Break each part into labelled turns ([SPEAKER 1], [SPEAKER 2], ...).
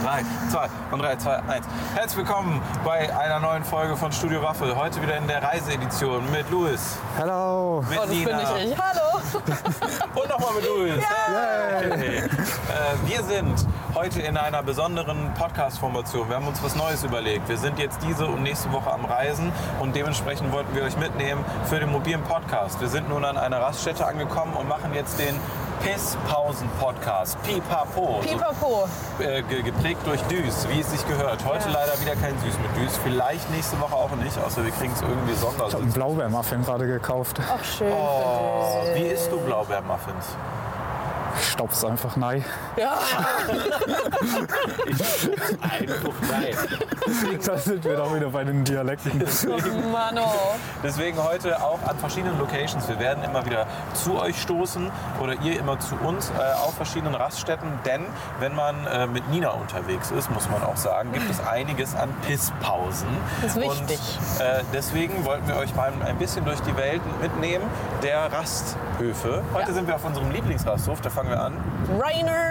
[SPEAKER 1] 2 und 3, 2, 1. Herzlich willkommen bei einer neuen Folge von Studio Waffel. Heute wieder in der Reiseedition mit Louis,
[SPEAKER 2] Hallo.
[SPEAKER 1] mit
[SPEAKER 3] Oh, das bin
[SPEAKER 1] Nina
[SPEAKER 3] nicht ich. Hallo.
[SPEAKER 1] und nochmal mit Louis. Okay. Äh, wir sind heute in einer besonderen Podcast-Formation. Wir haben uns was Neues überlegt. Wir sind jetzt diese und nächste Woche am Reisen und dementsprechend wollten wir euch mitnehmen für den mobilen Podcast. Wir sind nun an einer Raststätte angekommen und machen jetzt den Piss-Pausen-Podcast. Pipapo. So
[SPEAKER 3] Pipapo.
[SPEAKER 1] äh, ge- geprägt durch Düs, wie es sich gehört. Heute leider wieder kein Süß mit Düs. Vielleicht nächste Woche auch nicht, außer wir kriegen es irgendwie
[SPEAKER 2] Ich habe einen
[SPEAKER 1] Sondersitz.
[SPEAKER 2] Blaubeermuffin gerade gekauft.
[SPEAKER 3] Ach, schön.
[SPEAKER 1] Oh, wie isst du Blaubeermuffins?
[SPEAKER 2] Ich staub's einfach nein.
[SPEAKER 3] Ja,
[SPEAKER 1] Einfach nein.
[SPEAKER 2] Da sind wir doch wieder bei den Dialekten.
[SPEAKER 3] Mann, oh.
[SPEAKER 1] Deswegen heute auch an verschiedenen Locations. Wir werden immer wieder zu euch stoßen oder ihr immer zu uns äh, auf verschiedenen Raststätten. Denn wenn man äh, mit Nina unterwegs ist, muss man auch sagen, gibt es einiges an Pisspausen.
[SPEAKER 3] Das ist wichtig.
[SPEAKER 1] Und, äh, deswegen wollten wir euch mal ein bisschen durch die Welt mitnehmen der Rasthöfe. Heute
[SPEAKER 3] Ja.
[SPEAKER 1] sind wir auf unserem Lieblingsrasthof, da fangen wir an.
[SPEAKER 3] Reinern.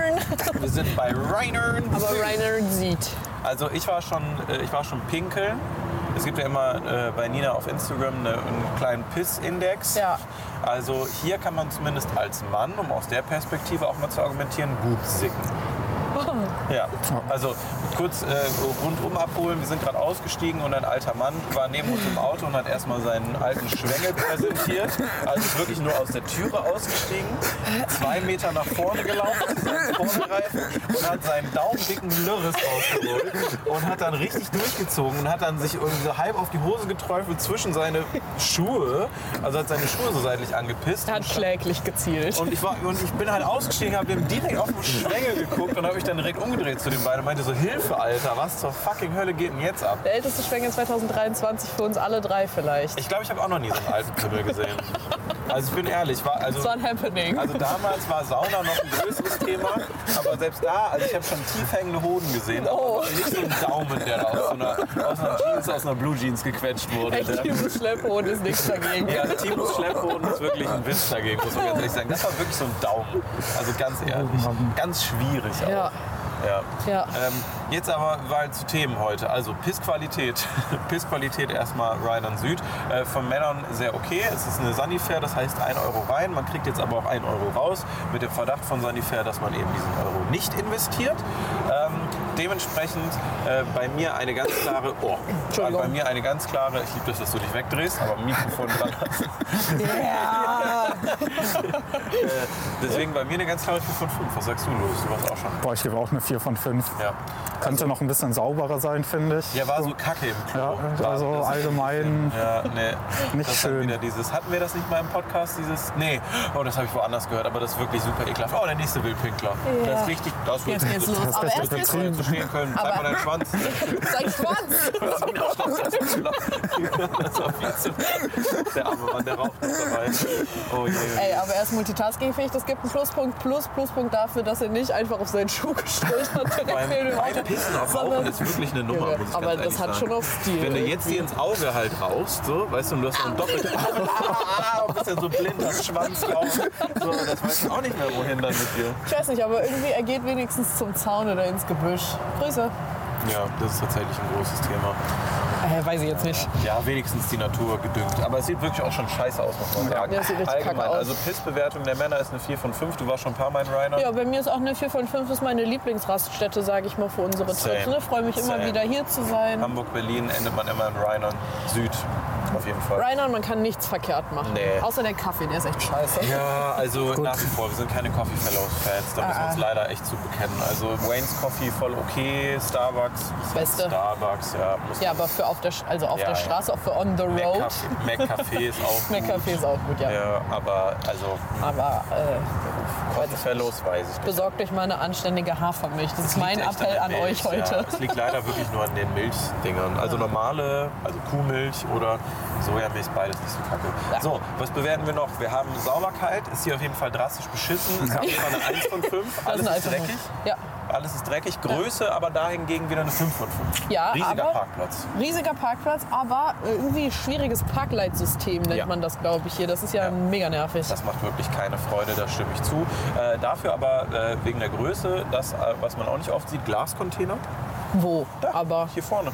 [SPEAKER 1] Wir sind bei Reinern.
[SPEAKER 3] Aber Reinern sieht.
[SPEAKER 1] Also ich war schon, äh, ich war schon pinkeln. Es gibt ja immer äh, bei Nina auf Instagram eine, einen kleinen Piss-Index.
[SPEAKER 3] Ja.
[SPEAKER 1] Also hier kann man zumindest als Mann, um aus der Perspektive auch mal zu argumentieren, gut sicken. Ja, also kurz äh, rundum abholen. Wir sind gerade ausgestiegen und ein alter Mann war neben uns im Auto und hat erstmal seinen alten Schwengel präsentiert. Also ist wirklich nur aus der Türe ausgestiegen, zwei Meter nach vorne gelaufen, ist auf den Vorderreifen und hat seinen daumendicken Lürres rausgeholt und hat dann richtig durchgezogen und hat dann sich irgendwie so halb auf die Hose geträufelt zwischen seine Schuhe. Also hat seine Schuhe so seitlich angepisst.
[SPEAKER 3] Hat
[SPEAKER 1] und stand-
[SPEAKER 3] schläglich gezielt.
[SPEAKER 1] und ich, war, und ich bin halt ausgestiegen, habe dem direkt auf den Schwengel geguckt und habe mich dann direkt umgedreht zu den beiden und meinte so, Hilfe, Alter, was zur fucking Hölle geht denn jetzt ab?
[SPEAKER 3] Der älteste Schwengel 2023 für uns alle drei vielleicht.
[SPEAKER 1] Ich glaube, ich habe auch noch nie so einen alten Pimmel gesehen. Also ich bin ehrlich, war, also,
[SPEAKER 3] Das war ein Happening.
[SPEAKER 1] also damals war Sauna noch ein größeres Thema, aber selbst da, also ich habe schon tief hängende Hoden gesehen, aber
[SPEAKER 3] Oh.
[SPEAKER 1] nicht so einen Daumen, der da aus, so einer, aus einer Jeans, aus einer Blue Jeans gequetscht wurde.
[SPEAKER 3] Echt,
[SPEAKER 1] Der-
[SPEAKER 3] Timo Schlepphoden ist nichts dagegen.
[SPEAKER 1] Ja, Timos Schlepphoden ist wirklich ein Witz dagegen, muss man ganz ehrlich sagen. Das war wirklich so ein Daumen. Also ganz ehrlich. Ganz schwierig auch.
[SPEAKER 3] Oh Ja.
[SPEAKER 1] Ja.
[SPEAKER 3] Ja.
[SPEAKER 1] Ähm, jetzt aber mal zu Themen heute. Also Pissqualität. Pissqualität erstmal Rhein und Süd. Äh, von Männern sehr okay. Es ist eine Sanifair, das heißt 1 Euro rein. Man kriegt jetzt aber auch 1 Euro raus. Mit dem Verdacht von Sanifair, dass man eben diesen Euro nicht investiert. Ähm, dementsprechend äh, bei mir eine ganz klare. Oh,
[SPEAKER 3] Entschuldigung.
[SPEAKER 1] bei mir eine ganz klare. Ich liebe das, dass du dich wegdrehst, aber Mikrofon dran hast.
[SPEAKER 3] Ja.
[SPEAKER 1] Äh, Deswegen bei mir eine ganz klare 4 von 5. Was sagst du, Louis? Du warst auch schon.
[SPEAKER 2] Boah, ich gebe auch eine 4 von 5.
[SPEAKER 1] Ja.
[SPEAKER 2] Könnte noch ein bisschen sauberer sein, finde ich.
[SPEAKER 1] Der war so kacke im Klo.
[SPEAKER 2] Ja, also
[SPEAKER 1] Das-
[SPEAKER 2] allgemein
[SPEAKER 1] Ja, nee.
[SPEAKER 2] Nicht
[SPEAKER 1] das Hat
[SPEAKER 2] schön.
[SPEAKER 1] wieder dieses, hatten wir das nicht mal im Podcast? Dieses, nee, oh, das habe ich woanders gehört, aber das ist wirklich super ekelhaft. Oh, der nächste Wildpinkler. Das ist richtig, das wird
[SPEAKER 3] Jetzt geht's los.
[SPEAKER 2] Das
[SPEAKER 3] Aber
[SPEAKER 2] ist
[SPEAKER 3] erst
[SPEAKER 2] der
[SPEAKER 3] geht's
[SPEAKER 2] Betrieb.
[SPEAKER 1] zu stehen können. Zeig mal
[SPEAKER 3] Aber-
[SPEAKER 1] deinen Schwanz.
[SPEAKER 3] Sein Schwanz.
[SPEAKER 1] Das war viel zu- der arme Mann, der raucht noch dabei. Oh je.
[SPEAKER 3] Ey, aber er ist multitaskingfähig. Das gibt einen Pluspunkt plus Pluspunkt dafür, dass er nicht einfach auf seinen Schuh gestellt hat. Direkt
[SPEAKER 1] Beim,
[SPEAKER 3] neben dem
[SPEAKER 1] beim
[SPEAKER 3] Auto,
[SPEAKER 1] Pissen Ähm, auf Rauchen
[SPEAKER 3] sondern-
[SPEAKER 1] ist wirklich eine Nummer,
[SPEAKER 3] Junge,
[SPEAKER 1] muss ich
[SPEAKER 3] aber
[SPEAKER 1] ganz ehrlich
[SPEAKER 3] das hat
[SPEAKER 1] sagen.
[SPEAKER 3] schon auch Stil
[SPEAKER 1] Wenn du jetzt dir ins Auge halt rauchst, so, weißt du, und du hast so einen doppelten und bist ja so blind, hast Schwanz drauf. So, das weiß ich auch nicht mehr, wohin dann mit dir.
[SPEAKER 3] Ich weiß nicht, aber irgendwie er geht wenigstens zum Zaun oder ins Gebüsch. Grüße.
[SPEAKER 1] Ja, das ist tatsächlich ein großes Thema.
[SPEAKER 3] Äh, weiß ich jetzt nicht.
[SPEAKER 1] Ja, wenigstens die Natur gedüngt. Aber es sieht wirklich auch schon scheiße aus, muss man sagen.
[SPEAKER 3] Ja, es sieht richtig kacke
[SPEAKER 1] Allgemein.
[SPEAKER 3] aus.
[SPEAKER 1] Also Pissbewertung der Männer ist eine 4 von 5. Du warst schon ein paar Mal in Rainer.
[SPEAKER 3] Ja, bei mir ist auch eine 4 von 5 ist meine Lieblingsraststätte, sage ich mal, für unsere Trips.
[SPEAKER 1] Same.
[SPEAKER 3] Ne? Freue mich
[SPEAKER 1] Same.
[SPEAKER 3] immer wieder hier zu sein.
[SPEAKER 1] Hamburg, Berlin endet man immer in Rainer. Süd. Auf jeden Fall.
[SPEAKER 3] Rainer, man kann nichts verkehrt machen.
[SPEAKER 1] Nee.
[SPEAKER 3] Außer der Kaffee, der ist echt scheiße.
[SPEAKER 1] Ja, also nach wie vor, wir sind keine Coffee Fellows Fans, da
[SPEAKER 3] Ah,
[SPEAKER 1] müssen wir uns leider echt zu bekennen. Also Wayne's Coffee voll okay, Starbucks. ist
[SPEAKER 3] Beste.
[SPEAKER 1] Starbucks, ja. muss-
[SPEAKER 3] Ja, aber für auf der, Sch- also auf
[SPEAKER 1] Ja,
[SPEAKER 3] der
[SPEAKER 1] ja.
[SPEAKER 3] Straße, auch für on the
[SPEAKER 1] Mac
[SPEAKER 3] road.
[SPEAKER 1] Café, Mac Café ist auch
[SPEAKER 3] Mehr Kaffee ist auch gut, ja.
[SPEAKER 1] gut. Ja, aber also
[SPEAKER 3] Aber äh,
[SPEAKER 1] Coffee Fellows weiß ich nicht.
[SPEAKER 3] besorgt euch mal eine anständige Hafermilch. Das ist mein
[SPEAKER 1] Liegt echt
[SPEAKER 3] Appell
[SPEAKER 1] der
[SPEAKER 3] an
[SPEAKER 1] Milch,
[SPEAKER 3] euch
[SPEAKER 1] Ja.
[SPEAKER 3] heute.
[SPEAKER 1] Es liegt leider wirklich nur an den Milchdingern. Also normale, also Kuhmilch oder Sojamilch, beides nicht so kacke. So, was bewerten wir noch? Wir haben Sauberkeit, ist hier auf jeden Fall drastisch beschissen. Es gab immer eine 1 von 5,
[SPEAKER 3] Das
[SPEAKER 1] alles ist
[SPEAKER 3] einfach-
[SPEAKER 1] dreckig.
[SPEAKER 3] Ja.
[SPEAKER 1] Alles ist dreckig, Größe, aber dahingegen wieder eine 5 von 5.
[SPEAKER 3] Ja,
[SPEAKER 1] Riesiger
[SPEAKER 3] aber-
[SPEAKER 1] Parkplatz.
[SPEAKER 3] Riesiger Parkplatz, aber irgendwie schwieriges Parkleitsystem nennt
[SPEAKER 1] Ja.
[SPEAKER 3] man das, glaube ich, hier. Das ist ja,
[SPEAKER 1] Ja.
[SPEAKER 3] mega nervig.
[SPEAKER 1] Das macht wirklich keine Freude, da stimme ich zu. Äh, dafür aber äh, wegen der Größe, das, äh, was man auch nicht oft sieht, Glascontainer.
[SPEAKER 3] Wo?
[SPEAKER 1] Da,
[SPEAKER 3] Aber
[SPEAKER 1] hier vorne.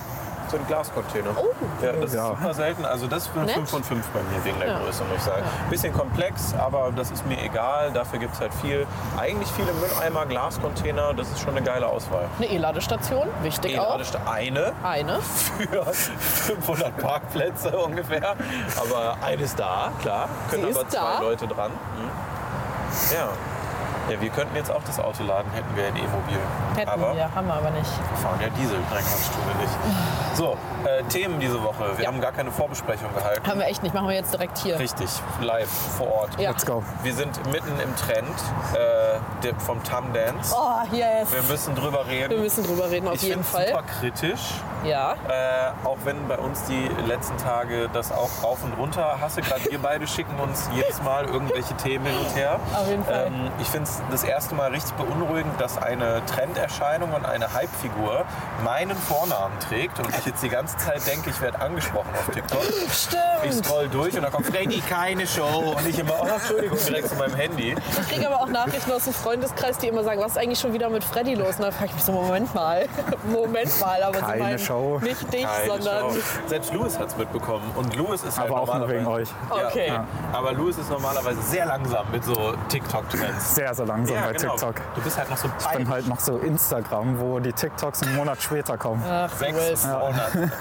[SPEAKER 1] So ein Glascontainer.
[SPEAKER 3] Oh.
[SPEAKER 1] Ja, das
[SPEAKER 2] Ja.
[SPEAKER 1] ist super selten. Also das für
[SPEAKER 3] Nett.
[SPEAKER 1] 5 von 5 bei mir wegen der
[SPEAKER 3] Ja.
[SPEAKER 1] Größe, muss ich sagen. Bisschen komplex, aber das ist mir egal. Dafür gibt es halt viel, eigentlich viele Mülleimer, Glascontainer. Das ist schon eine geile Auswahl.
[SPEAKER 3] eine E-Ladestation, wichtig auch.
[SPEAKER 1] E-Ladestadt eine
[SPEAKER 3] Eine.
[SPEAKER 1] für 500 Parkplätze ungefähr. Aber eines da, klar. Können
[SPEAKER 3] Sie
[SPEAKER 1] aber
[SPEAKER 3] ist
[SPEAKER 1] zwei
[SPEAKER 3] da.
[SPEAKER 1] Leute dran. Mhm. Ja. Ja, wir könnten jetzt auch das Auto laden, hätten wir ein E-Mobil.
[SPEAKER 3] Hätten
[SPEAKER 1] aber
[SPEAKER 3] wir, haben wir aber nicht.
[SPEAKER 1] wir fahren ja Diesel, nein, Quatsch, tun wir nicht. So, äh, Themen diese Woche. Wir
[SPEAKER 3] Ja.
[SPEAKER 1] haben gar keine Vorbesprechung gehalten.
[SPEAKER 3] Haben wir echt nicht, machen wir jetzt direkt hier.
[SPEAKER 1] Richtig, live, vor Ort.
[SPEAKER 3] Ja.
[SPEAKER 2] Let's go.
[SPEAKER 1] Wir sind mitten im Trend äh, der- vom Tum Dance.
[SPEAKER 3] Oh, yes.
[SPEAKER 1] Wir müssen drüber reden.
[SPEAKER 3] Wir müssen drüber reden, auf
[SPEAKER 1] ich
[SPEAKER 3] jeden
[SPEAKER 1] finde
[SPEAKER 3] Fall.
[SPEAKER 1] super kritisch,
[SPEAKER 3] Ja.
[SPEAKER 1] äh, auch wenn bei uns die letzten Tage das auch rauf und runter hasse. Gerade wir beide schicken uns jedes Mal irgendwelche Themen hin und her.
[SPEAKER 3] Auf jeden Fall.
[SPEAKER 1] Ähm, ich finde es das erste Mal richtig beunruhigend, dass eine Trenderscheinung und eine Hypefigur meinen Vornamen trägt und ich jetzt die ganze Zeit denke, ich werde angesprochen auf TikTok. Ich
[SPEAKER 3] Stimmt.
[SPEAKER 1] scroll durch und dann kommt Freddy, keine Show. Und ich immer, oh, Entschuldigung, direkt zu meinem Handy.
[SPEAKER 3] Ich kriege aber auch Nachrichten aus dem Freundeskreis, die immer sagen, was ist eigentlich schon wieder mit Freddy los? Und dann frage ich mich so, Moment mal, Moment mal. Aber
[SPEAKER 2] Keine
[SPEAKER 3] sie meinen
[SPEAKER 2] Show.
[SPEAKER 3] nicht dich,
[SPEAKER 1] Keine
[SPEAKER 3] sondern...
[SPEAKER 1] Show. Selbst Louis hat es mitbekommen. Und Louis ist halt
[SPEAKER 2] Aber auch nur
[SPEAKER 1] normalerweise,
[SPEAKER 2] wegen euch.
[SPEAKER 3] Okay.
[SPEAKER 1] Ja. Aber Louis ist normalerweise sehr langsam mit so TikTok-Trends.
[SPEAKER 2] Sehr, sehr langsam bei TikTok.
[SPEAKER 1] Du bist halt noch so
[SPEAKER 2] Ich bin halt noch so Instagram, wo die TikToks einen Monat später kommen.
[SPEAKER 3] Ach,
[SPEAKER 1] sechs
[SPEAKER 3] Wilson.
[SPEAKER 1] Monate.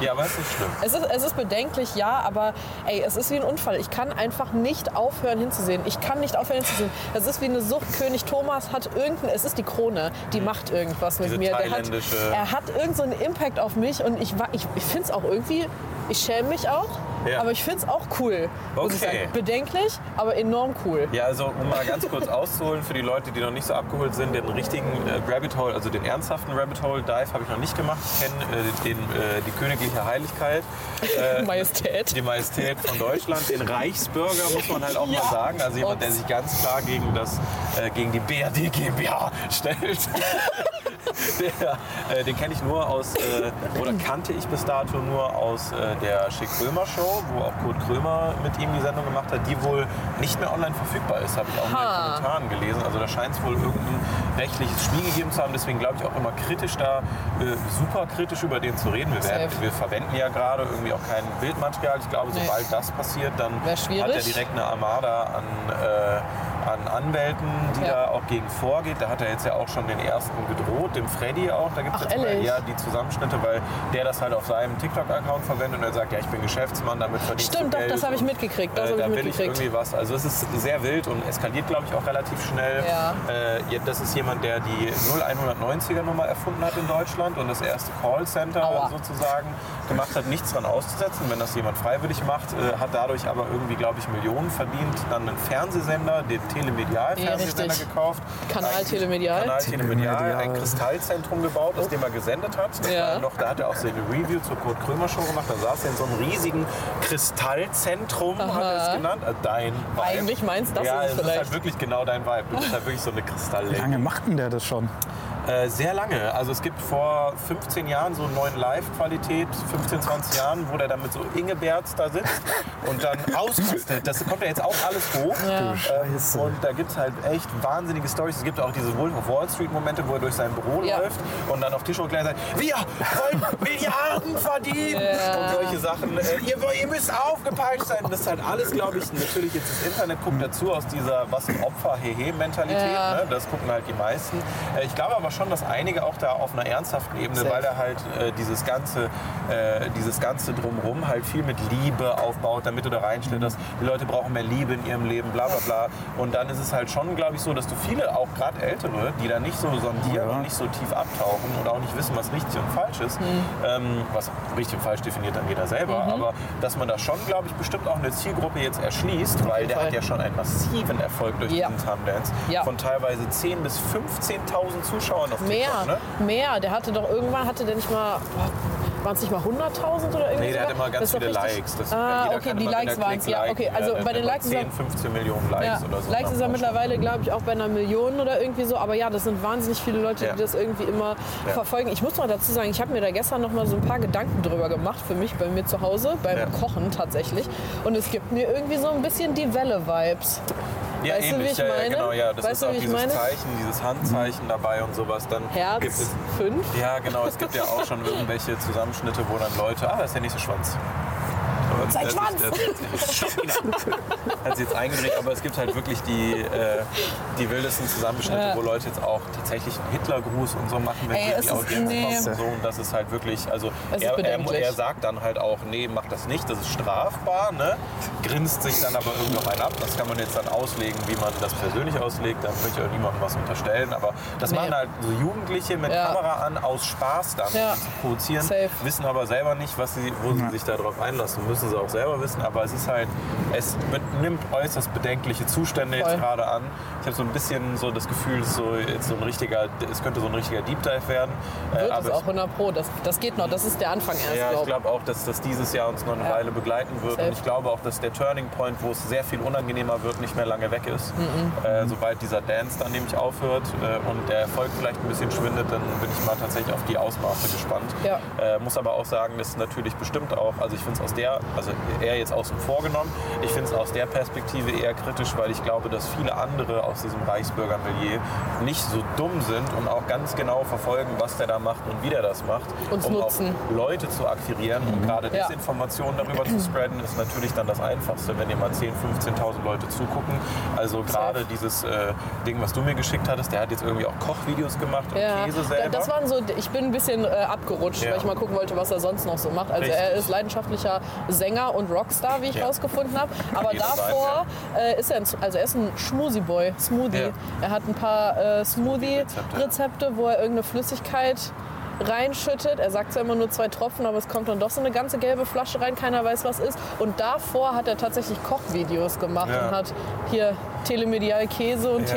[SPEAKER 1] ja, aber es ist schlimm.
[SPEAKER 3] Es ist, es ist bedenklich, ja, aber ey, es ist wie ein Unfall. Ich kann einfach nicht aufhören hinzusehen. Ich kann nicht aufhören hinzusehen. Es ist wie eine Sucht. König Thomas hat irgendein, es ist die Krone, die macht irgendwas mit
[SPEAKER 1] Diese
[SPEAKER 3] mir. Der hat,
[SPEAKER 1] thailändische-
[SPEAKER 3] er hat irgendeinen so einen Impact auf mich und ich, wa- ich, ich finde es auch irgendwie, ich schäme mich auch,
[SPEAKER 1] Ja.
[SPEAKER 3] aber ich finde es auch cool. Muss ich
[SPEAKER 1] Okay.
[SPEAKER 3] sagen. Bedenklich, aber enorm cool.
[SPEAKER 1] Ja, also um mal ganz kurz auszuholen für die Leute, die noch nicht so abgeholt sind, den richtigen äh, Rabbit Hole, also den ernsthaften Rabbit Hole Dive habe ich noch nicht gemacht. Ich kenne äh, den, äh, die königliche Heiligkeit, Äh,
[SPEAKER 3] Majestät.
[SPEAKER 1] die Majestät von Deutschland, den Reichsbürger, muss man halt auch mal sagen. Also jemand, der sich ganz klar gegen, das, äh, gegen die BRD GmbH stellt. Der, äh, den kenne ich nur aus, äh, oder kannte ich bis dato nur aus äh, der Schick Krömer Show, wo auch Kurt Krömer mit ihm die Sendung gemacht hat, die wohl nicht mehr online verfügbar ist, habe ich auch in den Kommentaren gelesen. Also da scheint es wohl irgendein rechtliches Spiel gegeben zu haben. Deswegen glaube ich auch immer kritisch da, äh, super kritisch über den zu reden. Wir, werden,
[SPEAKER 3] Safe.
[SPEAKER 1] wir verwenden ja gerade irgendwie auch kein Bildmaterial. Ich glaube,
[SPEAKER 3] Nee.
[SPEAKER 1] sobald das passiert, dann
[SPEAKER 3] Wär
[SPEAKER 1] hat
[SPEAKER 3] schwierig.
[SPEAKER 1] er direkt eine Armada an, äh, an Anwälten, die
[SPEAKER 3] Ja.
[SPEAKER 1] da auch gegen vorgeht. Da hat er jetzt ja auch schon den ersten gedroht, dem Freddy auch. Da gibt
[SPEAKER 3] Ach,
[SPEAKER 1] es jetzt mal
[SPEAKER 3] ehrlich?
[SPEAKER 1] eher die Zusammenschnitte, weil der das halt auf seinem TikTok-Account verwendet und er sagt, ja, ich bin Geschäftsmann, damit verdienst
[SPEAKER 3] Stimmt,
[SPEAKER 1] du
[SPEAKER 3] doch,
[SPEAKER 1] Geld.
[SPEAKER 3] das habe ich
[SPEAKER 1] und,
[SPEAKER 3] mitgekriegt, das
[SPEAKER 1] äh,
[SPEAKER 3] habe
[SPEAKER 1] da
[SPEAKER 3] ich
[SPEAKER 1] will
[SPEAKER 3] mitgekriegt.
[SPEAKER 1] ich irgendwie was. Also es ist sehr wild und eskaliert, glaube ich, auch relativ schnell.
[SPEAKER 3] Ja.
[SPEAKER 1] Äh, ja, das ist jemand, der die 0190er-Nummer erfunden hat in Deutschland und das erste Callcenter
[SPEAKER 3] Aua.
[SPEAKER 1] sozusagen gemacht hat, nichts dran auszusetzen. Wenn das jemand freiwillig macht, äh, hat dadurch aber irgendwie, glaube ich, Millionen verdient. Dann einen Fernsehsender, den Telemedial-Fernsehsender
[SPEAKER 3] richtig.
[SPEAKER 1] gekauft.
[SPEAKER 3] Kanal
[SPEAKER 1] Eigentlich-
[SPEAKER 3] Telemedial.
[SPEAKER 1] Kanal Telemedial, ein
[SPEAKER 2] Telemedial.
[SPEAKER 1] Kristallzentrum gebaut, aus dem er gesendet hat. Das
[SPEAKER 3] Ja.
[SPEAKER 1] war noch, da hat er auch seine Review zur Kurt Krömer Show gemacht. Da saß er in so einem riesigen Kristallzentrum, hat er es
[SPEAKER 3] Aha.
[SPEAKER 1] genannt. Äh, Dein Vibe.
[SPEAKER 3] Eigentlich meins, das
[SPEAKER 1] ja, es
[SPEAKER 3] ist es
[SPEAKER 1] ist halt
[SPEAKER 3] vielleicht.
[SPEAKER 1] wirklich genau dein Vibe. Du bist halt wirklich so eine
[SPEAKER 2] Wie
[SPEAKER 1] Kristalllänge.
[SPEAKER 2] lange macht denn der das schon?
[SPEAKER 1] Äh, sehr lange. Also es gibt vor 15 Jahren so einen neuen Live-Qualität, 15, 20 Jahren, wo der dann mit so Ingeberts da sitzt und dann ausrastet. Das kommt ja jetzt auch alles hoch.
[SPEAKER 3] Ja.
[SPEAKER 2] Du
[SPEAKER 1] Ähm,
[SPEAKER 2] Scheiße.
[SPEAKER 1] und da gibt es halt echt wahnsinnige Stories. Es gibt auch diese Wolf of Wall Street-Momente, wo er durch sein Büro
[SPEAKER 3] Ja.
[SPEAKER 1] läuft und dann auf Tisch und gleich sagt, wir wollen Milliarden verdienen und solche Sachen. Äh, ihr, woll- ihr müsst aufgepeitscht sein. Das ist halt alles, glaube ich, natürlich jetzt das Internet guckt dazu aus dieser was ein Opfer hehe mentalität
[SPEAKER 3] Ja.
[SPEAKER 1] ne? Das gucken halt die meisten. Äh, ich glaube aber schon, dass einige auch da auf einer ernsthaften Ebene,
[SPEAKER 3] Safe.
[SPEAKER 1] weil er halt äh, dieses ganze, äh, dieses ganze drumherum halt viel mit Liebe aufbaut, damit du da
[SPEAKER 3] Mhm.
[SPEAKER 1] reinschlitterst. Die Leute brauchen mehr Liebe in ihrem Leben, bla bla bla. Und dann ist es halt schon, glaube ich, so, dass du viele, auch gerade Ältere, die da nicht so sondieren
[SPEAKER 2] Ja.
[SPEAKER 1] und nicht so tief abtauchen und auch nicht wissen, was richtig und falsch ist,
[SPEAKER 3] Mhm.
[SPEAKER 1] ähm, was richtig und falsch definiert dann jeder selber, aber dass man da schon, glaube ich, bestimmt auch eine Zielgruppe jetzt erschließt, weil der
[SPEAKER 3] Fall.
[SPEAKER 1] hat ja schon einen massiven Erfolg durch
[SPEAKER 3] Ja.
[SPEAKER 1] diesen Tumdance
[SPEAKER 3] Ja.
[SPEAKER 1] von teilweise 10.000 bis 15.000 Zuschauern auf
[SPEAKER 3] Mehr,
[SPEAKER 1] TikTok, ne?
[SPEAKER 3] mehr. Der hatte doch irgendwann, hatte der nicht mal, waren es nicht mal 100.000 oder irgendwie?
[SPEAKER 1] Nee, der hat
[SPEAKER 3] sogar?
[SPEAKER 1] immer ganz
[SPEAKER 3] Das ist doch
[SPEAKER 1] viele
[SPEAKER 3] richtig-
[SPEAKER 1] Likes. Das
[SPEAKER 3] ah,
[SPEAKER 1] jeder
[SPEAKER 3] okay,
[SPEAKER 1] kann
[SPEAKER 3] die
[SPEAKER 1] immer, wenn er
[SPEAKER 3] Likes waren es.
[SPEAKER 1] klickt,
[SPEAKER 3] Ja,
[SPEAKER 1] liken.
[SPEAKER 3] okay, also
[SPEAKER 1] dann
[SPEAKER 3] bei
[SPEAKER 1] hat
[SPEAKER 3] den
[SPEAKER 1] er
[SPEAKER 3] Likes ist er-
[SPEAKER 1] 10, 15 Millionen Likes
[SPEAKER 3] ja,
[SPEAKER 1] oder so.
[SPEAKER 3] Likes ist er
[SPEAKER 1] Dann-
[SPEAKER 3] mittlerweile, glaube ich, auch bei einer Million oder irgendwie so. Aber ja, das sind wahnsinnig viele Leute,
[SPEAKER 1] Ja.
[SPEAKER 3] die das irgendwie immer
[SPEAKER 1] Ja.
[SPEAKER 3] verfolgen. Ich muss noch dazu sagen, ich habe mir da gestern noch mal so ein paar Gedanken drüber gemacht für mich bei mir zu Hause, beim
[SPEAKER 1] Ja.
[SPEAKER 3] Kochen tatsächlich. Und es gibt mir irgendwie so ein bisschen die Welle-Vibes.
[SPEAKER 1] Ja,
[SPEAKER 3] weißt du, wie
[SPEAKER 1] ähnlich.
[SPEAKER 3] ich
[SPEAKER 1] ja,
[SPEAKER 3] meine?
[SPEAKER 1] ja, genau, ja. Das
[SPEAKER 3] weißt
[SPEAKER 1] ist
[SPEAKER 3] du,
[SPEAKER 1] auch
[SPEAKER 3] wie ich
[SPEAKER 1] dieses
[SPEAKER 3] meine? Mhm.
[SPEAKER 1] Zeichen, dieses Handzeichen dabei und sowas. Dann gibt
[SPEAKER 3] Herz
[SPEAKER 1] es.
[SPEAKER 3] 5.
[SPEAKER 1] Ja, genau, es gibt ja auch schon irgendwelche Zusammenschnitte, wo dann Leute, ah, das ist der nächste Schwanz. Aber
[SPEAKER 3] Sein
[SPEAKER 1] das ist-
[SPEAKER 3] Schwanz!
[SPEAKER 1] das ist- Hat sie jetzt eingedreht, aber es gibt halt wirklich die, äh, die wildesten Zusammenschnitte, wo Leute jetzt auch tatsächlich einen Hitlergruß und so machen, wenn
[SPEAKER 3] Ey,
[SPEAKER 1] sie in
[SPEAKER 3] es
[SPEAKER 1] die
[SPEAKER 3] ist-
[SPEAKER 1] Audienz
[SPEAKER 3] nee.
[SPEAKER 1] kommen. und So, und das ist halt wirklich, also
[SPEAKER 3] Es ist
[SPEAKER 1] er, er,
[SPEAKER 3] bedenklich.
[SPEAKER 1] er sagt dann halt auch, nee, mach das nicht, das ist strafbar, ne? grinst sich dann aber irgendwie auf einen ab. Das kann man jetzt dann auslegen, wie man das persönlich auslegt, da möchte ich auch niemandem was unterstellen, aber das
[SPEAKER 3] Nee.
[SPEAKER 1] machen halt so Jugendliche mit
[SPEAKER 3] Ja.
[SPEAKER 1] Kamera an aus Spaß dann
[SPEAKER 3] Ja.
[SPEAKER 1] um zu provozieren,
[SPEAKER 3] Safe.
[SPEAKER 1] wissen aber selber nicht, was sie, wo sie sich darauf einlassen, müssen sie auch selber wissen, aber es ist halt, es be- nimmt äußerst bedenkliche Zustände
[SPEAKER 3] Voll.
[SPEAKER 1] jetzt gerade an. Ich habe so ein bisschen so das Gefühl, es, ist so, jetzt so ein richtiger, es könnte so ein richtiger Deep Dive werden. Äh,
[SPEAKER 3] Wird es
[SPEAKER 1] aber
[SPEAKER 3] auch 100 Pro. Das, das geht noch. Das ist der Anfang erst,
[SPEAKER 1] ich, ja, ich
[SPEAKER 3] glaube
[SPEAKER 1] glaube auch, dass das dieses Jahr uns noch eine
[SPEAKER 3] Ja.
[SPEAKER 1] Weile begleiten wird.
[SPEAKER 3] Safe.
[SPEAKER 1] Und ich glaube auch, dass der Turning Point, wo es sehr viel unangenehmer wird, nicht mehr lange weg ist.
[SPEAKER 3] Mhm.
[SPEAKER 1] Äh, sobald dieser Dance dann nämlich aufhört äh, und der Erfolg vielleicht ein bisschen schwindet, dann bin ich mal tatsächlich auf die Ausmaße gespannt.
[SPEAKER 3] Ja.
[SPEAKER 1] Äh, muss aber auch sagen, das ist natürlich bestimmt auch, also ich finde es aus der, also eher jetzt außen vor genommen, ich finde es aus der Perspektive eher kritisch, weil ich glaube, dass viele andere aus diesem Reichsbürgermilieu nicht so dumm sind und auch ganz genau verfolgen, was der da macht und wie der das macht.
[SPEAKER 3] Und's
[SPEAKER 1] um auch
[SPEAKER 3] nutzen.
[SPEAKER 1] Leute zu akquirieren und gerade
[SPEAKER 3] Mhm. Ja.
[SPEAKER 1] Desinformationen darüber zu spreaden, ist natürlich dann das Einfachste, wenn dir mal 10.000, 15.000 Leute zugucken. Also gerade dieses äh, Ding, was du mir geschickt hattest, der hat jetzt irgendwie auch Kochvideos gemacht und
[SPEAKER 3] Ja,
[SPEAKER 1] Käse selber.
[SPEAKER 3] das waren so, ich bin ein bisschen äh, abgerutscht,
[SPEAKER 1] Ja.
[SPEAKER 3] weil ich mal gucken wollte, was er sonst noch so macht. Also er
[SPEAKER 1] Richtig.
[SPEAKER 3] ist leidenschaftlicher Sänger und Rockstar, wie ich
[SPEAKER 1] Ja.
[SPEAKER 3] rausgefunden habe. Aber
[SPEAKER 1] jeder sein,
[SPEAKER 3] davor äh, ist er, ein, also er ist ein Schmusi-Boy, Smoothie.
[SPEAKER 1] Ja.
[SPEAKER 3] Er hat ein paar äh, Smoothie-Rezepte,
[SPEAKER 1] Smoothie-Rezepte.
[SPEAKER 3] wo er irgendeine Flüssigkeit reinschüttet. Er sagt zwar immer nur zwei Tropfen, aber es kommt dann doch so eine ganze gelbe Flasche rein, keiner weiß, was ist. Und davor hat er tatsächlich Kochvideos gemacht
[SPEAKER 1] Ja.
[SPEAKER 3] und hat hier Telemedial Käse und
[SPEAKER 1] Ja.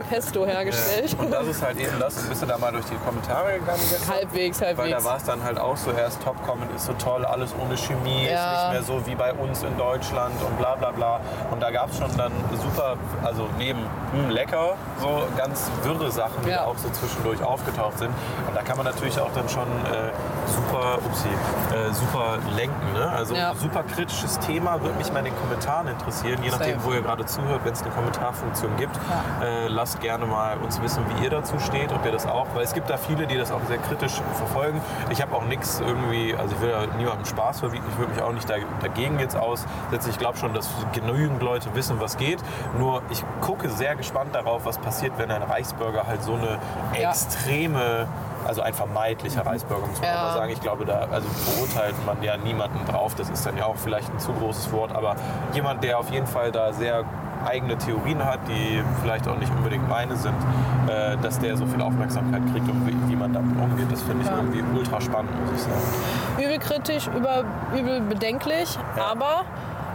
[SPEAKER 3] Pesto hergestellt.
[SPEAKER 1] Und das ist halt eben das, bist du da mal durch die Kommentare gegangen gestern?
[SPEAKER 3] Halbwegs,
[SPEAKER 1] Weil da
[SPEAKER 3] halbwegs.
[SPEAKER 1] war es dann halt auch so, erst Top-Comment ist so toll, alles ohne Chemie,
[SPEAKER 3] Ja.
[SPEAKER 1] ist nicht mehr so wie bei uns in Deutschland und bla bla bla. Und da gab es schon dann super, also neben hm, lecker, so ganz wirre Sachen, die
[SPEAKER 3] Ja.
[SPEAKER 1] da auch so zwischendurch aufgetaucht sind. Und da kann man natürlich auch dann schon äh, super, upsie, äh, super lenken. Ne? Also
[SPEAKER 3] Ja.
[SPEAKER 1] super kritisches Thema, würde mich mal in den Kommentaren interessieren, je nachdem,
[SPEAKER 3] Safe.
[SPEAKER 1] wo ihr gerade zuhört, wenn es eine Kommentarfunktion gibt. Äh, lasst gerne mal uns wissen, wie ihr dazu steht, ob ihr das auch, weil es gibt da viele, die das auch sehr kritisch verfolgen. Ich habe auch nichts irgendwie, also ich will ja niemandem Spaß verbieten, ich würde mich auch nicht da, dagegen jetzt aussetzen. Ich glaube schon, dass genügend Leute wissen, was geht. Nur ich gucke sehr gespannt darauf, was passiert, wenn ein Reichsbürger halt so eine
[SPEAKER 3] Ja.
[SPEAKER 1] extreme, also ein vermeidlicher Reichsbürger, muss man
[SPEAKER 3] Ja.
[SPEAKER 1] aber sagen. Ich glaube, da also verurteilt man ja niemanden drauf. Das ist dann ja auch vielleicht ein zu großes Wort, aber jemand, der auf jeden Fall da sehr eigene Theorien hat, die vielleicht auch nicht unbedingt meine sind, äh, dass der so viel Aufmerksamkeit kriegt und wie, wie man damit umgeht, das finde ich irgendwie ultra spannend, muss ich sagen.
[SPEAKER 3] übel kritisch, über, übel bedenklich, aber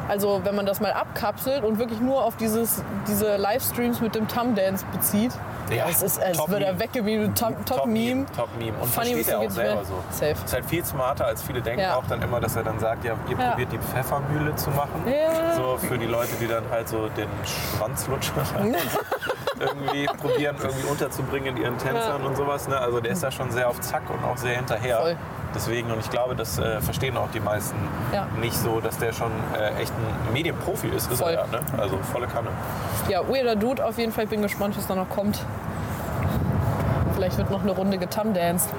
[SPEAKER 3] also wenn man das mal abkapselt und wirklich nur auf dieses, diese Livestreams mit dem Tum-Dance bezieht,
[SPEAKER 1] Ja,
[SPEAKER 3] es ist, es
[SPEAKER 1] Top
[SPEAKER 3] wird er
[SPEAKER 1] Meme.
[SPEAKER 3] weggebeamt, Top-Meme. Top Meme.
[SPEAKER 1] Top Meme. Und
[SPEAKER 3] Funny
[SPEAKER 1] versteht er auch
[SPEAKER 3] Whistle
[SPEAKER 1] selber
[SPEAKER 3] gibt's
[SPEAKER 1] so.
[SPEAKER 3] mehr. Safe.
[SPEAKER 1] Ist halt viel smarter, als viele denken
[SPEAKER 3] Ja.
[SPEAKER 1] auch dann immer, dass er dann sagt, ja, ihr
[SPEAKER 3] Ja.
[SPEAKER 1] probiert die Pfeffermühle zu machen.
[SPEAKER 3] Ja.
[SPEAKER 1] So für die Leute, die dann halt so den Schwanzlutscher irgendwie probieren, irgendwie unterzubringen in ihren Tänzern und sowas. Ne? Also der ist da schon sehr auf Zack und auch sehr hinterher.
[SPEAKER 3] Voll.
[SPEAKER 1] Deswegen, und ich glaube, das äh, verstehen auch die meisten
[SPEAKER 3] Ja.
[SPEAKER 1] nicht so, dass der schon äh, echt ein Medienprofi ist. Ist
[SPEAKER 3] Voll.
[SPEAKER 1] er ja, ne? Also volle Kanne.
[SPEAKER 3] Ja, weirder Dude auf jeden Fall. Ich bin gespannt, was da noch kommt. Vielleicht wird noch eine Runde getumdanced.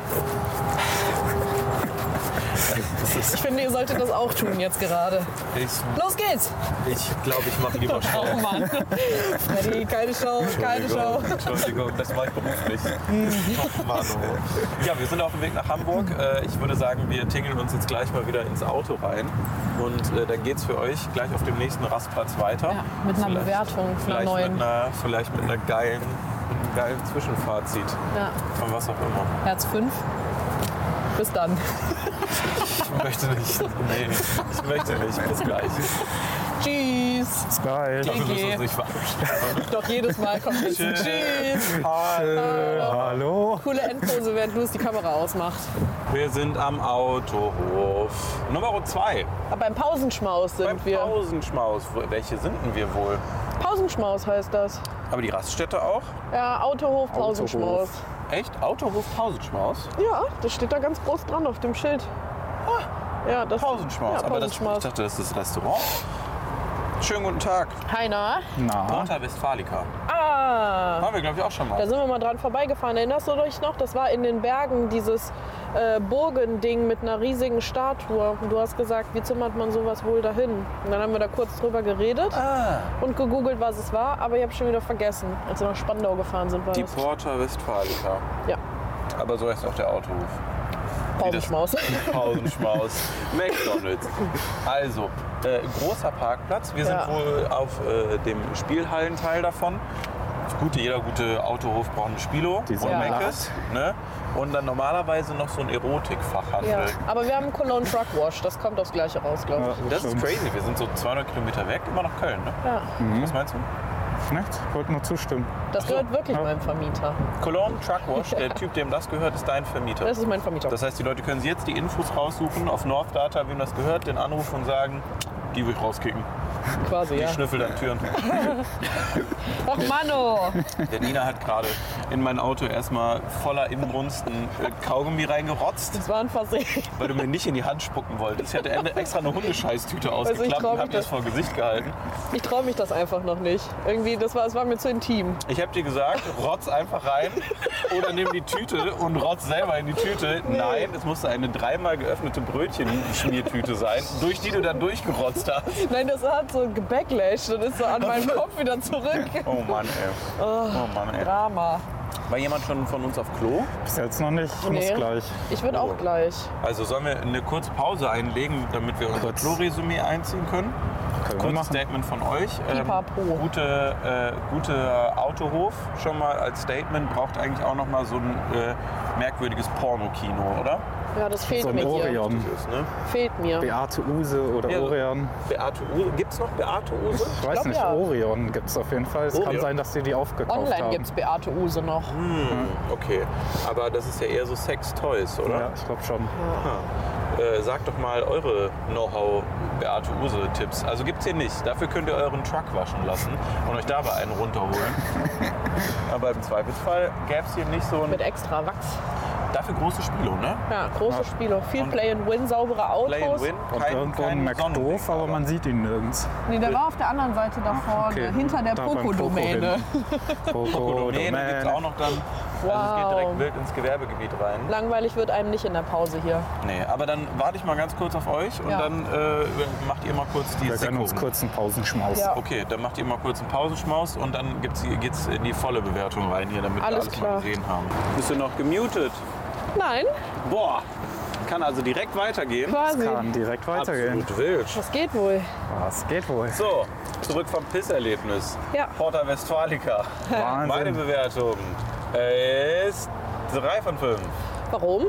[SPEAKER 3] Ich finde, ihr solltet das auch tun jetzt gerade.
[SPEAKER 1] Ich,
[SPEAKER 3] Los geht's!
[SPEAKER 1] ich glaube, ich mache lieber Schau.
[SPEAKER 3] Oh Mann. Freddy, keine Show, keine Show.
[SPEAKER 1] Entschuldigung, das war ich beruflich. Top, Manu. Ja, wir sind auf dem Weg nach Hamburg. Äh, Ich würde sagen, wir tingeln uns jetzt gleich mal wieder ins Auto rein. Und äh, dann geht es für euch gleich auf dem nächsten Rastplatz weiter.
[SPEAKER 3] Ja, mit einer
[SPEAKER 1] Vielleicht-
[SPEAKER 3] Bewertung, einer
[SPEAKER 1] vielleicht
[SPEAKER 3] neuen.
[SPEAKER 1] Mit einer, vielleicht mit einer geilen, mit einem geilen Zwischenfazit.
[SPEAKER 3] Ja.
[SPEAKER 1] Von was auch immer.
[SPEAKER 3] Herz 5. Bis dann.
[SPEAKER 1] Ich möchte nicht. Nee, ich möchte nicht. Bis gleich.
[SPEAKER 3] Tschüss.
[SPEAKER 2] Bis gleich.
[SPEAKER 1] Wir müssen
[SPEAKER 3] Okay.
[SPEAKER 1] uns nicht verabschieden.
[SPEAKER 3] Doch jedes Mal kommt jetzt ein Tschüss.
[SPEAKER 2] Hallo.
[SPEAKER 3] Coole Endpose, während Louis die Kamera ausmacht.
[SPEAKER 1] Wir sind am Autohof. Nummer 2.
[SPEAKER 3] Aber beim Pausenschmaus sind
[SPEAKER 1] Beim
[SPEAKER 3] wir.
[SPEAKER 1] Pausenschmaus. Wo- Welche sind denn wir wohl?
[SPEAKER 3] Pausenschmaus heißt das.
[SPEAKER 1] Aber die Raststätte auch?
[SPEAKER 3] Ja, Autohof, Pausenschmaus.
[SPEAKER 1] Echt? Autohof Pausenschmaus?
[SPEAKER 3] Ja, das steht da ganz groß dran auf dem Schild. Ja, das,
[SPEAKER 1] Pausenschmaus.
[SPEAKER 3] Ja,
[SPEAKER 1] Aber das, ich
[SPEAKER 3] Pausenschmaus.
[SPEAKER 1] dachte, das ist das Restaurant. Schönen guten Tag.
[SPEAKER 3] Heiner.
[SPEAKER 2] Na,
[SPEAKER 1] Porta Westfalica.
[SPEAKER 3] Ah.
[SPEAKER 1] Haben wir, glaube ich, auch schon
[SPEAKER 3] Da
[SPEAKER 1] mal.
[SPEAKER 3] sind wir mal dran vorbeigefahren. Erinnerst du dich noch? Das war in den Bergen dieses äh, Burgending mit einer riesigen Statue. Und du hast gesagt, wie zimmert man sowas wohl dahin? Und dann haben wir da kurz drüber geredet
[SPEAKER 1] Ah,
[SPEAKER 3] und gegoogelt, was es war. Aber ich habe schon wieder vergessen, als wir nach Spandau gefahren sind. War
[SPEAKER 1] die
[SPEAKER 3] das.
[SPEAKER 1] Porta Westfalica.
[SPEAKER 3] Ja,
[SPEAKER 1] Aber so heißt auch der Autohof.
[SPEAKER 3] Pausenschmaus.
[SPEAKER 1] Pausenschmaus. McDonalds. Also, äh, großer Parkplatz. Wir
[SPEAKER 3] Ja.
[SPEAKER 1] sind wohl auf äh, dem Spielhallenteil davon. Gute, jeder gute Autohof braucht eine Spielo
[SPEAKER 2] Die
[SPEAKER 1] und
[SPEAKER 3] sind
[SPEAKER 1] Meckes. Ne? Und dann normalerweise noch so ein Erotikfachhandel.
[SPEAKER 3] ja. Aber wir haben einen Cologne Truck Wash. Das kommt aufs Gleiche raus, glaube ich.
[SPEAKER 1] Das ist crazy. Wir sind so 200 Kilometer weg, immer noch Köln. Ne?
[SPEAKER 3] Ja.
[SPEAKER 1] Was meinst du?
[SPEAKER 2] Nichts, ich wollte nur zustimmen.
[SPEAKER 3] Das gehört wirklich meinem Vermieter.
[SPEAKER 1] Cologne Truck Wash, der Typ, dem das gehört, ist dein Vermieter.
[SPEAKER 3] Das ist mein Vermieter.
[SPEAKER 1] Das heißt, die Leute können sich jetzt die Infos raussuchen auf North Data, wem das gehört, den anrufen und sagen, die will ich rauskicken.
[SPEAKER 3] quasi,
[SPEAKER 1] Die
[SPEAKER 3] ja.
[SPEAKER 1] schnüffelt an Türen.
[SPEAKER 3] Ach, Mano!
[SPEAKER 1] Der Nina hat gerade in mein Auto erstmal voller Inbrunsten äh, Kaugummi reingerotzt,
[SPEAKER 3] Das war ein Versehen.
[SPEAKER 1] weil du mir nicht in die Hand spucken wolltest. Ich hatte extra eine Hundescheißtüte ausgeklappt
[SPEAKER 3] trau
[SPEAKER 1] und
[SPEAKER 3] mich
[SPEAKER 1] habe das
[SPEAKER 3] das-
[SPEAKER 1] vor Gesicht gehalten.
[SPEAKER 3] Ich traue mich das einfach noch nicht. Irgendwie, das war, es war mir zu intim.
[SPEAKER 1] Ich habe dir gesagt, rotz einfach rein oder nimm die Tüte und rotz selber in die Tüte. Nein, es musste eine dreimal geöffnete Brötchen-Schmiertüte sein, durch die du dann durchgerotzt hast.
[SPEAKER 3] Nein, das hat so gebacklash und ist so an meinem Kopf wieder zurück.
[SPEAKER 1] Oh Mann, ey. Oh Mann, ey.
[SPEAKER 3] Drama.
[SPEAKER 1] War jemand schon von uns auf Klo?
[SPEAKER 2] Bis jetzt noch nicht, ich
[SPEAKER 3] Nee.
[SPEAKER 2] muss gleich.
[SPEAKER 3] Ich würde auch gleich.
[SPEAKER 1] Also sollen wir eine kurze Pause einlegen, damit wir unser
[SPEAKER 2] Kurz.
[SPEAKER 1] Klo-Resümee einziehen können?
[SPEAKER 2] Können wir
[SPEAKER 1] Kurzes
[SPEAKER 2] machen.
[SPEAKER 1] Statement von euch. Ähm,
[SPEAKER 3] Pipapo.
[SPEAKER 1] gute, äh, guter Autohof schon mal als Statement braucht eigentlich auch noch mal so ein äh, merkwürdiges Pornokino, oder?
[SPEAKER 3] Ja, das fehlt
[SPEAKER 2] So ein
[SPEAKER 3] mir hier.
[SPEAKER 2] Orion.
[SPEAKER 1] Ist, ne?
[SPEAKER 3] Fehlt mir.
[SPEAKER 2] Beate Use oder
[SPEAKER 1] Ja.
[SPEAKER 2] Orion.
[SPEAKER 1] Beate Use. Gibt's noch Beate Use?
[SPEAKER 2] Ich weiß
[SPEAKER 3] glaub,
[SPEAKER 2] nicht,
[SPEAKER 3] ja.
[SPEAKER 2] Orion gibt es auf jeden Fall. Es
[SPEAKER 1] Orion.
[SPEAKER 2] kann sein, dass sie die aufgekauft
[SPEAKER 3] Online
[SPEAKER 2] haben.
[SPEAKER 3] gibt es Beate Use noch.
[SPEAKER 2] Mhm.
[SPEAKER 1] Hm, okay. Aber das ist ja eher so Sex-Toys, oder?
[SPEAKER 2] Ja, ich glaube schon.
[SPEAKER 1] Äh, sagt doch mal eure Know-how Beate Use-Tipps. Also gibt's hier nicht. Dafür könnt ihr euren Truck waschen lassen und euch dabei einen runterholen. Aber im Zweifelsfall gäb's hier nicht so ein...
[SPEAKER 3] Mit extra Wachs.
[SPEAKER 1] Dafür große Spielo, ne?
[SPEAKER 3] Ja, große Spiele. Viel Play and Win, saubere Autos.
[SPEAKER 1] Play and Win.
[SPEAKER 2] Und
[SPEAKER 1] Kein-
[SPEAKER 2] irgendwo
[SPEAKER 1] kein
[SPEAKER 2] ein McDoof,
[SPEAKER 1] Sonnenweg,
[SPEAKER 2] aber man sieht ihn nirgends.
[SPEAKER 3] Nee, der war auf der anderen Seite da vorne,
[SPEAKER 2] okay.
[SPEAKER 3] hinter der
[SPEAKER 2] Da beim
[SPEAKER 3] Poco-Domäne.
[SPEAKER 1] Nee, dann gibt es auch
[SPEAKER 2] Poco-Domäne.
[SPEAKER 1] noch dann. Also es geht
[SPEAKER 3] Wow.
[SPEAKER 1] direkt wild ins Gewerbegebiet rein.
[SPEAKER 3] Langweilig wird einem nicht in der Pause hier.
[SPEAKER 1] Nee, aber dann warte ich mal ganz kurz auf euch und
[SPEAKER 3] Ja.
[SPEAKER 1] dann äh, macht ihr mal kurz die
[SPEAKER 2] Wir können uns
[SPEAKER 1] Sekunden.
[SPEAKER 2] kurz einen Pausenschmaus.
[SPEAKER 3] Ja.
[SPEAKER 1] Okay, dann macht ihr mal kurz einen Pausenschmaus und dann gibt's, geht's in die volle Bewertung rein hier, damit
[SPEAKER 3] Alles
[SPEAKER 1] wir alles mal
[SPEAKER 3] klar.
[SPEAKER 1] gesehen haben. Bist du noch gemutet?
[SPEAKER 3] Nein,
[SPEAKER 1] Boah, kann also direkt weitergehen.
[SPEAKER 3] quasi.
[SPEAKER 2] Kann direkt weitergehen.
[SPEAKER 1] Absolut wild.
[SPEAKER 3] Das geht wohl.
[SPEAKER 2] Das geht wohl.
[SPEAKER 1] So, zurück vom Pisserlebnis.
[SPEAKER 3] Ja.
[SPEAKER 1] Porta Westfalica. Meine
[SPEAKER 2] Wahnsinn.
[SPEAKER 1] Bewertung ist 3 von 5.
[SPEAKER 3] Warum?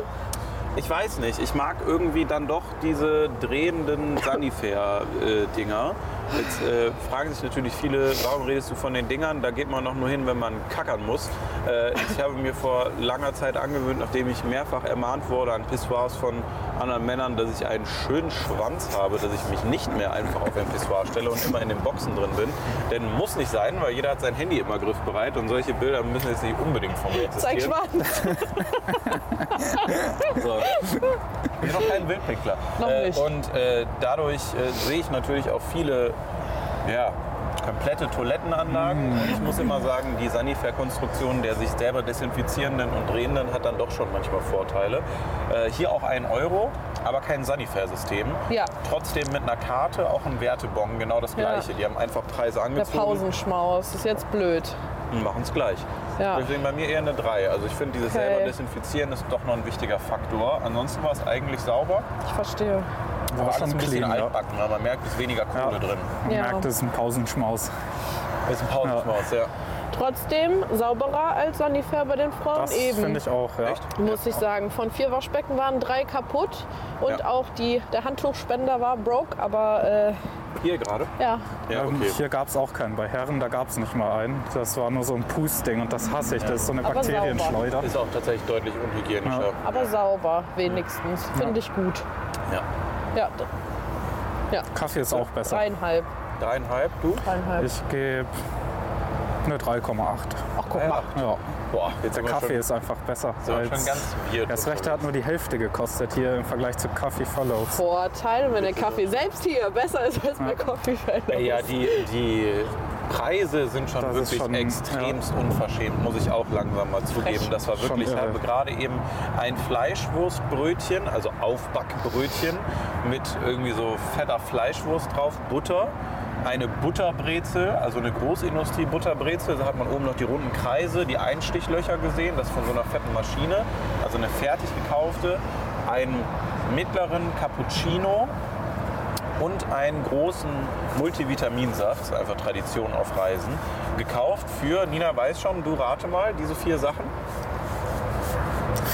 [SPEAKER 1] Ich weiß nicht, ich mag irgendwie dann doch diese drehenden Sanifair-Dinger. Jetzt äh, fragen sich natürlich viele, warum redest du von den Dingern? Da geht man doch nur hin, wenn man kackern muss. Äh, ich habe mir vor langer Zeit angewöhnt, nachdem ich mehrfach ermahnt wurde an Pissoirs von anderen Männern, dass ich einen schönen Schwanz habe, dass ich mich nicht mehr einfach auf ein Pissoir stelle und immer in den Boxen drin bin. Denn muss nicht sein, weil jeder hat sein Handy immer griffbereit und solche Bilder müssen jetzt nicht unbedingt von mir existieren.
[SPEAKER 3] Zeig Schwanz.
[SPEAKER 1] So. Ich bin noch kein Wildpickler.
[SPEAKER 3] Noch nicht.
[SPEAKER 1] Äh, und äh, dadurch äh, sehe ich natürlich auch viele ja, komplette Toilettenanlagen.
[SPEAKER 3] Mhm.
[SPEAKER 1] Und ich muss immer sagen, die Sanifair-Konstruktion der sich selber desinfizierenden und drehenden hat dann doch schon manchmal Vorteile. Äh, hier auch ein Euro, aber kein Sanifair-System.
[SPEAKER 3] Ja.
[SPEAKER 1] Trotzdem mit einer Karte auch ein Wertebon, genau das
[SPEAKER 3] Ja.
[SPEAKER 1] gleiche. Die haben einfach Preise
[SPEAKER 3] Der
[SPEAKER 1] angezogen
[SPEAKER 3] Pausenschmaus ist jetzt blöd.
[SPEAKER 1] und machen es gleich.
[SPEAKER 3] Ja.
[SPEAKER 1] Deswegen bei mir eher eine 3. Also ich finde, dieses
[SPEAKER 3] Okay.
[SPEAKER 1] selber Desinfizieren ist doch noch ein wichtiger Faktor. Ansonsten war es eigentlich sauber.
[SPEAKER 3] Ich verstehe.
[SPEAKER 1] War alles
[SPEAKER 2] Also schon
[SPEAKER 1] ein bisschen
[SPEAKER 2] clean, ja.
[SPEAKER 1] altbacken, weil man merkt, es ist weniger Kohle
[SPEAKER 2] Ja.
[SPEAKER 1] drin.
[SPEAKER 2] Man
[SPEAKER 3] Ja.
[SPEAKER 2] merkt, es ist ein Pausenschmaus.
[SPEAKER 1] Ist ein Pausenschmaus, ja.
[SPEAKER 3] Trotzdem sauberer als Sanifair bei den Frauen
[SPEAKER 2] Das
[SPEAKER 3] eben.
[SPEAKER 2] finde ich auch, ja.
[SPEAKER 1] Echt?
[SPEAKER 3] Muss ich sagen. Von vier Waschbecken waren drei kaputt und
[SPEAKER 1] Ja.
[SPEAKER 3] auch die, der Handtuchspender war broke, aber äh,
[SPEAKER 1] Hier gerade?
[SPEAKER 3] ja,
[SPEAKER 1] Ja,
[SPEAKER 2] Ähm,
[SPEAKER 1] okay.
[SPEAKER 2] Hier gab es auch keinen. Bei Herren, da gab es nicht mal einen. Das war nur so ein Pustding und das hasse ich. Das ist so eine
[SPEAKER 3] Aber sauber.
[SPEAKER 2] Bakterienschleuder.
[SPEAKER 1] Ist auch tatsächlich deutlich unhygienischer.
[SPEAKER 3] aber sauber wenigstens. Finde ich gut.
[SPEAKER 1] Ja.
[SPEAKER 3] Ja, d-
[SPEAKER 2] Kaffee ist auch besser.
[SPEAKER 3] dreieinhalb.
[SPEAKER 1] Dreieinhalb, du?
[SPEAKER 3] dreieinhalb.
[SPEAKER 2] Ich gebe Eine 3,8.
[SPEAKER 3] Ach, guck mal.
[SPEAKER 2] Ja.
[SPEAKER 1] Boah, jetzt
[SPEAKER 2] Der
[SPEAKER 1] sind wir
[SPEAKER 2] Kaffee
[SPEAKER 1] schon,
[SPEAKER 2] ist einfach besser.
[SPEAKER 1] sind wir schon
[SPEAKER 2] als-
[SPEAKER 1] ganz weird.
[SPEAKER 2] das Rechte hat nur die Hälfte gekostet hier im Vergleich zu Kaffee
[SPEAKER 1] Oh.
[SPEAKER 2] Follows.
[SPEAKER 3] Vorteil, wenn der Kaffee selbst hier besser ist als bei Coffee Fellow.
[SPEAKER 1] Ja, die, die Preise sind schon
[SPEAKER 2] Das ist
[SPEAKER 1] wirklich
[SPEAKER 2] schon,
[SPEAKER 1] extremst unverschämt, muss ich auch langsam mal zugeben. Das war
[SPEAKER 2] Schon
[SPEAKER 1] wirklich, ich
[SPEAKER 2] irre.
[SPEAKER 1] habe gerade eben ein Fleischwurstbrötchen, also Aufbackbrötchen mit irgendwie so fetter Fleischwurst drauf, Butter, eine Butterbrezel, also eine Großindustrie-Butterbrezel. Da hat man oben noch die runden Kreise, die Einstichlöcher gesehen, das von so einer fetten Maschine, also eine fertig gekaufte, einen mittleren Cappuccino und einen großen Multivitaminsaft, ist einfach Tradition auf Reisen, gekauft für, Nina weiß schon, du rate mal, diese vier Sachen.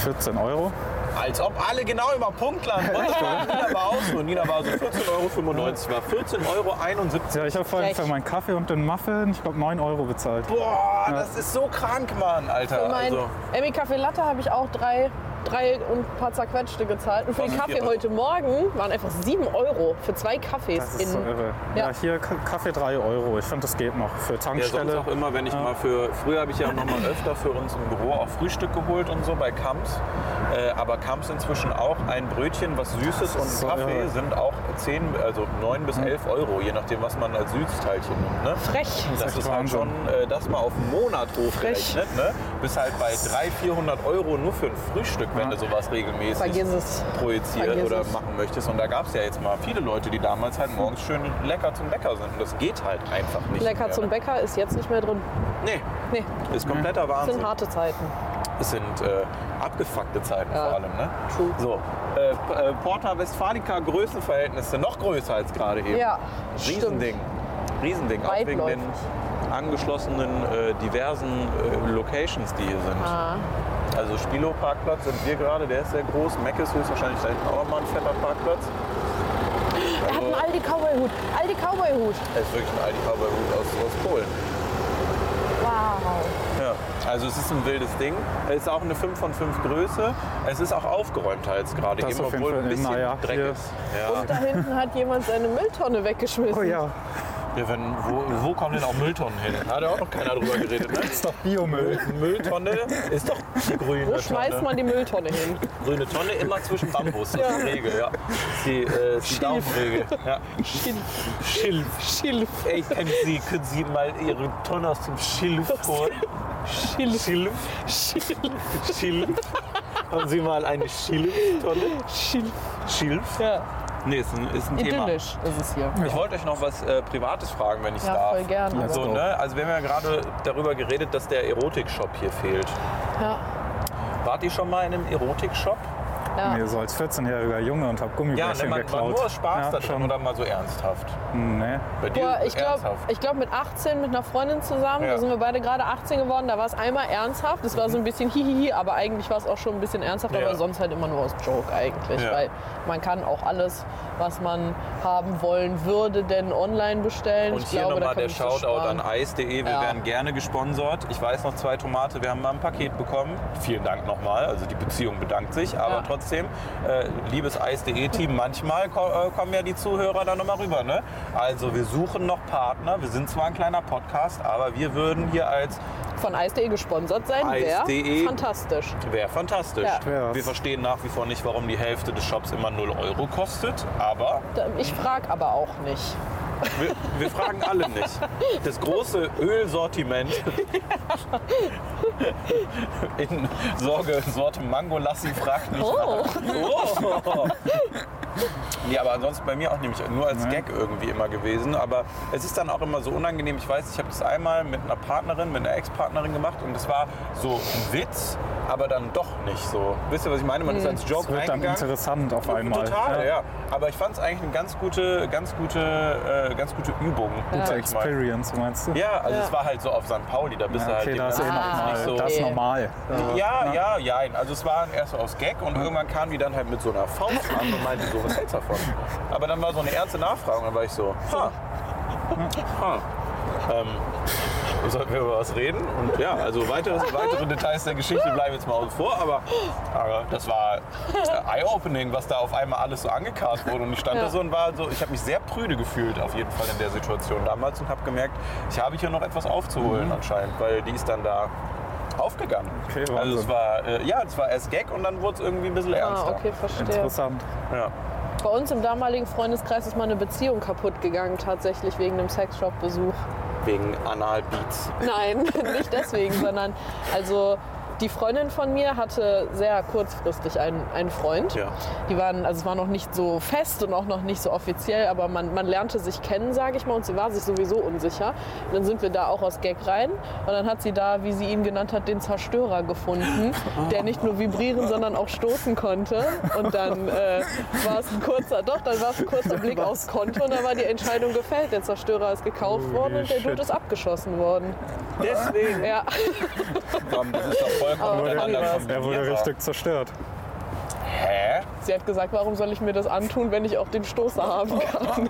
[SPEAKER 2] 14 Euro.
[SPEAKER 1] Als ob alle genau über Punkt landen. Und das war Nina war aus und Nina war so 14,95 Euro, war 14,71 Euro.
[SPEAKER 2] Ja, ich habe vorhin
[SPEAKER 3] Frech.
[SPEAKER 2] für meinen Kaffee und den Muffin, ich glaube, 9 Euro bezahlt.
[SPEAKER 1] Oh, Boah, das ist so krank, Mann, Alter.
[SPEAKER 3] Für meinen
[SPEAKER 1] also,
[SPEAKER 3] Emmy Kaffee Latte habe ich auch drei, drei und ein paar zerquetschte gezahlt. Und für den
[SPEAKER 1] Kosten vier
[SPEAKER 3] Kaffee
[SPEAKER 1] Euro.
[SPEAKER 3] heute Morgen waren einfach 7 Euro für zwei Kaffees.
[SPEAKER 2] Das ist so irre. Ja,
[SPEAKER 3] Ja.
[SPEAKER 2] hier K- Kaffee 3 Euro. Ich finde, das geht noch. Für
[SPEAKER 1] Ja, sonst
[SPEAKER 2] Tankstelle.
[SPEAKER 1] auch immer, wenn ich mal für, früher habe ich ja noch mal öfter für uns im Büro auch Frühstück geholt und so bei Kamps. Äh, aber Kamps inzwischen auch ein Brötchen, was Süßes und
[SPEAKER 2] So,
[SPEAKER 1] ein Kaffee
[SPEAKER 2] ja.
[SPEAKER 1] sind auch 10, also 9 bis 11 Euro, je nachdem, was man als Süßteilchen nimmt. Ne?
[SPEAKER 3] Frech.
[SPEAKER 1] Das
[SPEAKER 2] echt
[SPEAKER 1] ist halt
[SPEAKER 2] Wahnsinn.
[SPEAKER 1] schon, äh, das mal auf einen Monat hochgerechnet, ne? bis halt bei 300, 400 Euro nur für ein Frühstück, wenn
[SPEAKER 2] Ja.
[SPEAKER 1] du sowas regelmäßig
[SPEAKER 3] Vergiss es.
[SPEAKER 1] projiziert
[SPEAKER 3] Vergiss
[SPEAKER 1] oder
[SPEAKER 3] es.
[SPEAKER 1] machen möchtest. Und da gab es ja jetzt mal viele Leute, die damals halt morgens schön lecker zum Bäcker sind. Und das geht halt einfach nicht
[SPEAKER 3] Lecker
[SPEAKER 1] mehr,
[SPEAKER 3] zum
[SPEAKER 1] ne?
[SPEAKER 3] Bäcker ist jetzt nicht mehr drin.
[SPEAKER 1] Nee,
[SPEAKER 3] Nee,
[SPEAKER 1] ist kompletter
[SPEAKER 3] das sind
[SPEAKER 1] Wahnsinn.
[SPEAKER 3] harte Zeiten.
[SPEAKER 1] Es sind äh, abgefuckte Zeiten
[SPEAKER 3] Ja.
[SPEAKER 1] vor allem. Ne?
[SPEAKER 3] True.
[SPEAKER 1] So, äh, P- äh, Porta Westfalica Größenverhältnisse noch größer als gerade eben.
[SPEAKER 3] Ja,
[SPEAKER 1] Riesending. Riesending, auch wegen den
[SPEAKER 3] Weitläufig.
[SPEAKER 1] angeschlossenen äh, diversen äh, Locations, die hier sind.
[SPEAKER 3] Ah.
[SPEAKER 1] Also Spilo-Parkplatz sind wir gerade, der ist sehr groß. Mac ist höchstwahrscheinlich da hinten auch nochmal ein fetter Parkplatz.
[SPEAKER 3] Er hat einen Aldi Cowboy-Hut. Aldi Cowboy-Hut.
[SPEAKER 1] Das ist wirklich ein aldi gut aus, aus Polen.
[SPEAKER 3] Wow.
[SPEAKER 1] Ja, also es ist ein wildes Ding. Es ist auch eine 5 von 5 Größe. Es ist auch aufgeräumt jetzt gerade,
[SPEAKER 2] Das
[SPEAKER 1] eben
[SPEAKER 2] auf jeden
[SPEAKER 1] obwohl
[SPEAKER 2] Fall.
[SPEAKER 1] ein bisschen
[SPEAKER 2] Naja,
[SPEAKER 1] Dreck
[SPEAKER 2] hier-
[SPEAKER 1] ist. Ja.
[SPEAKER 3] Und da hinten hat jemand seine Mülltonne weggeschmissen.
[SPEAKER 2] Oh ja,
[SPEAKER 1] Ja, wenn, wo, wo kommen denn auch Mülltonnen hin? Hat ja auch noch keiner drüber geredet. Ne?
[SPEAKER 2] ist doch Biomüll.
[SPEAKER 1] Mülltonne ist doch die grüne
[SPEAKER 3] Wo schmeißt
[SPEAKER 1] Tonne.
[SPEAKER 3] man die Mülltonne hin?
[SPEAKER 1] Grüne Tonne immer zwischen Bambus. Das ist die Regel, ja. Ist Die, äh, ist die Daumenregel. Ja. Schilf. Schilf.
[SPEAKER 3] Schilf.
[SPEAKER 1] Ey, können Sie, können Sie mal Ihre Tonne aus dem Schilf holen? Schilf. Schilf. Schilf. Haben Sie mal eine Schilftonne?
[SPEAKER 3] Schilf.
[SPEAKER 1] Schilf?
[SPEAKER 3] Ja.
[SPEAKER 1] Nee, ist ein, ist ein Thema.
[SPEAKER 3] Idyllisch ist es hier.
[SPEAKER 1] Ich wollte euch noch was äh, Privates fragen, wenn ich
[SPEAKER 3] Ja,
[SPEAKER 1] darf.
[SPEAKER 3] voll gern.
[SPEAKER 1] Also,
[SPEAKER 2] Let's go.
[SPEAKER 1] ne, also wir haben ja gerade darüber geredet, dass der Erotikshop hier fehlt.
[SPEAKER 3] Ja.
[SPEAKER 1] Wart ihr schon mal in einem Erotikshop?
[SPEAKER 3] Ja.
[SPEAKER 2] Nee, so als 14-jähriger Junge und hab
[SPEAKER 1] Ja,
[SPEAKER 2] Gummibärchen
[SPEAKER 1] ne, man, man
[SPEAKER 2] geklaut.
[SPEAKER 1] nur aus Spaß
[SPEAKER 2] ja,
[SPEAKER 1] da drin oder mal so ernsthaft.
[SPEAKER 2] Nee.
[SPEAKER 1] Bei dir
[SPEAKER 3] Boah, ich glaube,
[SPEAKER 1] ernsthaft.
[SPEAKER 3] ich glaub mit 18 mit einer Freundin zusammen,
[SPEAKER 1] Ja. Mhm.
[SPEAKER 3] da sind wir beide gerade 18 geworden, da war es einmal ernsthaft, das war so ein bisschen hihihi, aber eigentlich war es auch schon ein bisschen ernsthaft,
[SPEAKER 1] Ja.
[SPEAKER 3] aber sonst halt immer nur aus Joke eigentlich,
[SPEAKER 1] Ja.
[SPEAKER 3] weil man kann auch alles, was man haben wollen würde, denn online bestellen.
[SPEAKER 1] Und
[SPEAKER 3] ich
[SPEAKER 1] hier
[SPEAKER 3] glaube, da
[SPEAKER 1] nochmal
[SPEAKER 3] kann
[SPEAKER 1] der
[SPEAKER 3] man sich das
[SPEAKER 1] Shoutout
[SPEAKER 3] sparen.
[SPEAKER 1] an eis.de. Wir
[SPEAKER 3] Ja.
[SPEAKER 1] werden gerne gesponsert. Ich weiß noch zwei Tomate. Wir haben mal ein Paket bekommen. Vielen Dank nochmal. Also die Beziehung bedankt sich. Aber
[SPEAKER 3] Ja.
[SPEAKER 1] trotzdem, äh, liebes eis.de-Team, manchmal ko äh, kommen ja die Zuhörer dann nochmal rüber. Ne? Also wir suchen noch Partner. Wir sind zwar ein kleiner Podcast, aber wir würden hier als
[SPEAKER 3] Von Eis.de gesponsert sein,
[SPEAKER 1] Eis.de.
[SPEAKER 3] wäre fantastisch.
[SPEAKER 1] Wäre fantastisch.
[SPEAKER 3] Ja.
[SPEAKER 2] Wär's.
[SPEAKER 1] Wir verstehen nach wie vor nicht, warum die Hälfte des Shops immer 0 Euro kostet, aber
[SPEAKER 3] Da- Ich frage aber auch nicht.
[SPEAKER 1] wir, wir fragen alle nicht. Das große Ölsortiment in Sorge, Sorte Mango Lassi fragt nicht.
[SPEAKER 3] Oh.
[SPEAKER 1] nach. Oh. Nee, aber ansonsten bei mir auch nämlich nur als Gag irgendwie immer gewesen. Aber es ist dann auch immer so unangenehm. Ich weiß, ich habe das einmal mit einer Partnerin, mit einer Ex-Partnerin gemacht und das war so ein Witz, aber dann doch nicht so. Wisst ihr, was ich meine? Man ist als Joke
[SPEAKER 2] Das wird dann
[SPEAKER 1] reingegangen.
[SPEAKER 2] interessant auf einmal.
[SPEAKER 1] Total, ja. Aber ich fand es eigentlich eine ganz gute, ganz gute, äh, ganz gute Übung.
[SPEAKER 2] Gute
[SPEAKER 1] sag ich mal.
[SPEAKER 2] Experience, meinst du?
[SPEAKER 1] Ja, also
[SPEAKER 3] Ja.
[SPEAKER 1] es war halt so auf St. Pauli, da bist
[SPEAKER 2] Ja, okay,
[SPEAKER 1] du
[SPEAKER 2] da
[SPEAKER 1] halt
[SPEAKER 2] ist eh
[SPEAKER 1] dem ganzen
[SPEAKER 2] normal.
[SPEAKER 1] nicht so.
[SPEAKER 2] Das ist
[SPEAKER 3] okay.
[SPEAKER 2] normal.
[SPEAKER 1] ja, ja, ja. Also es war erst so aus Gag und irgendwann kam die dann halt mit so einer Faust an und meinte so, was hältst du davon? Aber dann war so eine ernste Nachfrage und dann war ich so, ha, ha. Ähm, sollten wir über was reden. Und ja, also weitere, weitere Details der Geschichte bleiben jetzt mal außen vor, aber, aber das war äh, eye-opening, was da auf einmal alles so angekarrt wurde. Und ich stand da so und war so, ich habe mich sehr prüde gefühlt auf jeden Fall in der Situation damals und habe gemerkt, ich habe hier noch etwas aufzuholen anscheinend, weil die ist dann da aufgegangen.
[SPEAKER 2] Mhm. Okay,
[SPEAKER 1] also es
[SPEAKER 2] Wahnsinn.
[SPEAKER 1] war, äh, ja, es war erst Gag und dann wurde es irgendwie ein bisschen
[SPEAKER 3] Ah,
[SPEAKER 1] ernster.
[SPEAKER 3] okay, verstehe.
[SPEAKER 2] Interessant.
[SPEAKER 1] Ja.
[SPEAKER 3] Bei uns im damaligen Freundeskreis ist mal eine Beziehung kaputt gegangen, tatsächlich wegen einem Sexshop-Besuch.
[SPEAKER 1] Wegen Analbeats.
[SPEAKER 3] Nein, nicht deswegen, sondern also die Freundin von mir hatte sehr kurzfristig einen, einen Freund.
[SPEAKER 1] Ja.
[SPEAKER 3] Die waren, also es war noch nicht so fest und auch noch nicht so offiziell, aber man, man lernte sich kennen, sage ich mal, und sie war sich sowieso unsicher. Und dann sind wir da auch aus Gag rein und dann hat sie da, wie sie ihn genannt hat, den Zerstörer gefunden, der nicht nur vibrieren, sondern auch stoßen konnte. Und dann äh, war es ein kurzer, doch, dann war es ein kurzer Blick aufs Konto und dann war die Entscheidung gefällt. Der Zerstörer ist gekauft
[SPEAKER 2] Holy
[SPEAKER 3] worden und der Dude
[SPEAKER 2] shit.
[SPEAKER 3] ist abgeschossen worden.
[SPEAKER 1] Deswegen.
[SPEAKER 3] Ja.
[SPEAKER 1] Komm, das ist doch vollkommen
[SPEAKER 3] Aber
[SPEAKER 1] miteinander
[SPEAKER 3] Harry
[SPEAKER 2] Oh, Er wurde
[SPEAKER 1] kombinierbar.
[SPEAKER 2] richtig zerstört.
[SPEAKER 1] Hä?
[SPEAKER 3] Sie hat gesagt, warum soll ich mir das antun, wenn ich auch den Stoßer haben kann?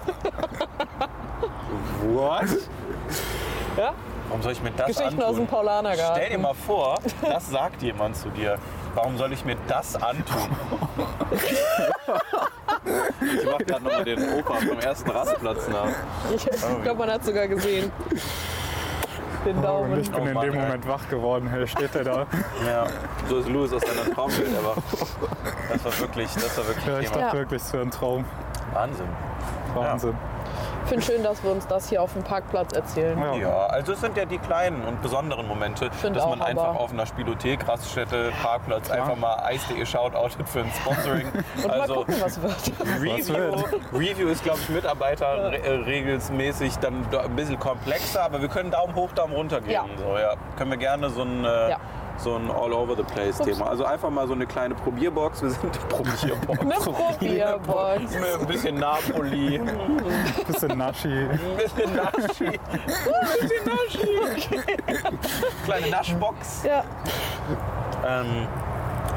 [SPEAKER 1] What?
[SPEAKER 3] Ja?
[SPEAKER 1] Warum soll ich mir das
[SPEAKER 3] Geschichten
[SPEAKER 1] antun?
[SPEAKER 3] aus dem Paulanergarten.
[SPEAKER 1] Stell dir mal vor, das sagt jemand zu dir. Warum soll ich mir das antun? ich mach gerade nochmal den Opa vom ersten Rastplatz nach.
[SPEAKER 3] Ich glaube, man hat sogar gesehen. Den
[SPEAKER 2] Und
[SPEAKER 3] Daumen.
[SPEAKER 2] ich bin
[SPEAKER 1] Oh
[SPEAKER 2] in
[SPEAKER 1] Mann,
[SPEAKER 2] dem
[SPEAKER 1] ey.
[SPEAKER 2] Moment wach geworden. Hier steht er da.
[SPEAKER 1] Ja, so ist Louis aus seiner Traumwelt, aber das war wirklich, das war wirklich
[SPEAKER 2] Ja, ich
[SPEAKER 1] Thema.
[SPEAKER 2] dachte
[SPEAKER 3] Ja.
[SPEAKER 2] wirklich, es wäre ein Traum.
[SPEAKER 1] Wahnsinn.
[SPEAKER 2] Wahnsinn.
[SPEAKER 3] Ich finde schön, dass wir uns das hier auf dem Parkplatz erzählen.
[SPEAKER 2] Ja.
[SPEAKER 1] Ja, also es sind ja die kleinen und besonderen Momente,
[SPEAKER 3] Find
[SPEAKER 1] dass
[SPEAKER 3] auch,
[SPEAKER 1] man einfach
[SPEAKER 3] aber-
[SPEAKER 1] auf einer Spielothek, Raststätte, Parkplatz einfach mal Eis.de Shoutoutet für ein Sponsoring.
[SPEAKER 3] Und mal
[SPEAKER 1] also
[SPEAKER 3] gucken, was wird.
[SPEAKER 1] Review, Review ist, glaube ich, Mitarbeiter re- äh, regelsmäßig dann do- ein bisschen komplexer, aber wir können Daumen hoch, Daumen runter geben.
[SPEAKER 3] Ja.
[SPEAKER 1] So, ja. Können wir gerne so ein, äh,
[SPEAKER 3] Ja.
[SPEAKER 1] so ein All-Over-the-Place-Thema. Also einfach mal so eine kleine Probierbox. Wir sind Probierbox.
[SPEAKER 3] Eine Probierbox.
[SPEAKER 1] Mit ein bisschen Napoli, ein
[SPEAKER 2] Bisschen Naschi.
[SPEAKER 1] bisschen Naschi. Ein bisschen Naschi. Kleine Naschbox.
[SPEAKER 3] Ja.
[SPEAKER 1] Ähm,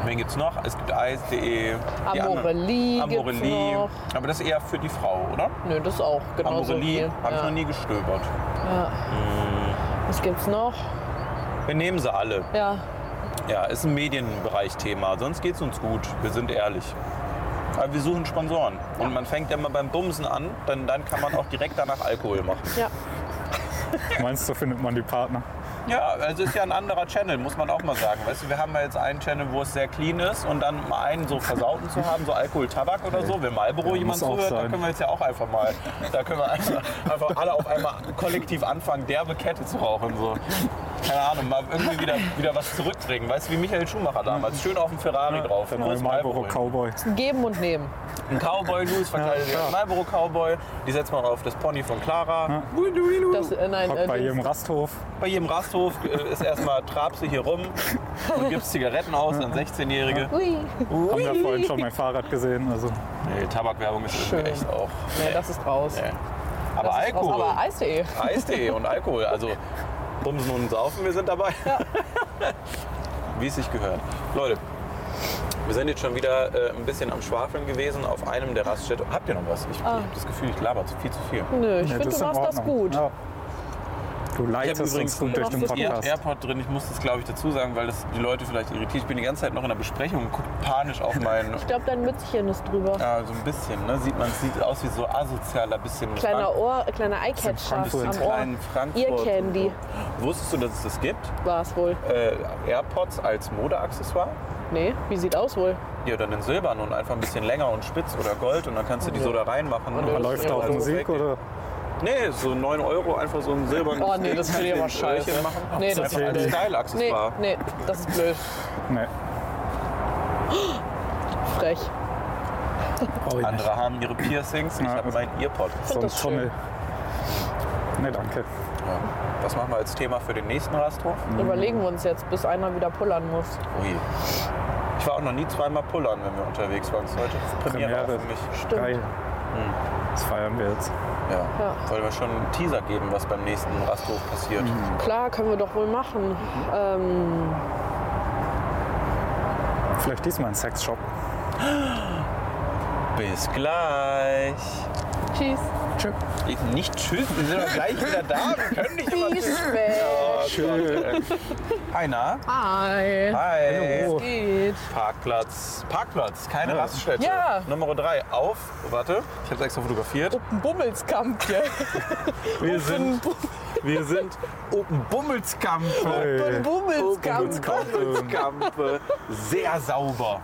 [SPEAKER 1] wen gibt's noch? Es gibt Eis.de. E, die anderen.
[SPEAKER 3] Amorelie gibt's
[SPEAKER 1] Amorelie.
[SPEAKER 3] noch.
[SPEAKER 1] Aber das ist eher für die Frau, oder?
[SPEAKER 3] Nö, das auch. Genau so
[SPEAKER 1] Amorelie
[SPEAKER 3] viel.
[SPEAKER 1] habe ich noch
[SPEAKER 3] Ja.
[SPEAKER 1] nie gestöbert.
[SPEAKER 3] Was gibt's noch?
[SPEAKER 1] Wir nehmen sie alle.
[SPEAKER 3] Ja.
[SPEAKER 1] Ja, ist ein Medienbereich-Thema. Sonst geht's uns gut. Wir sind ehrlich. Aber wir suchen Sponsoren. Und man fängt ja immer beim Bumsen an, denn dann kann man auch direkt danach Alkohol machen.
[SPEAKER 3] Ja.
[SPEAKER 2] Meinst du, findet man die Partner?
[SPEAKER 1] Ja, also ist ja ein anderer Channel, muss man auch mal sagen. Weißt du, wir haben ja jetzt einen Channel, wo es sehr clean ist und dann mal einen so versauten zu haben, so Alkohol, Tabak oder so. Wenn Marlboro jemand
[SPEAKER 2] muss auch
[SPEAKER 1] zuhört, da
[SPEAKER 2] sein.
[SPEAKER 1] können wir jetzt ja auch einfach mal, da können wir einfach, einfach alle auf einmal kollektiv anfangen, derbe Kette zu rauchen. So. Keine Ahnung, mal irgendwie wieder, wieder was zurückbringen. Weißt du, wie Michael Schumacher damals, schön auf dem Ferrari drauf.
[SPEAKER 2] Dann
[SPEAKER 1] groß
[SPEAKER 2] ein Marlboro
[SPEAKER 1] Marlboro.
[SPEAKER 2] Cowboy.
[SPEAKER 3] Geben und nehmen.
[SPEAKER 1] Ein Cowboy, Louis verkleidet
[SPEAKER 2] Ja,
[SPEAKER 1] ja,
[SPEAKER 2] klar.
[SPEAKER 1] Marlboro Cowboy. Die setzt man auf das Pony von Clara.
[SPEAKER 3] Das, äh, nein,
[SPEAKER 2] Hockt
[SPEAKER 3] äh,
[SPEAKER 2] bei
[SPEAKER 3] Dings.
[SPEAKER 2] jedem Rasthof.
[SPEAKER 1] Bei jedem Rasthof äh, ist erstmal Trabse hier rum und gibt Zigaretten aus an 16-Jährige.
[SPEAKER 3] Ui.
[SPEAKER 2] Haben wir vorhin schon mein Fahrrad gesehen. Also
[SPEAKER 1] Nee, Tabakwerbung ist irgendwie
[SPEAKER 3] Schön.
[SPEAKER 1] echt auch.
[SPEAKER 3] Nee, das ist raus.
[SPEAKER 1] Nee. Aber
[SPEAKER 3] Das ist raus.
[SPEAKER 1] Äh, Alkohol,
[SPEAKER 3] Aber Eis.de.
[SPEAKER 1] Eis.de und Alkohol, also Bumsen und Saufen, wir sind dabei. Wie es sich gehört. Leute, wir sind jetzt schon wieder äh, ein bisschen am Schwafeln gewesen auf einem der Raststätten. Habt ihr noch was? Ich,
[SPEAKER 3] Ah.
[SPEAKER 1] ich habe das Gefühl, ich laber zu- viel zu viel.
[SPEAKER 3] Nö, ich
[SPEAKER 2] Ja,
[SPEAKER 3] finde,
[SPEAKER 2] das
[SPEAKER 3] du
[SPEAKER 2] ist in
[SPEAKER 3] machst das
[SPEAKER 2] Ordnung.
[SPEAKER 3] gut.
[SPEAKER 2] Ja. Du
[SPEAKER 1] Ich hab
[SPEAKER 2] leitest
[SPEAKER 1] übrigens
[SPEAKER 2] uns gut durch den
[SPEAKER 3] machst das
[SPEAKER 1] Air
[SPEAKER 2] Podcast.
[SPEAKER 1] AirPod drin. Ich muss das, glaube ich, dazu sagen, weil das die Leute vielleicht irritiert. Ich bin die ganze Zeit noch in der Besprechung und gucke panisch auf meinen
[SPEAKER 3] Ich glaube, dein Mützchen ist drüber.
[SPEAKER 1] Ja, so ein bisschen, ne? Sieht man, es sieht aus wie so asozialer bisschen.
[SPEAKER 3] Kleiner
[SPEAKER 1] Frank-
[SPEAKER 3] Ohr, äh, kleiner Eyecatcher am
[SPEAKER 2] Frankfurt.
[SPEAKER 3] Ohr.
[SPEAKER 1] kleinen Frankfurt.
[SPEAKER 3] Ihr Candy
[SPEAKER 1] Wusstest du, dass es das gibt?
[SPEAKER 3] war es wohl.
[SPEAKER 1] Äh, AirPods als Modeaccessoire?
[SPEAKER 3] Nee, wie sieht aus wohl?
[SPEAKER 1] Ja, dann in silbern und einfach ein bisschen länger und spitz oder gold und dann kannst du die so da reinmachen. Und
[SPEAKER 3] Ja,
[SPEAKER 1] dann
[SPEAKER 2] Läuft
[SPEAKER 1] ist
[SPEAKER 2] da auch
[SPEAKER 1] also
[SPEAKER 2] Musik
[SPEAKER 1] weg.
[SPEAKER 2] oder?
[SPEAKER 1] Nee, so 9 Euro einfach so ein silbernes
[SPEAKER 3] Oh, nee, das
[SPEAKER 1] Ding
[SPEAKER 3] finde ich
[SPEAKER 1] mit
[SPEAKER 3] aber
[SPEAKER 1] den Öhrchen
[SPEAKER 3] scheiße.
[SPEAKER 1] Machen.
[SPEAKER 3] Nee,
[SPEAKER 1] das
[SPEAKER 3] das
[SPEAKER 1] ist einfach ein
[SPEAKER 2] ist-
[SPEAKER 3] Nee,
[SPEAKER 1] Style-Accessoire.
[SPEAKER 3] nee, das ist blöd.
[SPEAKER 2] Nee,
[SPEAKER 3] Frech.
[SPEAKER 2] brauch ich nicht.
[SPEAKER 1] Andere haben ihre Piercings, ich
[SPEAKER 2] Ja.
[SPEAKER 1] habe mein Earpod.
[SPEAKER 2] So ein
[SPEAKER 3] das schön.
[SPEAKER 2] Tunnel. Nee, danke.
[SPEAKER 1] Ja. Was machen wir als Thema für den nächsten Rasthof?
[SPEAKER 3] Überlegen wir uns jetzt, bis einer wieder pullern muss.
[SPEAKER 1] Ui. Ich war auch noch nie zweimal pullern, wenn wir unterwegs waren. Das ist heute Premiere,
[SPEAKER 2] Premiere.
[SPEAKER 1] für mich.
[SPEAKER 3] Stimmt.
[SPEAKER 2] Geil. Das feiern wir jetzt.
[SPEAKER 1] Ja.
[SPEAKER 3] Ja.
[SPEAKER 1] Wollen wir schon einen Teaser geben, was beim nächsten Rasthof passiert?
[SPEAKER 3] Klar, können wir doch wohl machen. Ähm,
[SPEAKER 2] Vielleicht diesmal ein Sexshop.
[SPEAKER 1] Bis gleich.
[SPEAKER 3] Tschüss.
[SPEAKER 2] Tschüss.
[SPEAKER 1] Nicht tschüss, wir sind doch gleich wieder da. Wir können nicht immer
[SPEAKER 3] Tschüss.
[SPEAKER 1] tschüss. Tschüss. Hi, na?
[SPEAKER 3] Hi.
[SPEAKER 1] Hi.
[SPEAKER 2] Hallo.
[SPEAKER 3] Geht.
[SPEAKER 1] Parkplatz. Parkplatz, keine
[SPEAKER 2] Ja.
[SPEAKER 1] Raststätte.
[SPEAKER 3] Ja.
[SPEAKER 1] Nummer 3, auf. Warte, ich habe extra fotografiert.
[SPEAKER 3] Ein Bummelskamp hier.
[SPEAKER 1] Wir sind, wir sind Open Bummelskampe.
[SPEAKER 3] Ein
[SPEAKER 2] Hey.
[SPEAKER 3] Bummelskamp.
[SPEAKER 2] Bummelskamp.
[SPEAKER 1] Bummelskampe. Sehr sauber.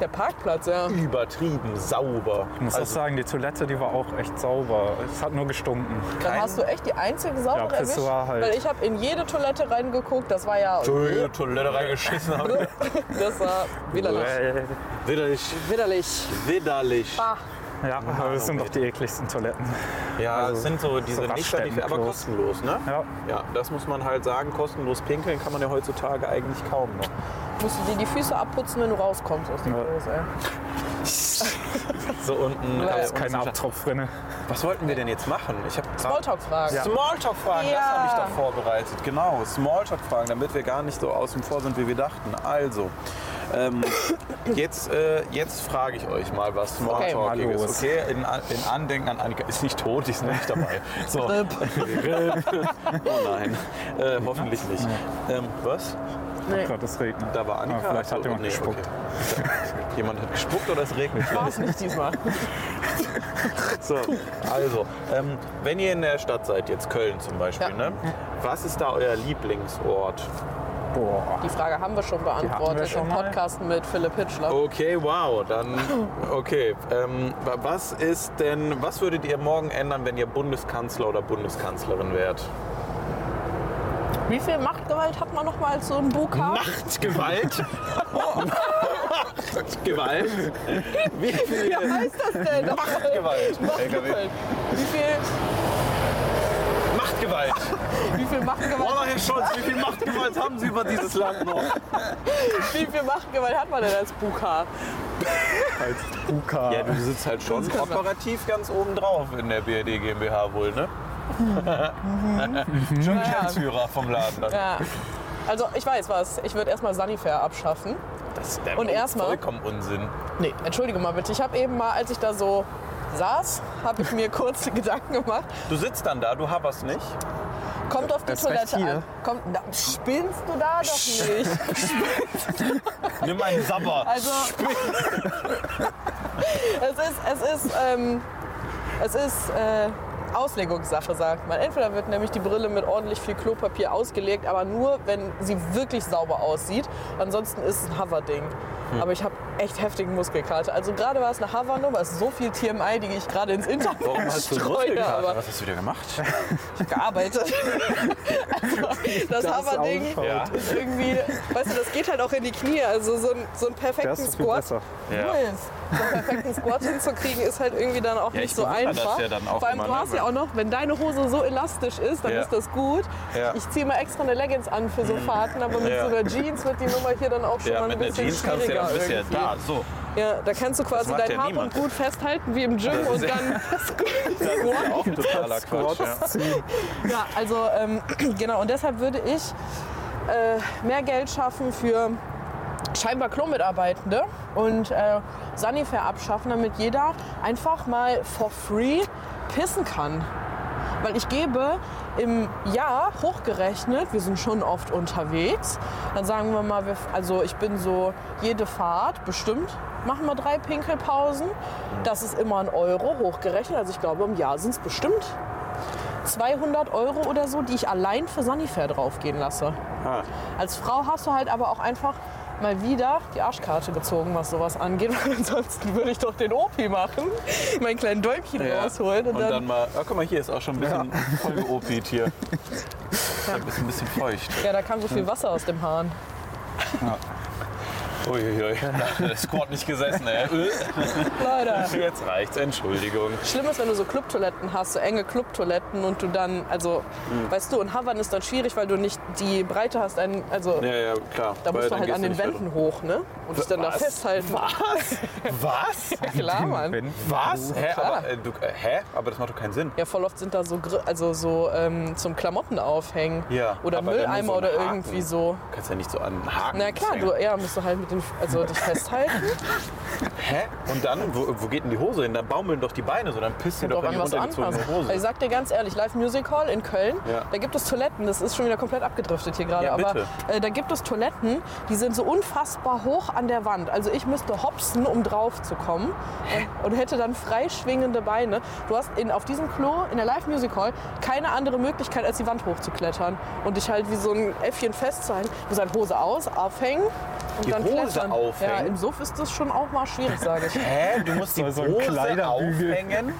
[SPEAKER 3] Der Parkplatz, ja.
[SPEAKER 1] Übertrieben sauber. Also
[SPEAKER 2] Ich muss auch sagen, die Toilette, die war auch echt sauber. Es hat nur gestunken.
[SPEAKER 3] Da
[SPEAKER 1] Kein-
[SPEAKER 3] hast du echt die einzige saubere
[SPEAKER 2] Ja,
[SPEAKER 3] erwischt.
[SPEAKER 2] Pissoir halt.
[SPEAKER 3] Weil ich habe in jede Toilette reingeguckt. Das war ja
[SPEAKER 1] Entschuldige, Toilette reingeschissen haben.
[SPEAKER 3] das war widerlich.
[SPEAKER 1] Äh. Widerlich.
[SPEAKER 3] Widerlich.
[SPEAKER 1] Widerlich.
[SPEAKER 3] Ah,
[SPEAKER 2] Ja, aber das sind doch die ekligsten Toiletten.
[SPEAKER 1] Ja,
[SPEAKER 2] Also,
[SPEAKER 1] es sind so diese
[SPEAKER 2] so
[SPEAKER 1] Lichter, die aber
[SPEAKER 2] Raststättenklos.
[SPEAKER 1] kostenlos, ne?
[SPEAKER 2] Ja.
[SPEAKER 1] Ja, das muss man halt sagen. Kostenlos pinkeln kann man ja heutzutage eigentlich kaum noch.
[SPEAKER 3] musst du dir die Füße abputzen, wenn du rauskommst aus dem
[SPEAKER 2] Ja.
[SPEAKER 3] Klos, ey.
[SPEAKER 1] So unten.
[SPEAKER 3] Da
[SPEAKER 1] äh,
[SPEAKER 3] ist
[SPEAKER 1] unten
[SPEAKER 2] Keine Abtropfrinne.
[SPEAKER 1] Was wollten wir denn jetzt machen? Ich habe
[SPEAKER 3] Smalltalk-Fragen.
[SPEAKER 1] Smalltalk-Fragen, das
[SPEAKER 3] Ja.
[SPEAKER 1] habe ich da vorbereitet. Genau, Smalltalk-Fragen, damit wir gar nicht so außen vor sind, wie wir dachten. Also, ähm, jetzt, äh, jetzt frage ich euch mal was Smalltalkiges.
[SPEAKER 2] mal los.
[SPEAKER 1] Okay, in, An- in Andenken an Annika. Ist nicht tot, die ist nicht dabei. So. oh nein, äh, hoffentlich nicht. Ähm, was?
[SPEAKER 3] Nee.
[SPEAKER 2] Gott, es regnet.
[SPEAKER 1] Da war Annika.
[SPEAKER 2] Ah, vielleicht
[SPEAKER 1] Achso,
[SPEAKER 2] hat jemand
[SPEAKER 1] nee,
[SPEAKER 2] gespuckt.
[SPEAKER 1] okay. Jemand hat gespuckt oder es regnet
[SPEAKER 3] War
[SPEAKER 1] vielleicht.
[SPEAKER 3] es nicht diesmal.
[SPEAKER 1] So, also, ähm, wenn ihr in der Stadt seid, jetzt Köln zum Beispiel,
[SPEAKER 3] Ja.
[SPEAKER 1] ne? was ist da euer Lieblingsort?
[SPEAKER 2] Boah.
[SPEAKER 3] Die Frage haben wir schon beantwortet
[SPEAKER 2] wir schon
[SPEAKER 3] im
[SPEAKER 2] mal. Oh.
[SPEAKER 3] Podcast mit Philipp Hitschler.
[SPEAKER 1] Okay, wow, dann, okay. Ähm, wa- was ist denn, was würdet ihr morgen ändern, wenn ihr Bundeskanzler oder Bundeskanzlerin wärt?
[SPEAKER 3] Wie viel Machtgewalt hat man noch mal als so ein Buka?
[SPEAKER 1] Machtgewalt? Machtgewalt? Wie viel
[SPEAKER 3] Wie heißt das denn?
[SPEAKER 1] Machtgewalt?
[SPEAKER 3] Machtgewalt. Wie viel,
[SPEAKER 1] Machtgewalt!
[SPEAKER 3] wie viel Machtgewalt?
[SPEAKER 1] Boah, Herr Scholz, wie viel Machtgewalt haben Sie über dieses Land noch?
[SPEAKER 3] Wie viel Machtgewalt hat man denn als Buka?
[SPEAKER 2] Als Buka.
[SPEAKER 1] Ja, du sitzt halt schon operativ ganz oben drauf in der BRD GmbH wohl, ne? schon Geschäftsführer vom Laden. Dann.
[SPEAKER 3] Mhm. Ja. Also ich weiß was. Ich würde erstmal Sanifair abschaffen.
[SPEAKER 1] Das ist der
[SPEAKER 3] Und erstmal-
[SPEAKER 1] vollkommen Unsinn.
[SPEAKER 3] Nee, entschuldige mal bitte. Ich habe eben mal, als ich da so saß, habe ich mir kurz Gedanken gemacht.
[SPEAKER 1] Du sitzt dann da, du haberst nicht.
[SPEAKER 3] Kommt auf die
[SPEAKER 2] Das reicht
[SPEAKER 3] Toilette
[SPEAKER 2] hier.
[SPEAKER 3] an. Kommt, na, spinnst du da doch nicht?
[SPEAKER 1] Nimm einen Sabber.
[SPEAKER 3] Also es ist, es ist, ähm, es ist äh, Auslegungssache, sagt man. Entweder wird nämlich die Brille mit ordentlich viel Klopapier ausgelegt, aber nur, wenn sie wirklich sauber aussieht. Ansonsten ist es ein Hoverding. Aber ich habe echt heftigen Muskelkater. Also gerade war es eine Havernummer, es ist so viel TMI, die ich gerade ins Internet
[SPEAKER 1] Warum hast du
[SPEAKER 3] streue,
[SPEAKER 1] Muskelkater?
[SPEAKER 3] aber
[SPEAKER 1] Was hast du wieder gemacht?
[SPEAKER 3] gearbeitet. also, das,
[SPEAKER 2] Das
[SPEAKER 3] Haverding
[SPEAKER 2] ausschaut.
[SPEAKER 1] Ja.
[SPEAKER 3] ist irgendwie, weißt du, das geht halt auch in die Knie. Also so, ein, so einen perfekten
[SPEAKER 2] Das ist viel
[SPEAKER 3] Squat
[SPEAKER 2] besser.
[SPEAKER 1] Ja.
[SPEAKER 3] Null. So einen perfekten Squat hinzukriegen ist halt irgendwie dann auch
[SPEAKER 1] Ja,
[SPEAKER 3] nicht
[SPEAKER 1] ich
[SPEAKER 3] so
[SPEAKER 1] bewundere das
[SPEAKER 3] einfach.
[SPEAKER 1] ja dann auch
[SPEAKER 3] Vor allem,
[SPEAKER 1] immer,
[SPEAKER 3] du
[SPEAKER 1] ne,
[SPEAKER 3] hast ja
[SPEAKER 1] weil-
[SPEAKER 3] auch noch, wenn deine Hose so elastisch ist, dann
[SPEAKER 1] Ja.
[SPEAKER 3] ist das gut.
[SPEAKER 1] Ja. Mhm.
[SPEAKER 3] Ich ziehe mal extra eine Leggings an für so Fahrten, aber mit
[SPEAKER 1] Ja.
[SPEAKER 3] so einer Jeans wird die Nummer hier dann auch schon
[SPEAKER 1] Ja,
[SPEAKER 3] mal
[SPEAKER 1] mit
[SPEAKER 3] ein
[SPEAKER 1] einer
[SPEAKER 3] bisschen
[SPEAKER 1] Jeans kannst du ja
[SPEAKER 3] schwieriger.
[SPEAKER 1] dann bist du ja
[SPEAKER 3] irgendwie.
[SPEAKER 1] da. So,
[SPEAKER 3] Ja, da kannst du quasi
[SPEAKER 1] macht
[SPEAKER 3] dein
[SPEAKER 1] ja
[SPEAKER 3] Hab und
[SPEAKER 1] niemand.
[SPEAKER 3] Gut festhalten wie im Gym
[SPEAKER 1] Das ist
[SPEAKER 3] und
[SPEAKER 1] ja-
[SPEAKER 3] dann
[SPEAKER 1] das ist ja auch totaler Quatsch. Ja.
[SPEAKER 2] Squats ziehen.
[SPEAKER 3] Ja, also ähm, genau, und deshalb würde ich äh, mehr Geld schaffen für scheinbar Klo-Mitarbeitende und äh, Sanifair abschaffen, damit jeder einfach mal for free pissen kann. Weil ich gebe im Jahr hochgerechnet, wir sind schon oft unterwegs, dann sagen wir mal, wir, also ich bin so jede Fahrt bestimmt, machen wir drei Pinkelpausen. Das ist immer ein Euro hochgerechnet, also ich glaube im Jahr sind es bestimmt 200 Euro oder so, die ich allein für Sanifair draufgehen lasse.
[SPEAKER 1] Ah,
[SPEAKER 3] Als Frau hast du halt aber auch einfach mal wieder die Arschkarte gezogen, was sowas angeht. Weil ansonsten würde ich doch den Opi machen, meinen kleinen Däumchen
[SPEAKER 1] ja.
[SPEAKER 3] rausholen und,
[SPEAKER 1] Und dann mal, oh, guck mal, hier ist auch schon ein bisschen voll geopiet hier. Da ist ein bisschen feucht.
[SPEAKER 3] Ja, da kam so viel Wasser aus dem Hahn.
[SPEAKER 1] Uiuiui, der Squat nicht gesessen, ey.
[SPEAKER 3] Leider.
[SPEAKER 1] Äh, Jetzt reicht's, Entschuldigung.
[SPEAKER 3] Schlimm ist, wenn du so Clubtoiletten hast, so enge Clubtoiletten und du dann, also,
[SPEAKER 1] Mhm.
[SPEAKER 3] weißt du, und Havern ist dann schwierig, weil du nicht die Breite hast, ein, also,
[SPEAKER 1] Ja, ja, klar.
[SPEAKER 3] da
[SPEAKER 1] Weil
[SPEAKER 3] musst du
[SPEAKER 1] dann
[SPEAKER 3] halt
[SPEAKER 1] gehst
[SPEAKER 3] an den
[SPEAKER 1] nicht weiter.
[SPEAKER 3] Wänden hoch, ne? Und dich dann da
[SPEAKER 1] Was?
[SPEAKER 3] festhalten. Was?
[SPEAKER 1] Was?
[SPEAKER 3] Klar, Mann.
[SPEAKER 2] Wenn-
[SPEAKER 1] Was? Hä?
[SPEAKER 3] Klar.
[SPEAKER 1] Aber, äh, du, äh, hä? Aber das macht doch keinen Sinn.
[SPEAKER 3] Ja, voll oft sind da so, Gri- also so ähm, zum Klamotten aufhängen
[SPEAKER 1] Ja,
[SPEAKER 3] oder
[SPEAKER 1] aber dann nur
[SPEAKER 3] Mülleimer
[SPEAKER 1] so ein
[SPEAKER 3] oder
[SPEAKER 1] Haken.
[SPEAKER 3] irgendwie so.
[SPEAKER 1] Du kannst ja nicht so an den Haken.
[SPEAKER 3] Na klar,
[SPEAKER 1] hängen.
[SPEAKER 3] du ja, musst du halt mit den, also dich festhalten.
[SPEAKER 1] Hä? Und dann, wo, wo geht denn die Hose hin? Dann baumeln doch die Beine so, dann pisst ihr
[SPEAKER 3] Kommt
[SPEAKER 1] doch
[SPEAKER 3] drauf
[SPEAKER 1] in die
[SPEAKER 3] an, was Also du anpasst.
[SPEAKER 1] runtergezogene Hose.
[SPEAKER 3] Ich sag dir ganz ehrlich, Live Music Hall in Köln,
[SPEAKER 1] Ja.
[SPEAKER 3] da gibt es Toiletten. Das ist schon wieder komplett abgedriftet hier gerade.
[SPEAKER 1] Ja,
[SPEAKER 3] aber
[SPEAKER 1] bitte.
[SPEAKER 3] äh, da gibt es Toiletten, die sind so unfassbar hoch an der Wand. Also ich müsste hopsen, um drauf zu kommen äh, und, und hätte dann freischwingende Beine. Du hast in, auf diesem Klo, in der Live Music Hall, keine andere Möglichkeit, als die Wand hochzuklettern und dich halt wie so ein Äffchen festzuhalten. Du musst halt Hose aus, aufhängen und
[SPEAKER 1] Die
[SPEAKER 3] dann
[SPEAKER 1] Hose
[SPEAKER 3] klettern. Ja,
[SPEAKER 1] aufhängen?
[SPEAKER 3] im Suff ist das schon auch mal schwierig, sage ich.
[SPEAKER 1] Hä? Du musst die
[SPEAKER 2] So ein
[SPEAKER 1] Hose
[SPEAKER 2] Kleiderbügel.
[SPEAKER 1] aufhängen?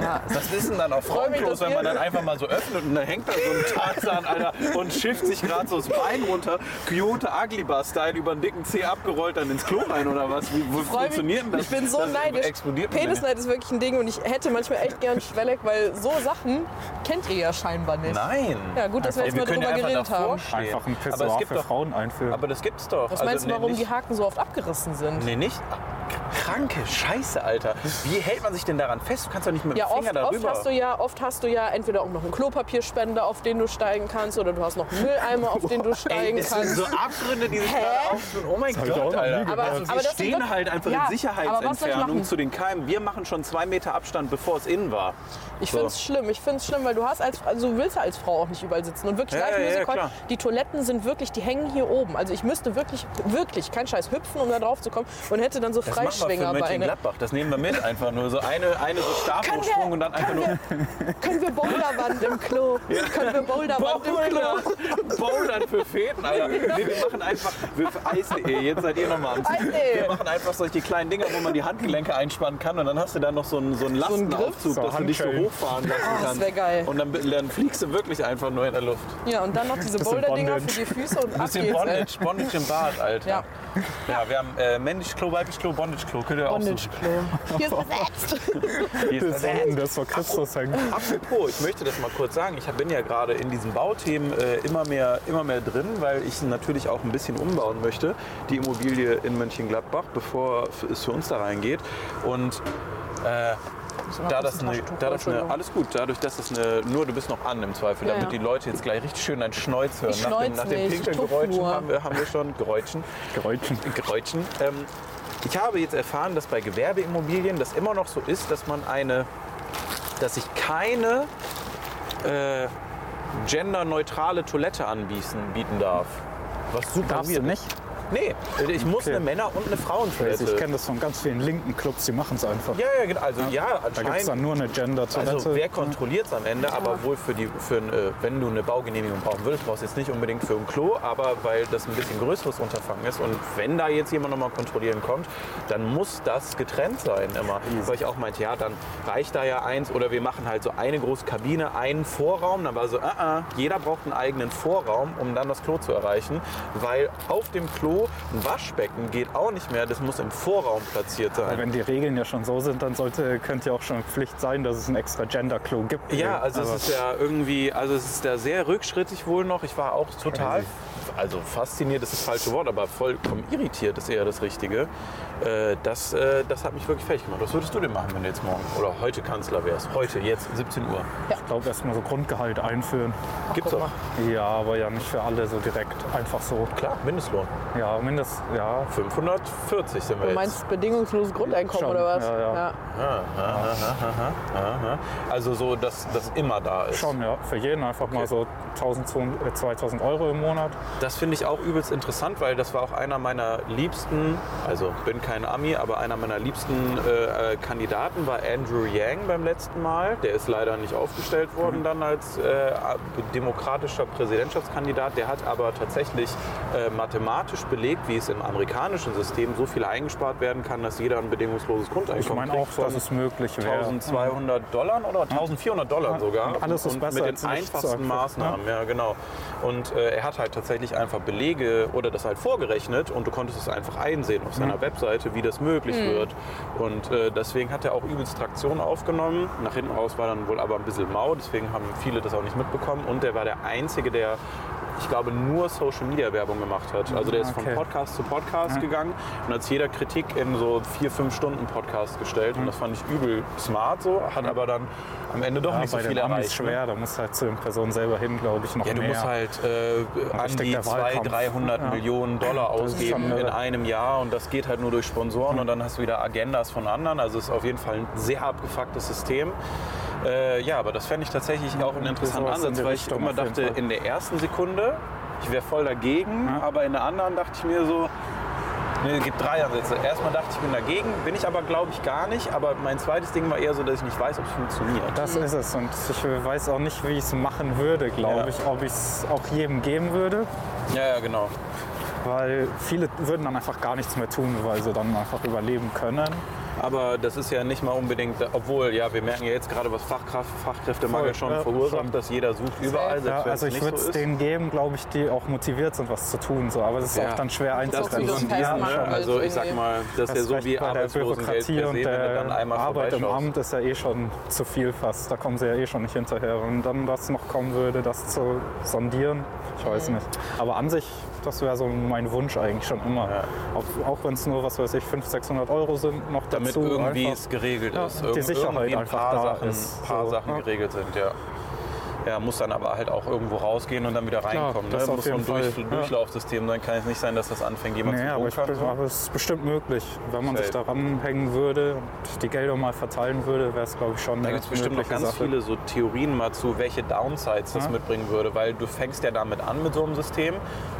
[SPEAKER 3] Ja.
[SPEAKER 1] Was ist denn dann auf
[SPEAKER 3] Freu mich,
[SPEAKER 1] Frauenklos,
[SPEAKER 3] dass
[SPEAKER 1] wenn man
[SPEAKER 3] ihr-
[SPEAKER 1] dann einfach mal so öffnet und dann hängt da so ein Tarzan, Alter, und schifft sich gerade so das Bein runter, Kyoto Ugly Bar Style über den dicken Zeh abgerollt, dann ins Klo rein oder was? Wie, wie
[SPEAKER 3] freu mich.
[SPEAKER 1] funktioniert denn das?
[SPEAKER 3] Ich bin so
[SPEAKER 1] das
[SPEAKER 3] neidisch.
[SPEAKER 1] Explodiert man denn?
[SPEAKER 3] Penisneid ist wirklich ein Ding und ich hätte manchmal echt gern Schwelleck, weil so Sachen kennt ihr ja scheinbar nicht.
[SPEAKER 1] Nein.
[SPEAKER 3] Ja, gut, dass wir
[SPEAKER 1] Ey,
[SPEAKER 3] jetzt mal
[SPEAKER 1] können ja
[SPEAKER 3] drüber
[SPEAKER 1] einfach
[SPEAKER 3] geredet
[SPEAKER 1] davor
[SPEAKER 3] haben.
[SPEAKER 1] stehen.
[SPEAKER 2] Einfach ein
[SPEAKER 1] aber es
[SPEAKER 2] Pissoir
[SPEAKER 1] gibt
[SPEAKER 2] für
[SPEAKER 1] doch,
[SPEAKER 2] Frauen einführen.
[SPEAKER 1] Aber das gibt's doch. Also
[SPEAKER 3] Was meinst du,
[SPEAKER 1] nee,
[SPEAKER 3] warum
[SPEAKER 1] nicht,
[SPEAKER 3] die Haken so oft abgerissen sind?
[SPEAKER 1] Nee, nicht. Ach, Kranke Scheiße, Alter. Wie hält man sich denn daran fest? Du kannst doch nicht mit dem
[SPEAKER 3] Ja,
[SPEAKER 1] Finger
[SPEAKER 3] oft, oft
[SPEAKER 1] darüber.
[SPEAKER 3] hast du ja, oft hast du ja entweder auch noch einen Klopapierspender, auf den du steigen kannst, oder du hast noch einen Mülleimer, auf den du steigen
[SPEAKER 1] Ey, das sind
[SPEAKER 3] kannst.
[SPEAKER 1] so Abgründe, die sich gerade auftun. Oh mein
[SPEAKER 2] ich auch
[SPEAKER 1] Gott,
[SPEAKER 2] noch nie
[SPEAKER 1] Alter.
[SPEAKER 2] gehört.
[SPEAKER 1] Aber,
[SPEAKER 3] Aber-
[SPEAKER 1] also, wir
[SPEAKER 3] aber das sind
[SPEAKER 1] stehen
[SPEAKER 3] doch-
[SPEAKER 1] halt einfach in
[SPEAKER 3] Ja, aber was soll ich
[SPEAKER 1] Sicherheitsentfernung
[SPEAKER 3] machen?
[SPEAKER 1] zu den Keimen. Wir machen schon zwei Meter Abstand, bevor es innen war.
[SPEAKER 3] Ich
[SPEAKER 1] So.
[SPEAKER 3] finde es schlimm, ich finde es schlimm, weil du hast als, also du willst ja als Frau auch nicht überall sitzen. Und wirklich
[SPEAKER 1] Ja,
[SPEAKER 3] live
[SPEAKER 1] ja, ja,
[SPEAKER 3] Music Hall,
[SPEAKER 1] klar.
[SPEAKER 3] die Toiletten sind wirklich, die hängen hier oben. Also ich müsste wirklich, wirklich, kein Scheiß, hüpfen, um da drauf zu kommen und hätte dann so
[SPEAKER 1] Das machen wir für
[SPEAKER 3] Freischwingerbeine.
[SPEAKER 1] Mönchengladbach. Das nehmen wir mit einfach nur. So eine, eine so
[SPEAKER 3] Können
[SPEAKER 1] Stabhochsprung
[SPEAKER 3] wir,
[SPEAKER 1] und dann einfach
[SPEAKER 3] können,
[SPEAKER 1] nur
[SPEAKER 3] wir, können wir Boulderwand im Klo? Können wir Boulderwand im Klo?
[SPEAKER 1] Bouldern für Fäden, Alter. Nee, wir machen einfach wir Eis.de, jetzt seid ihr nochmal am Ziel.
[SPEAKER 3] Eis.de.
[SPEAKER 1] Wir machen einfach solche kleinen Dinger, wo man die Handgelenke einspannen kann und dann hast du da noch so einen, so einen
[SPEAKER 3] einen Griff? Oh,
[SPEAKER 1] Lastenaufzug,
[SPEAKER 2] So
[SPEAKER 1] dass du dich so
[SPEAKER 2] Handschellen.
[SPEAKER 1] hochfahren lassen
[SPEAKER 3] das
[SPEAKER 1] kannst.
[SPEAKER 3] wär geil.
[SPEAKER 1] Und dann, dann fliegst du wirklich einfach nur in der Luft.
[SPEAKER 3] Ja, und dann noch diese
[SPEAKER 2] Bisschen
[SPEAKER 3] Boulder-Dinger für
[SPEAKER 2] Bondage.
[SPEAKER 3] die Füße und ab geht's.
[SPEAKER 1] Bisschen
[SPEAKER 3] ey.
[SPEAKER 1] Bondage, Bondage im Bad, Alter.
[SPEAKER 3] Ja.
[SPEAKER 1] äh? Ja, wir haben äh, Männlich-Klo, Weiblich-Klo, Bondage-Klo. Könnt ihr auch so.
[SPEAKER 3] Bondage-Klo. Hier ist besetzt.
[SPEAKER 1] Also,
[SPEAKER 2] das
[SPEAKER 1] äh,
[SPEAKER 2] unten, das vor Christus hängt.
[SPEAKER 1] Apropos, ich möchte das mal kurz sagen. Ich bin ja gerade in diesen Bauthemen äh, immer, mehr, immer mehr drin, weil ich natürlich auch ein bisschen umbauen möchte, die Immobilie in Mönchengladbach, bevor f- es für uns da reingeht. Und äh, da das eine, da das eine, alles gut, dadurch, dass das eine, nur du bist noch an im Zweifel,
[SPEAKER 3] Ja,
[SPEAKER 1] damit
[SPEAKER 3] ja.
[SPEAKER 1] die Leute jetzt gleich richtig schön ein Schneuz hören.
[SPEAKER 3] Ich
[SPEAKER 1] nach dem,
[SPEAKER 3] schneuz
[SPEAKER 1] nach den
[SPEAKER 3] nicht, ich
[SPEAKER 1] Pinkelgeräuschen
[SPEAKER 3] tupf nur.
[SPEAKER 1] haben wir, haben wir schon Geräuschen.
[SPEAKER 2] Geräuschen.
[SPEAKER 1] Geräuschen. Ähm, ich habe jetzt erfahren, dass bei Gewerbeimmobilien das immer noch so ist, dass man eine, dass sich keine äh, genderneutrale Toilette anbieten bieten darf. Was super
[SPEAKER 2] Darfst du
[SPEAKER 1] weird
[SPEAKER 2] nicht?
[SPEAKER 1] ist. Nee, ich muss
[SPEAKER 2] Okay.
[SPEAKER 1] eine Männer- und eine
[SPEAKER 2] Also
[SPEAKER 1] Frauentoilette.
[SPEAKER 2] ich kenne das von ganz vielen linken Clubs, die machen es einfach.
[SPEAKER 1] ja, ja, genau. also ja,
[SPEAKER 2] Da gibt es
[SPEAKER 1] anscheinend.
[SPEAKER 2] dann nur eine Gender-Toilette.
[SPEAKER 1] Also wer kontrolliert es am Ende, aber wohl für die, für ein, äh, wenn du eine Baugenehmigung brauchen würdest, brauchst du jetzt nicht unbedingt für ein Klo, aber weil das ein bisschen größeres Unterfangen ist und wenn da jetzt jemand nochmal kontrollieren kommt, dann muss das getrennt sein immer. Weil ich auch meinte, ja, dann reicht da ja eins oder wir machen halt so eine große Kabine, einen Vorraum, dann war so, ah, ah, jeder braucht einen eigenen Vorraum, um dann das Klo zu erreichen, weil auf dem Klo ein Waschbecken geht auch nicht mehr, das muss im Vorraum platziert sein.
[SPEAKER 2] wenn die Regeln ja schon so sind, dann sollte, könnte ja auch schon Pflicht sein, dass es ein extra Gender-Klo gibt.
[SPEAKER 1] Ja, also es
[SPEAKER 2] Aber
[SPEAKER 1] ist ja irgendwie, also es ist da sehr rückschrittig wohl noch. Ich war auch total,
[SPEAKER 2] Crazy.
[SPEAKER 1] also fasziniert ist das falsche Wort, aber vollkommen irritiert ist eher das Richtige. Äh, Das, äh, das hat mich wirklich fertig gemacht. Was würdest du denn machen, wenn du jetzt morgen oder heute Kanzler wärst? Heute, jetzt, 17 Uhr.
[SPEAKER 2] Ich glaube, erstmal so Grundgehalt einführen.
[SPEAKER 1] Gibt's doch.
[SPEAKER 2] Ja, aber ja nicht für alle so direkt. Einfach so.
[SPEAKER 1] Klar, Mindestlohn.
[SPEAKER 2] Ja, mindestens, ja.
[SPEAKER 1] 540 sind wir
[SPEAKER 3] Du
[SPEAKER 1] jetzt. Ah,
[SPEAKER 3] meinst bedingungsloses Grundeinkommen
[SPEAKER 2] Schon,
[SPEAKER 3] oder was?
[SPEAKER 2] ja, ja.
[SPEAKER 1] Also so, dass das immer da ist.
[SPEAKER 2] Schon, ja. Für jeden einfach mal so 1200, äh, 2000 Euro im Monat.
[SPEAKER 1] Das finde ich auch übelst interessant, weil das war auch einer meiner liebsten, also bin kein Ami, aber einer meiner liebsten äh, äh, Kandidaten war Andrew Yang beim letzten Mal. Der ist leider nicht aufgestellt
[SPEAKER 2] Mhm.
[SPEAKER 1] worden dann als äh, demokratischer Präsidentschaftskandidat. Der hat aber tatsächlich äh, mathematisch belegt, wie es im amerikanischen System so viel eingespart werden kann, dass jeder ein bedingungsloses Grundeinkommen
[SPEAKER 2] Ich meine auch,
[SPEAKER 1] kriegt. von
[SPEAKER 2] dass es möglich wäre.
[SPEAKER 1] 1200 Dollar oder 1400 Dollar
[SPEAKER 2] Ja,
[SPEAKER 1] sogar.
[SPEAKER 2] und alles ist
[SPEAKER 1] und
[SPEAKER 2] besser,
[SPEAKER 1] mit
[SPEAKER 2] als
[SPEAKER 1] den
[SPEAKER 2] nichts zu
[SPEAKER 1] einfachsten
[SPEAKER 2] akzeptieren.
[SPEAKER 1] Maßnahmen, ja genau. Und äh, er hat halt tatsächlich einfach Belege oder das halt vorgerechnet und du konntest es einfach einsehen auf
[SPEAKER 2] Mhm.
[SPEAKER 1] seiner Webseite, wie das möglich wird. Und äh, deswegen hat er auch übelst Traktion aufgenommen. Nach hinten raus war dann wohl aber ein bisschen mau, deswegen haben viele das auch nicht mitbekommen. Und er war der Einzige, der ich glaube, nur Social Media Werbung gemacht hat. Also der ist
[SPEAKER 2] Ah, Okay.
[SPEAKER 1] von Podcast zu Podcast gegangen und hat jeder Kritik in so vier, fünf Stunden Podcast gestellt.
[SPEAKER 2] Mhm.
[SPEAKER 1] Und das fand ich übel smart so, hat aber dann am Ende doch
[SPEAKER 2] Ja,
[SPEAKER 1] nicht so
[SPEAKER 2] bei
[SPEAKER 1] viel
[SPEAKER 2] den Amis
[SPEAKER 1] erreicht. ne?
[SPEAKER 2] schwer, da muss halt zu den Personen selber hin, glaube ich, noch
[SPEAKER 1] Ja, du
[SPEAKER 2] mehr.
[SPEAKER 1] musst halt äh, an
[SPEAKER 2] steckt
[SPEAKER 1] die
[SPEAKER 2] der
[SPEAKER 1] 200,
[SPEAKER 2] Wahlkampf.
[SPEAKER 1] 300
[SPEAKER 2] Ja.
[SPEAKER 1] Millionen Dollar
[SPEAKER 2] Das ist
[SPEAKER 1] ausgeben
[SPEAKER 2] schon
[SPEAKER 1] in
[SPEAKER 2] irre.
[SPEAKER 1] einem Jahr und das geht halt nur durch Sponsoren und dann hast du wieder Agendas von anderen. Also ist auf jeden Fall ein sehr abgefucktes System. Äh, ja, aber das fände ich tatsächlich auch einen interessanten
[SPEAKER 2] sowas in
[SPEAKER 1] Ansatz,
[SPEAKER 2] die
[SPEAKER 1] weil ich
[SPEAKER 2] Richtung
[SPEAKER 1] immer
[SPEAKER 2] auf jeden
[SPEAKER 1] dachte,
[SPEAKER 2] Fall.
[SPEAKER 1] in der ersten Sekunde, ich wäre voll dagegen, aber in der anderen dachte ich mir so, Nee, es gibt drei Ansätze. Erstmal dachte ich, ich bin dagegen, bin ich aber glaube ich gar nicht. Aber mein zweites Ding war eher so, dass ich nicht weiß, ob es funktioniert.
[SPEAKER 2] Das ist es und ich weiß auch nicht, wie ich es machen würde, glaube
[SPEAKER 1] Ja.
[SPEAKER 2] ich, ob ich es auch jedem geben würde,
[SPEAKER 1] Ja, ja, genau.
[SPEAKER 2] weil viele würden dann einfach gar nichts mehr tun, weil sie dann einfach überleben können.
[SPEAKER 1] Aber das ist ja nicht mal unbedingt, obwohl, ja, wir merken ja jetzt gerade, was Fachkraft, Fachkräftemangel
[SPEAKER 2] Voll,
[SPEAKER 1] schon
[SPEAKER 2] ja,
[SPEAKER 1] verursacht,
[SPEAKER 2] schon.
[SPEAKER 1] dass jeder sucht überall,
[SPEAKER 2] Ja,
[SPEAKER 1] selbst wenn es
[SPEAKER 2] also ich
[SPEAKER 1] nicht
[SPEAKER 2] würde es
[SPEAKER 1] so ist.
[SPEAKER 2] denen geben, glaube ich, die auch motiviert sind, was zu tun. So. Aber es ist
[SPEAKER 1] Ja.
[SPEAKER 2] auch dann schwer
[SPEAKER 3] auch
[SPEAKER 2] einzugrenzen.
[SPEAKER 3] wieder ein
[SPEAKER 2] Ja,
[SPEAKER 3] Fest
[SPEAKER 1] Ne?
[SPEAKER 3] machen.
[SPEAKER 1] Also ich sag mal, das ist ja
[SPEAKER 2] Erst
[SPEAKER 1] so
[SPEAKER 2] recht
[SPEAKER 1] wie
[SPEAKER 2] bei der
[SPEAKER 1] Arbeitslosengeld
[SPEAKER 2] Bürokratie
[SPEAKER 1] per se,
[SPEAKER 2] und
[SPEAKER 1] wenn du
[SPEAKER 2] der
[SPEAKER 1] dann einmal
[SPEAKER 2] Arbeit im
[SPEAKER 1] vorbeischaust.
[SPEAKER 2] Amt ist ja eh schon zu viel fast. Da kommen sie ja eh schon nicht hinterher. Wenn dann das noch kommen würde, das zu sondieren, ich
[SPEAKER 3] Mhm.
[SPEAKER 2] weiß nicht. Aber an sich, das wäre so mein Wunsch eigentlich schon immer.
[SPEAKER 1] Ja.
[SPEAKER 2] Ob, auch wenn es nur, was weiß ich, 500, 600 Euro sind, noch
[SPEAKER 1] Damit
[SPEAKER 2] dazu.
[SPEAKER 1] irgendwie
[SPEAKER 2] einfach.
[SPEAKER 1] es geregelt
[SPEAKER 2] Ja,
[SPEAKER 1] ist.
[SPEAKER 2] die
[SPEAKER 1] Irgend-
[SPEAKER 2] Sicherheit
[SPEAKER 1] irgendwie ein
[SPEAKER 2] einfach
[SPEAKER 1] paar
[SPEAKER 2] da
[SPEAKER 1] Sachen,
[SPEAKER 2] ist.
[SPEAKER 1] paar
[SPEAKER 2] So,
[SPEAKER 1] Sachen
[SPEAKER 2] ja.
[SPEAKER 1] geregelt sind, ja. Ja, muss dann aber halt auch irgendwo rausgehen und dann wieder reinkommen.
[SPEAKER 2] das
[SPEAKER 1] ne?
[SPEAKER 2] auf
[SPEAKER 1] Muss so ein
[SPEAKER 2] jeden Fall.
[SPEAKER 1] Durch
[SPEAKER 2] Ja.
[SPEAKER 1] Durchlaufsystem sein. Kann es nicht sein, dass das anfängt, jemand
[SPEAKER 2] Nee,
[SPEAKER 1] zu
[SPEAKER 2] aber ich,
[SPEAKER 1] bunkern. ne?
[SPEAKER 2] bin-
[SPEAKER 1] so.
[SPEAKER 2] aber es ist bestimmt möglich. Wenn man sich
[SPEAKER 1] Safe.
[SPEAKER 2] daran hängen würde und die Gelder mal verteilen würde, wäre es, glaube ich, schon
[SPEAKER 1] Da
[SPEAKER 2] eine
[SPEAKER 1] gibt es bestimmt noch
[SPEAKER 2] mögliche
[SPEAKER 1] ganz
[SPEAKER 2] Sache.
[SPEAKER 1] viele so Theorien mal zu, welche Downsides das
[SPEAKER 2] Ja.
[SPEAKER 1] mitbringen würde, weil du fängst ja damit an mit so einem System,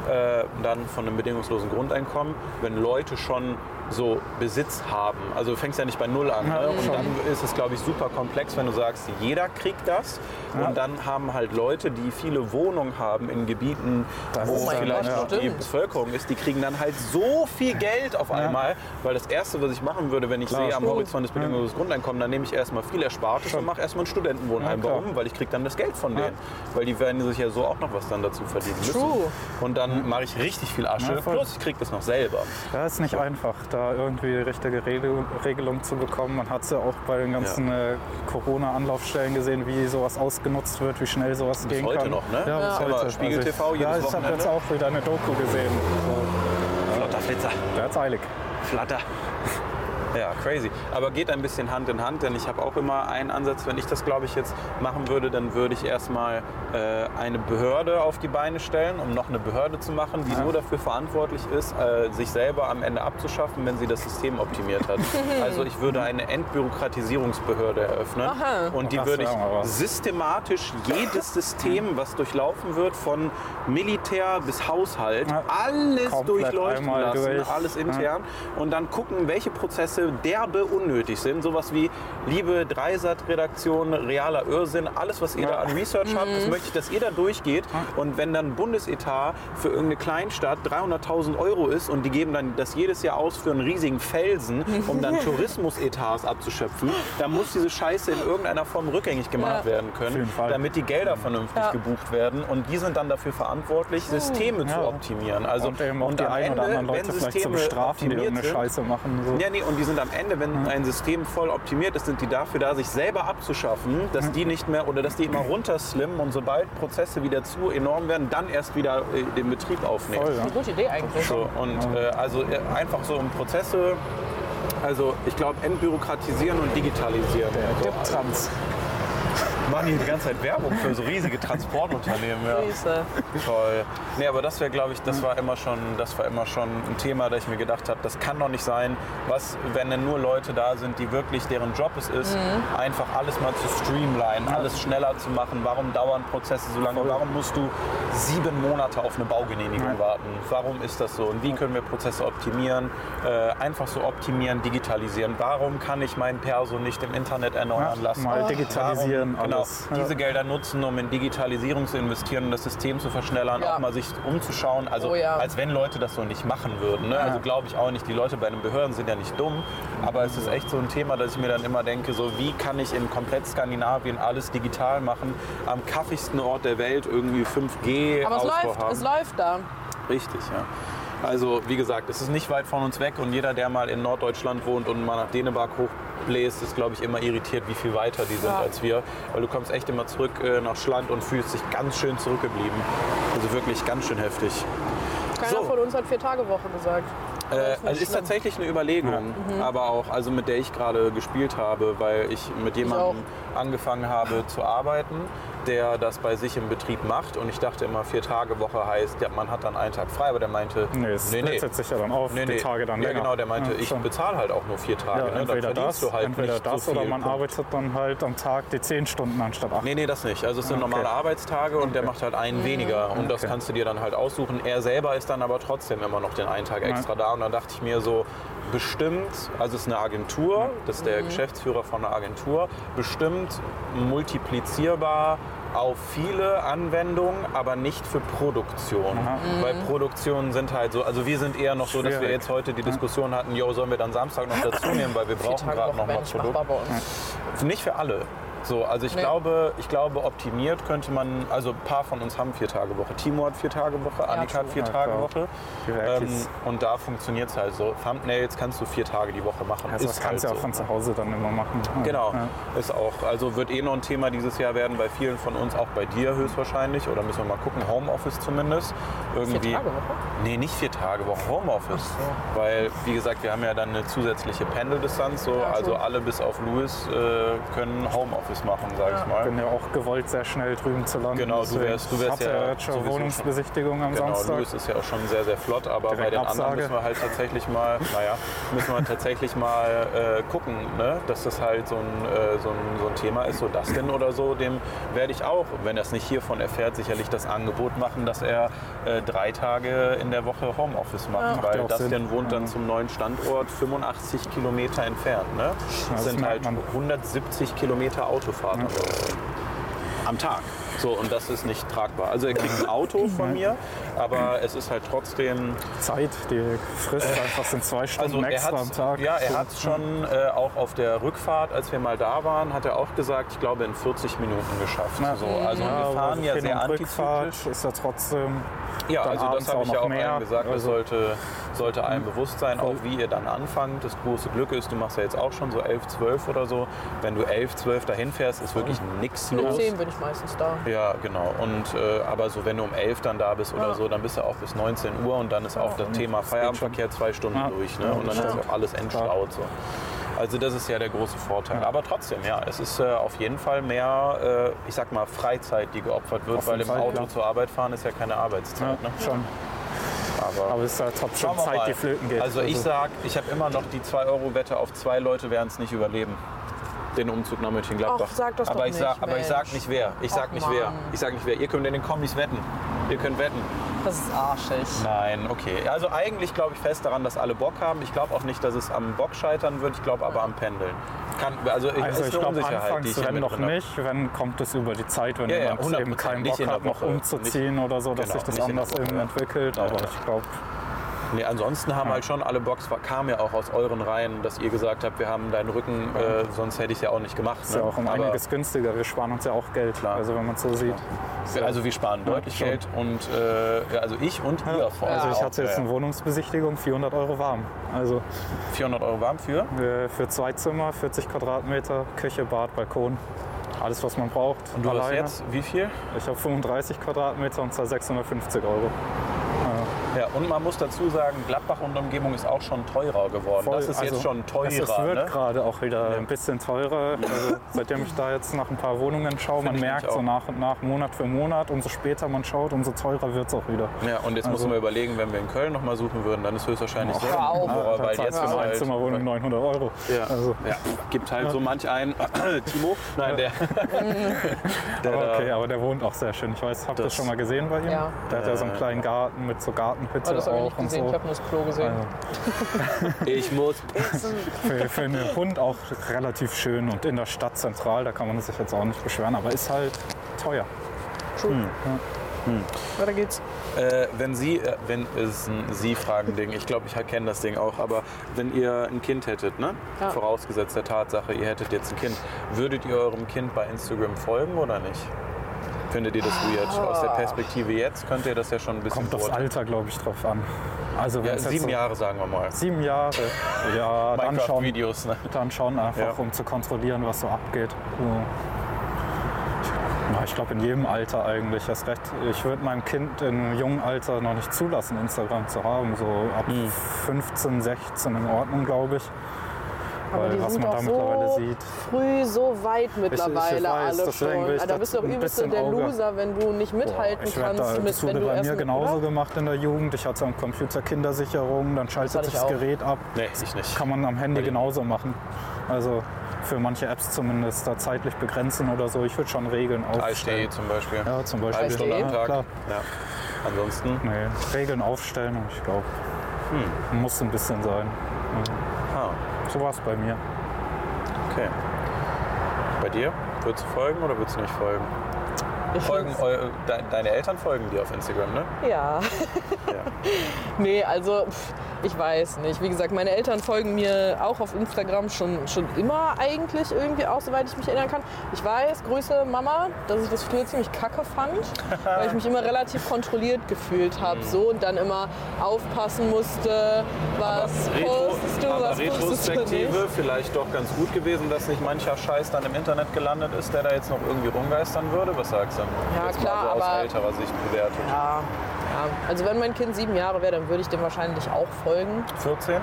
[SPEAKER 1] äh, dann von einem bedingungslosen Grundeinkommen, wenn Leute schon so Besitz haben. Also du fängst ja nicht bei Null an.
[SPEAKER 2] Ja,
[SPEAKER 1] ne? Und
[SPEAKER 2] schon.
[SPEAKER 1] dann ist es, glaube ich, super komplex, wenn du sagst, jeder kriegt das. Und dann haben halt Leute, die viele Wohnungen haben in Gebieten,
[SPEAKER 2] Das ist
[SPEAKER 1] wo
[SPEAKER 2] dann-
[SPEAKER 1] vielleicht
[SPEAKER 2] ja.
[SPEAKER 1] noch die
[SPEAKER 3] Stimmt.
[SPEAKER 1] Bevölkerung ist, die kriegen dann halt so viel Geld auf einmal, weil das Erste, was ich machen würde, wenn ich
[SPEAKER 2] Klar.
[SPEAKER 1] sehe am Horizont des bedingungslosen Grundeinkommens, dann nehme ich erstmal viel Erspartes und mache erstmal ein Studentenwohnheim.
[SPEAKER 2] Ja, klar.
[SPEAKER 1] Warum? Weil ich kriege dann das Geld von denen. Weil die werden sich ja so auch noch was dann dazu verdienen müssen.
[SPEAKER 3] True.
[SPEAKER 1] Und dann mache ich richtig viel Asche,
[SPEAKER 2] Ja, voll.
[SPEAKER 1] plus ich kriege das noch selber.
[SPEAKER 2] Ja, ist nicht einfach, da irgendwie die richtige Regel- Regelung zu bekommen. Man hat es ja auch bei den ganzen äh, Corona-Anlaufstellen gesehen, wie sowas ausgenutzt wird, wie schnell sowas gehen
[SPEAKER 1] heute
[SPEAKER 2] kann.
[SPEAKER 1] noch, ne?
[SPEAKER 2] Ja,
[SPEAKER 1] Ja.
[SPEAKER 2] bis
[SPEAKER 1] Aber
[SPEAKER 2] heute. Also
[SPEAKER 1] Spiegel
[SPEAKER 2] ich-
[SPEAKER 1] TV jedes
[SPEAKER 2] Ja, ich habe
[SPEAKER 1] Wochenende.
[SPEAKER 2] jetzt auch wieder eine Doku gesehen.
[SPEAKER 1] Flotter Flitzer.
[SPEAKER 2] So, der hat's eilig.
[SPEAKER 1] Flatter. Ja, crazy. Aber geht ein bisschen Hand in Hand, denn ich habe auch immer einen Ansatz, wenn ich das, glaube ich, jetzt machen würde, dann würde ich erstmal äh, eine Behörde auf die Beine stellen, um noch eine Behörde zu machen, die nur dafür verantwortlich ist, äh, sich selber am Ende abzuschaffen, wenn sie das System optimiert hat. also ich würde eine Entbürokratisierungsbehörde eröffnen
[SPEAKER 3] Aha.
[SPEAKER 1] und die
[SPEAKER 2] Das
[SPEAKER 1] würde ich
[SPEAKER 2] wäre aber-
[SPEAKER 1] systematisch jedes System, was durchlaufen wird, von Militär bis Haushalt,
[SPEAKER 2] Ja.
[SPEAKER 1] alles
[SPEAKER 2] Komplett
[SPEAKER 1] durchleuchten
[SPEAKER 2] einmal
[SPEAKER 1] lassen,
[SPEAKER 2] durch.
[SPEAKER 1] alles intern und dann gucken, welche Prozesse derbe unnötig sind. Sowas wie, liebe Dreisat-Redaktion, realer Irrsinn, alles, was ihr da an Research habt,
[SPEAKER 3] Mhm.
[SPEAKER 1] das möchte ich, dass ihr da durchgeht. Und wenn dann Bundesetat für irgendeine Kleinstadt 300.000 Euro ist und die geben dann das jedes Jahr aus für einen riesigen Felsen, um dann Tourismusetats abzuschöpfen, dann muss diese Scheiße in irgendeiner Form rückgängig gemacht
[SPEAKER 3] Ja.
[SPEAKER 1] werden
[SPEAKER 2] Auf jeden
[SPEAKER 1] können,
[SPEAKER 2] Fall.
[SPEAKER 1] damit die Gelder vernünftig
[SPEAKER 3] Ja.
[SPEAKER 1] gebucht werden. Und die sind dann dafür verantwortlich, Systeme zu
[SPEAKER 2] Ja.
[SPEAKER 1] optimieren. Also,
[SPEAKER 2] und eben auch die
[SPEAKER 1] am
[SPEAKER 2] ein
[SPEAKER 1] Ende,
[SPEAKER 2] oder anderen Leute
[SPEAKER 1] wenn
[SPEAKER 2] vielleicht zu
[SPEAKER 1] Systeme
[SPEAKER 2] bestrafen, die
[SPEAKER 1] optimiert
[SPEAKER 2] irgendeine
[SPEAKER 1] sind-
[SPEAKER 2] Scheiße machen. So.
[SPEAKER 1] Ja, nee, und die sind am Ende, wenn ein System voll optimiert ist, sind die dafür da, sich selber abzuschaffen, dass die nicht mehr oder dass die immer runterslimmen und sobald Prozesse wieder zu enorm werden, dann erst wieder äh, den Betrieb aufnehmen.
[SPEAKER 2] Voll, ja.
[SPEAKER 3] Eine gute Idee eigentlich.
[SPEAKER 1] So, und äh, also äh, einfach so um Prozesse, also ich glaube, entbürokratisieren und digitalisieren.
[SPEAKER 2] Der
[SPEAKER 1] Also,
[SPEAKER 2] Trans.
[SPEAKER 1] machen die die ganze Zeit Werbung für so riesige Transportunternehmen. Ja.
[SPEAKER 3] Süße.
[SPEAKER 1] Toll. Nee, aber das wäre, glaube ich, das war immer schon, das war immer schon ein Thema, da ich mir gedacht habe, das kann doch nicht sein. Was, wenn denn nur Leute da sind, die wirklich deren Job es ist,
[SPEAKER 2] Mhm.
[SPEAKER 1] einfach alles mal zu streamline, alles schneller zu machen. Warum dauern Prozesse so lange? Warum musst du sieben Monate auf eine Baugenehmigung warten? Warum ist das so? Und wie können wir Prozesse optimieren? Äh, einfach so optimieren, digitalisieren. Warum kann ich mein Perso nicht im Internet erneuern
[SPEAKER 2] Ja,
[SPEAKER 1] lassen?
[SPEAKER 2] mal digitalisieren
[SPEAKER 1] Warum, genau,
[SPEAKER 2] alles. Ja.
[SPEAKER 1] diese Gelder nutzen, um in Digitalisierung zu investieren und das System zu verschnellern,
[SPEAKER 3] Ja.
[SPEAKER 1] auch mal sich umzuschauen. Also
[SPEAKER 3] Oh ja.
[SPEAKER 1] als wenn Leute das so nicht machen würden. Ne? Also glaube ich auch nicht. Die Leute bei den Behörden sind ja nicht dumm, aber es ist echt so ein Thema, dass ich mir dann immer denke, so wie kann ich in komplett Skandinavien alles digital machen, am kaffigsten Ort der Welt irgendwie 5G
[SPEAKER 3] Aber es
[SPEAKER 1] Ausbau
[SPEAKER 3] läuft,
[SPEAKER 1] haben.
[SPEAKER 3] es läuft da.
[SPEAKER 1] Richtig, ja. Also wie gesagt, es ist nicht weit von uns weg und jeder, der mal in Norddeutschland wohnt und mal nach Dänemark hochbläst, ist, glaube ich, immer irritiert, wie viel weiter die sind
[SPEAKER 3] Ja.
[SPEAKER 1] als wir. Weil du kommst echt immer zurück äh, nach Schland und fühlst dich ganz schön zurückgeblieben. Also wirklich ganz schön heftig.
[SPEAKER 3] Keiner
[SPEAKER 1] So.
[SPEAKER 3] von uns hat Vier-Tage-Woche gesagt.
[SPEAKER 1] Äh,
[SPEAKER 3] nicht
[SPEAKER 1] also ist
[SPEAKER 3] schlimm.
[SPEAKER 1] tatsächlich eine Überlegung, aber auch, also mit der ich gerade gespielt habe, weil ich mit jemandem angefangen habe zu arbeiten, der das bei sich im Betrieb macht und ich dachte immer, vier Tage Woche heißt, ja, man hat dann einen Tag frei, aber der meinte,
[SPEAKER 2] Nee, es
[SPEAKER 1] nee, nee.
[SPEAKER 2] splittet sich ja dann auf,
[SPEAKER 1] Nee,
[SPEAKER 2] die
[SPEAKER 1] nee.
[SPEAKER 2] Tage dann
[SPEAKER 1] ja,
[SPEAKER 2] länger.
[SPEAKER 1] genau, der meinte,
[SPEAKER 2] Ja,
[SPEAKER 1] ich
[SPEAKER 2] schon.
[SPEAKER 1] bezahle halt auch nur vier Tage.
[SPEAKER 2] ja,
[SPEAKER 1] ne? Dann
[SPEAKER 2] entweder
[SPEAKER 1] verdienst
[SPEAKER 2] das,
[SPEAKER 1] du halt
[SPEAKER 2] entweder
[SPEAKER 1] nicht
[SPEAKER 2] das
[SPEAKER 1] so viel.
[SPEAKER 2] oder man
[SPEAKER 1] Punkt.
[SPEAKER 2] arbeitet dann halt am Tag die 10 Stunden anstatt 8.
[SPEAKER 1] Nee, nee, das nicht. Also es sind
[SPEAKER 2] Ah, Okay.
[SPEAKER 1] normale Arbeitstage und der macht halt einen weniger. Und das
[SPEAKER 2] Okay.
[SPEAKER 1] kannst du dir dann halt aussuchen. Er selber ist dann aber trotzdem immer noch den einen Tag extra da. Und dann dachte ich mir so, bestimmt, also es ist eine Agentur, das ist der Geschäftsführer von einer Agentur, bestimmt multiplizierbar auf viele Anwendungen, aber nicht für Produktion. Weil Produktionen sind halt so, also wir sind eher noch so, dass wir
[SPEAKER 2] Schwierig.
[SPEAKER 1] jetzt heute die Diskussion hatten, yo, sollen wir dann Samstag noch dazu nehmen, weil wir brauchen gerade noch
[SPEAKER 3] Vier-Tage-Woche wäre
[SPEAKER 1] mal
[SPEAKER 3] nicht
[SPEAKER 1] Produkt.
[SPEAKER 3] machbar bei uns.
[SPEAKER 1] Nicht für alle. So, also ich,
[SPEAKER 3] Nee.
[SPEAKER 1] glaube, ich glaube, optimiert könnte man, also ein paar von uns haben vier Tage Woche. Timo hat vier Tage Woche, Annika hat
[SPEAKER 3] true.
[SPEAKER 1] vier
[SPEAKER 2] Ja,
[SPEAKER 1] Tage
[SPEAKER 2] klar.
[SPEAKER 1] Woche.
[SPEAKER 2] Die
[SPEAKER 1] Ähm,
[SPEAKER 2] Werkis.
[SPEAKER 1] und da funktioniert es halt so. Thumbnails kannst du vier Tage die Woche machen.
[SPEAKER 2] also das
[SPEAKER 1] Ist
[SPEAKER 2] kannst du
[SPEAKER 1] halt
[SPEAKER 2] ja auch
[SPEAKER 1] so.
[SPEAKER 2] von zu Hause dann immer machen. Ja.
[SPEAKER 1] Genau,
[SPEAKER 2] Ja.
[SPEAKER 1] ist auch. Also wird eh noch ein Thema dieses Jahr werden bei vielen von uns, auch bei dir höchstwahrscheinlich. Oder müssen wir mal gucken, Homeoffice zumindest. Irgendwie.
[SPEAKER 3] Vier-Tage-Woche?
[SPEAKER 1] Nee, nicht vier Tage Woche, Homeoffice. Weil, wie gesagt, wir haben ja dann eine zusätzliche Pendeldistanz. So,
[SPEAKER 3] Ja,
[SPEAKER 1] also
[SPEAKER 3] true.
[SPEAKER 1] alle bis auf Louis äh, können Homeoffice machen, sage ich mal.
[SPEAKER 2] bin ja genau. auch gewollt, sehr schnell drüben zu landen.
[SPEAKER 1] Genau, du wärst- du
[SPEAKER 2] deswegen
[SPEAKER 1] wärst
[SPEAKER 2] hatte
[SPEAKER 1] ja
[SPEAKER 2] jetzt schon
[SPEAKER 1] sowieso
[SPEAKER 2] Wohnungsbesichtigung am
[SPEAKER 1] Genau,
[SPEAKER 2] Samstag.
[SPEAKER 1] Louis ist ja auch schon sehr, sehr flott, aber
[SPEAKER 2] Direkt
[SPEAKER 1] bei den
[SPEAKER 2] Absage.
[SPEAKER 1] anderen müssen wir halt tatsächlich mal, naja, müssen wir tatsächlich mal äh, gucken, ne? dass das halt so ein, äh, so, ein, so ein Thema ist, so das denn oder so, dem werde ich auch, wenn er es nicht hiervon erfährt, sicherlich das Angebot machen, dass er äh, drei Tage in der Woche Homeoffice macht,
[SPEAKER 2] ja
[SPEAKER 1] weil
[SPEAKER 2] auch
[SPEAKER 1] das
[SPEAKER 2] Sinn.
[SPEAKER 1] denn wohnt dann zum neuen Standort 85 Kilometer entfernt. Ne? Das
[SPEAKER 2] das
[SPEAKER 1] sind halt
[SPEAKER 2] merkt Also man.
[SPEAKER 1] 170 Kilometer Autofahrt. Am Tag. So, und das ist nicht tragbar. Also er kriegt ein Auto von mir, aber es ist halt trotzdem.
[SPEAKER 2] Zeit, die frisst einfach sind zwei Stunden
[SPEAKER 1] Äh, Also er hat
[SPEAKER 2] extra am Tag.
[SPEAKER 1] ja, er hat's schon äh, auch auf der Rückfahrt, als wir mal da waren, hat er auch gesagt, ich glaube in 40 Minuten geschafft.
[SPEAKER 2] Na,
[SPEAKER 1] so, also
[SPEAKER 2] Ja,
[SPEAKER 1] wir
[SPEAKER 2] aber
[SPEAKER 1] fahren ja
[SPEAKER 2] Hin-
[SPEAKER 1] sehr
[SPEAKER 2] und Rückfahrt
[SPEAKER 1] antizyklisch.
[SPEAKER 2] ist ja trotzdem
[SPEAKER 1] Ja,
[SPEAKER 2] dann
[SPEAKER 1] also
[SPEAKER 2] abends
[SPEAKER 1] das habe
[SPEAKER 2] auch
[SPEAKER 1] ich ja
[SPEAKER 2] noch
[SPEAKER 1] auch
[SPEAKER 2] mehr.
[SPEAKER 1] allen gesagt. Das
[SPEAKER 2] Also- hm.
[SPEAKER 1] sollte, sollte einem bewusst sein, auch wie ihr dann anfangt. Das große Glück ist, du machst ja jetzt auch schon so 11, 12 oder so. Wenn du 11, 12 dahin fährst, ist wirklich nichts
[SPEAKER 3] Mit
[SPEAKER 1] los.
[SPEAKER 3] zehn bin ich meistens da.
[SPEAKER 1] Ja, genau. Und äh, aber so, wenn du um 11 dann da bist oder
[SPEAKER 3] Ja.
[SPEAKER 1] so, dann bist du auch bis 19 Uhr und dann ist auch das Thema Feierabendverkehr zwei Stunden
[SPEAKER 2] Ja.
[SPEAKER 1] durch. Ne?
[SPEAKER 2] Ja,
[SPEAKER 1] Und dann
[SPEAKER 2] das
[SPEAKER 1] ist auch alles entstaut. So. Also das ist ja der große Vorteil. Aber trotzdem, ja, es ist äh, auf jeden Fall mehr, äh, ich sag mal, Freizeit, die geopfert wird,
[SPEAKER 2] Auf
[SPEAKER 1] weil im
[SPEAKER 2] jeden Fall,
[SPEAKER 1] Auto
[SPEAKER 2] klar.
[SPEAKER 1] zur Arbeit fahren ist ja keine
[SPEAKER 2] ja,
[SPEAKER 1] Arbeitszeit. Ne?
[SPEAKER 2] schon.
[SPEAKER 1] Aber,
[SPEAKER 2] Aber es ist ja trotzdem
[SPEAKER 1] schauen wir
[SPEAKER 2] Zeit,
[SPEAKER 1] mal.
[SPEAKER 2] die flöten geht.
[SPEAKER 1] Also ich sag, ich habe immer noch die 2-Euro-Wette auf zwei Leute werden es nicht überleben. Den Umzug nach Mönchengladbach.
[SPEAKER 3] Ach, sag das doch
[SPEAKER 1] aber ich
[SPEAKER 3] nicht,
[SPEAKER 1] sag, Aber ich sag
[SPEAKER 3] Mensch.
[SPEAKER 1] nicht wer. Ich sag
[SPEAKER 3] Ach,
[SPEAKER 1] nicht wer.
[SPEAKER 3] Mann.
[SPEAKER 1] Ich sag nicht wer. Ihr könnt in den Kommis wetten. Ihr könnt wetten.
[SPEAKER 3] Das ist arschig.
[SPEAKER 1] Nein, okay. Also eigentlich glaube ich fest daran, dass alle Bock haben. Ich glaube auch nicht, dass es am Bock scheitern wird. Ich glaube aber am Pendeln. Kann, also,
[SPEAKER 2] also
[SPEAKER 1] ist
[SPEAKER 2] ich
[SPEAKER 1] eine
[SPEAKER 2] glaube
[SPEAKER 1] Unsicherheit, die
[SPEAKER 2] anfangs,
[SPEAKER 1] ich hier
[SPEAKER 2] wenn
[SPEAKER 1] mit
[SPEAKER 2] noch
[SPEAKER 1] drin hab.
[SPEAKER 2] nicht, wenn kommt es über die Zeit, wenn
[SPEAKER 1] Ja, ja,
[SPEAKER 2] jemand
[SPEAKER 1] 100%,
[SPEAKER 2] eben keinen
[SPEAKER 1] nicht
[SPEAKER 2] Bock
[SPEAKER 1] in der
[SPEAKER 2] hat, noch
[SPEAKER 1] Woche.
[SPEAKER 2] umzuziehen oder so, dass
[SPEAKER 1] genau,
[SPEAKER 2] sich das
[SPEAKER 1] nicht in der
[SPEAKER 2] anders
[SPEAKER 1] Woche,
[SPEAKER 2] eben
[SPEAKER 1] ja.
[SPEAKER 2] entwickelt.
[SPEAKER 1] Ja,
[SPEAKER 2] aber
[SPEAKER 1] ja.
[SPEAKER 2] ich glaube,
[SPEAKER 1] Nee, ansonsten haben halt schon alle Box, kam ja auch aus euren Reihen, dass ihr gesagt habt, wir haben deinen Rücken, äh, sonst hätte ich es ja auch nicht gemacht. ne?
[SPEAKER 2] es ist ja auch um
[SPEAKER 1] Aber-
[SPEAKER 2] einiges günstiger. Wir sparen uns ja auch Geld, also wenn man es so sieht.
[SPEAKER 1] Wir- Also wir sparen deutlich
[SPEAKER 2] schon.
[SPEAKER 1] Geld und äh, ja, also ich und ihr vor allem
[SPEAKER 2] Also ich
[SPEAKER 1] auch.
[SPEAKER 2] hatte jetzt
[SPEAKER 1] Ja,
[SPEAKER 2] eine
[SPEAKER 1] ja.
[SPEAKER 2] Wohnungsbesichtigung, 400 Euro warm. Also
[SPEAKER 1] 400 Euro warm für.
[SPEAKER 2] äh, für zwei Zimmer, 40 Quadratmeter, Küche, Bad, Balkon. Alles, was man braucht. Und
[SPEAKER 1] Du hast jetzt wie viel?
[SPEAKER 2] Ich habe 35 Quadratmeter und zahle 650 Euro.
[SPEAKER 1] Ja, und man muss dazu sagen, Gladbach und Umgebung ist auch schon teurer geworden.
[SPEAKER 2] Voll,
[SPEAKER 1] das ist
[SPEAKER 2] also,
[SPEAKER 1] jetzt schon teurer.
[SPEAKER 2] Es, es wird
[SPEAKER 1] ne?
[SPEAKER 2] gerade auch wieder ein bisschen teurer. Also, seitdem ich da jetzt nach ein paar Wohnungen schaue, man
[SPEAKER 1] ich nämlich
[SPEAKER 2] merkt so
[SPEAKER 1] auch.
[SPEAKER 2] nach und nach, Monat für Monat, umso später man schaut, umso teurer wird es auch wieder.
[SPEAKER 1] Ja, und jetzt müssen wir überlegen, wenn wir in Köln nochmal suchen würden, dann ist höchstwahrscheinlich so.
[SPEAKER 3] hör auf.
[SPEAKER 1] Boah, weil
[SPEAKER 2] Dann
[SPEAKER 1] jetzt
[SPEAKER 2] zahlst du
[SPEAKER 1] ist
[SPEAKER 2] für eine
[SPEAKER 1] halt,
[SPEAKER 2] Zimmerwohnung 900 Euro.
[SPEAKER 1] Ja.
[SPEAKER 2] Also,
[SPEAKER 1] ja, gibt halt so manch einen. Timo? Nein, der. der
[SPEAKER 2] aber
[SPEAKER 1] da-
[SPEAKER 2] okay, aber der wohnt auch sehr schön. Ich weiß, habt ihr
[SPEAKER 1] Das-
[SPEAKER 2] das
[SPEAKER 1] Äh.
[SPEAKER 2] schon mal gesehen bei ihm?
[SPEAKER 3] Ja.
[SPEAKER 2] Der hat ja so einen kleinen Garten mit so
[SPEAKER 3] Oh,
[SPEAKER 2] Gartenhütte
[SPEAKER 3] das habe ich
[SPEAKER 2] auch
[SPEAKER 3] nicht
[SPEAKER 2] und
[SPEAKER 3] gesehen.
[SPEAKER 2] so.
[SPEAKER 3] Ich habe nur das Klo gesehen.
[SPEAKER 2] Also,
[SPEAKER 1] Ich muss
[SPEAKER 2] für, für einen Hund auch relativ schön und in der Stadt zentral, da kann man sich jetzt auch nicht beschweren, aber ist halt teuer. Hm.
[SPEAKER 3] Hm. Weiter geht's.
[SPEAKER 1] Äh, wenn Sie, äh, wenn es ein Sie-Fragen-Ding, ich glaube, ich kenne das Ding auch, aber wenn ihr ein Kind hättet, ne?
[SPEAKER 3] Ja.
[SPEAKER 1] vorausgesetzt der Tatsache, ihr hättet jetzt ein Kind, würdet ihr eurem Kind bei Instagram folgen oder nicht? Findet ihr das weird? Aus der Perspektive jetzt könnt ihr das ja schon ein bisschen
[SPEAKER 2] Kommt aufs
[SPEAKER 1] beurteilen.
[SPEAKER 2] Alter, glaube ich, drauf an. Also
[SPEAKER 1] Ja,
[SPEAKER 2] wenn's jetzt
[SPEAKER 1] sieben
[SPEAKER 2] so-
[SPEAKER 1] Jahre, sagen wir mal.
[SPEAKER 2] Sieben Jahre. Ja, dann schon.
[SPEAKER 1] Minecraft-Videos, ne?
[SPEAKER 2] Dann schon einfach,
[SPEAKER 1] Ja.
[SPEAKER 2] um zu kontrollieren, was so abgeht. So. Na, ich glaube, in jedem Alter eigentlich erst recht. Ich würde meinem Kind in jungen Alter noch nicht zulassen, Instagram zu haben. So ab
[SPEAKER 1] Hm.
[SPEAKER 2] 15, 16 in Ordnung, glaube ich.
[SPEAKER 3] Aber die
[SPEAKER 2] Weil was
[SPEAKER 3] sind
[SPEAKER 2] man da
[SPEAKER 3] doch
[SPEAKER 2] mittlerweile
[SPEAKER 3] so
[SPEAKER 2] sieht.
[SPEAKER 3] früh, so weit mittlerweile
[SPEAKER 2] weiß,
[SPEAKER 3] alle
[SPEAKER 2] deswegen
[SPEAKER 3] schon.
[SPEAKER 2] will ich
[SPEAKER 3] Ah, da
[SPEAKER 2] da
[SPEAKER 3] bist du doch
[SPEAKER 2] ein
[SPEAKER 3] übelst
[SPEAKER 2] bisschen
[SPEAKER 3] der
[SPEAKER 2] Auge.
[SPEAKER 3] Loser, wenn du nicht mithalten
[SPEAKER 2] ich werd
[SPEAKER 3] kannst.
[SPEAKER 2] da, das
[SPEAKER 3] mit,
[SPEAKER 2] wurde
[SPEAKER 3] wenn du
[SPEAKER 2] bei
[SPEAKER 3] erst
[SPEAKER 2] mir
[SPEAKER 3] mit-
[SPEAKER 2] genauso
[SPEAKER 3] oder?
[SPEAKER 2] gemacht in der Jugend. Ich hatte am Computer Kindersicherung, dann schaltet
[SPEAKER 3] hatte
[SPEAKER 2] sich
[SPEAKER 3] ich
[SPEAKER 2] das
[SPEAKER 3] auch.
[SPEAKER 2] Gerät ab.
[SPEAKER 1] Nee, ich nicht.
[SPEAKER 2] Kann man am Handy genauso machen. Also für manche Apps zumindest da zeitlich begrenzen oder so. Ich würde schon Regeln
[SPEAKER 1] ASD
[SPEAKER 2] aufstellen.
[SPEAKER 1] zum Beispiel.
[SPEAKER 2] Ja, zum Beispiel.
[SPEAKER 1] Halbe Stunde am
[SPEAKER 2] Ja,
[SPEAKER 1] Tag.
[SPEAKER 2] klar.
[SPEAKER 1] Ja. Ansonsten,
[SPEAKER 2] Nee, Regeln aufstellen, ich glaube. Muss ein bisschen sein.
[SPEAKER 1] ah,
[SPEAKER 2] So war es bei mir.
[SPEAKER 1] okay. Bei dir? Würdest du folgen oder würdest du nicht folgen?
[SPEAKER 3] Ich
[SPEAKER 1] folgen eu, de, deine Eltern folgen dir auf Instagram, ne?
[SPEAKER 3] Ja.
[SPEAKER 1] Ja.
[SPEAKER 3] Nee, also pff, ich weiß nicht. Wie gesagt, meine Eltern folgen mir auch auf Instagram schon, schon immer eigentlich irgendwie auch, soweit ich mich erinnern kann. Ich weiß, Grüße Mama, dass ich das früher ziemlich kacke fand, weil ich mich immer relativ kontrolliert gefühlt
[SPEAKER 1] Mhm.
[SPEAKER 3] habe. So und dann immer aufpassen musste, was postest du,
[SPEAKER 1] aber
[SPEAKER 3] was postest du nicht.
[SPEAKER 1] Retrospektive vielleicht doch ganz gut gewesen, dass nicht mancher Scheiß dann im Internet gelandet ist, der da jetzt noch irgendwie rumgeistern würde. Was sagst du?
[SPEAKER 3] Ja,
[SPEAKER 1] jetzt
[SPEAKER 3] klar,
[SPEAKER 1] mal so aus
[SPEAKER 3] aber-
[SPEAKER 1] älterer Sicht bewertet.
[SPEAKER 3] Ja, ja. Also wenn mein Kind sieben Jahre wäre, dann würde ich dem wahrscheinlich auch folgen.
[SPEAKER 1] 14?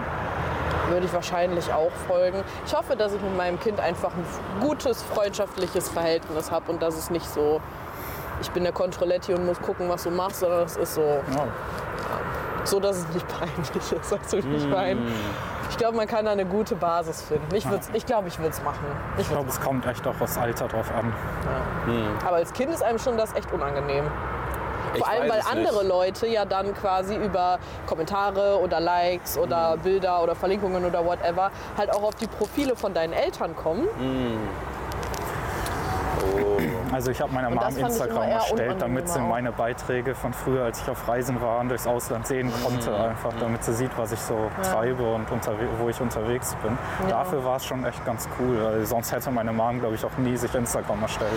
[SPEAKER 3] würde ich wahrscheinlich auch folgen. Ich hoffe, dass ich mit meinem Kind einfach ein gutes freundschaftliches Verhältnis habe und dass es nicht so, ich bin der Kontrolletti und muss gucken, was du machst, sondern es ist so,
[SPEAKER 2] Ja.
[SPEAKER 3] so dass es nicht peinlich ist. Weißt du,
[SPEAKER 1] Mm.
[SPEAKER 3] wie ich meine? Ich glaube, man kann da eine gute Basis finden. Ich glaube, ich, glaub, ich würde es machen. Ich
[SPEAKER 2] Ich glaube, es kommt echt auch aufs Alter drauf an.
[SPEAKER 3] Aber als Kind ist einem schon das echt unangenehm.
[SPEAKER 1] Ich
[SPEAKER 3] Vor allem,
[SPEAKER 1] weiß
[SPEAKER 3] weil
[SPEAKER 1] es
[SPEAKER 3] andere
[SPEAKER 1] nicht.
[SPEAKER 3] Leute ja dann quasi über Kommentare oder Likes
[SPEAKER 1] Mm.
[SPEAKER 3] oder Bilder oder Verlinkungen oder whatever halt auch auf die Profile von deinen Eltern kommen.
[SPEAKER 2] Also ich habe meiner
[SPEAKER 3] das
[SPEAKER 2] Mom
[SPEAKER 3] fand ich
[SPEAKER 2] Instagram
[SPEAKER 3] immer eher
[SPEAKER 2] erstellt, damit sie
[SPEAKER 3] unangenehm auch.
[SPEAKER 2] meine Beiträge von früher, als ich auf Reisen war und durchs Ausland sehen
[SPEAKER 3] Mhm.
[SPEAKER 2] konnte, einfach damit sie sieht, was ich so treibe und unterwe- wo ich unterwegs bin. Dafür war es schon echt ganz cool. weil sonst hätte meine Mom, glaube ich, auch nie sich Instagram erstellt.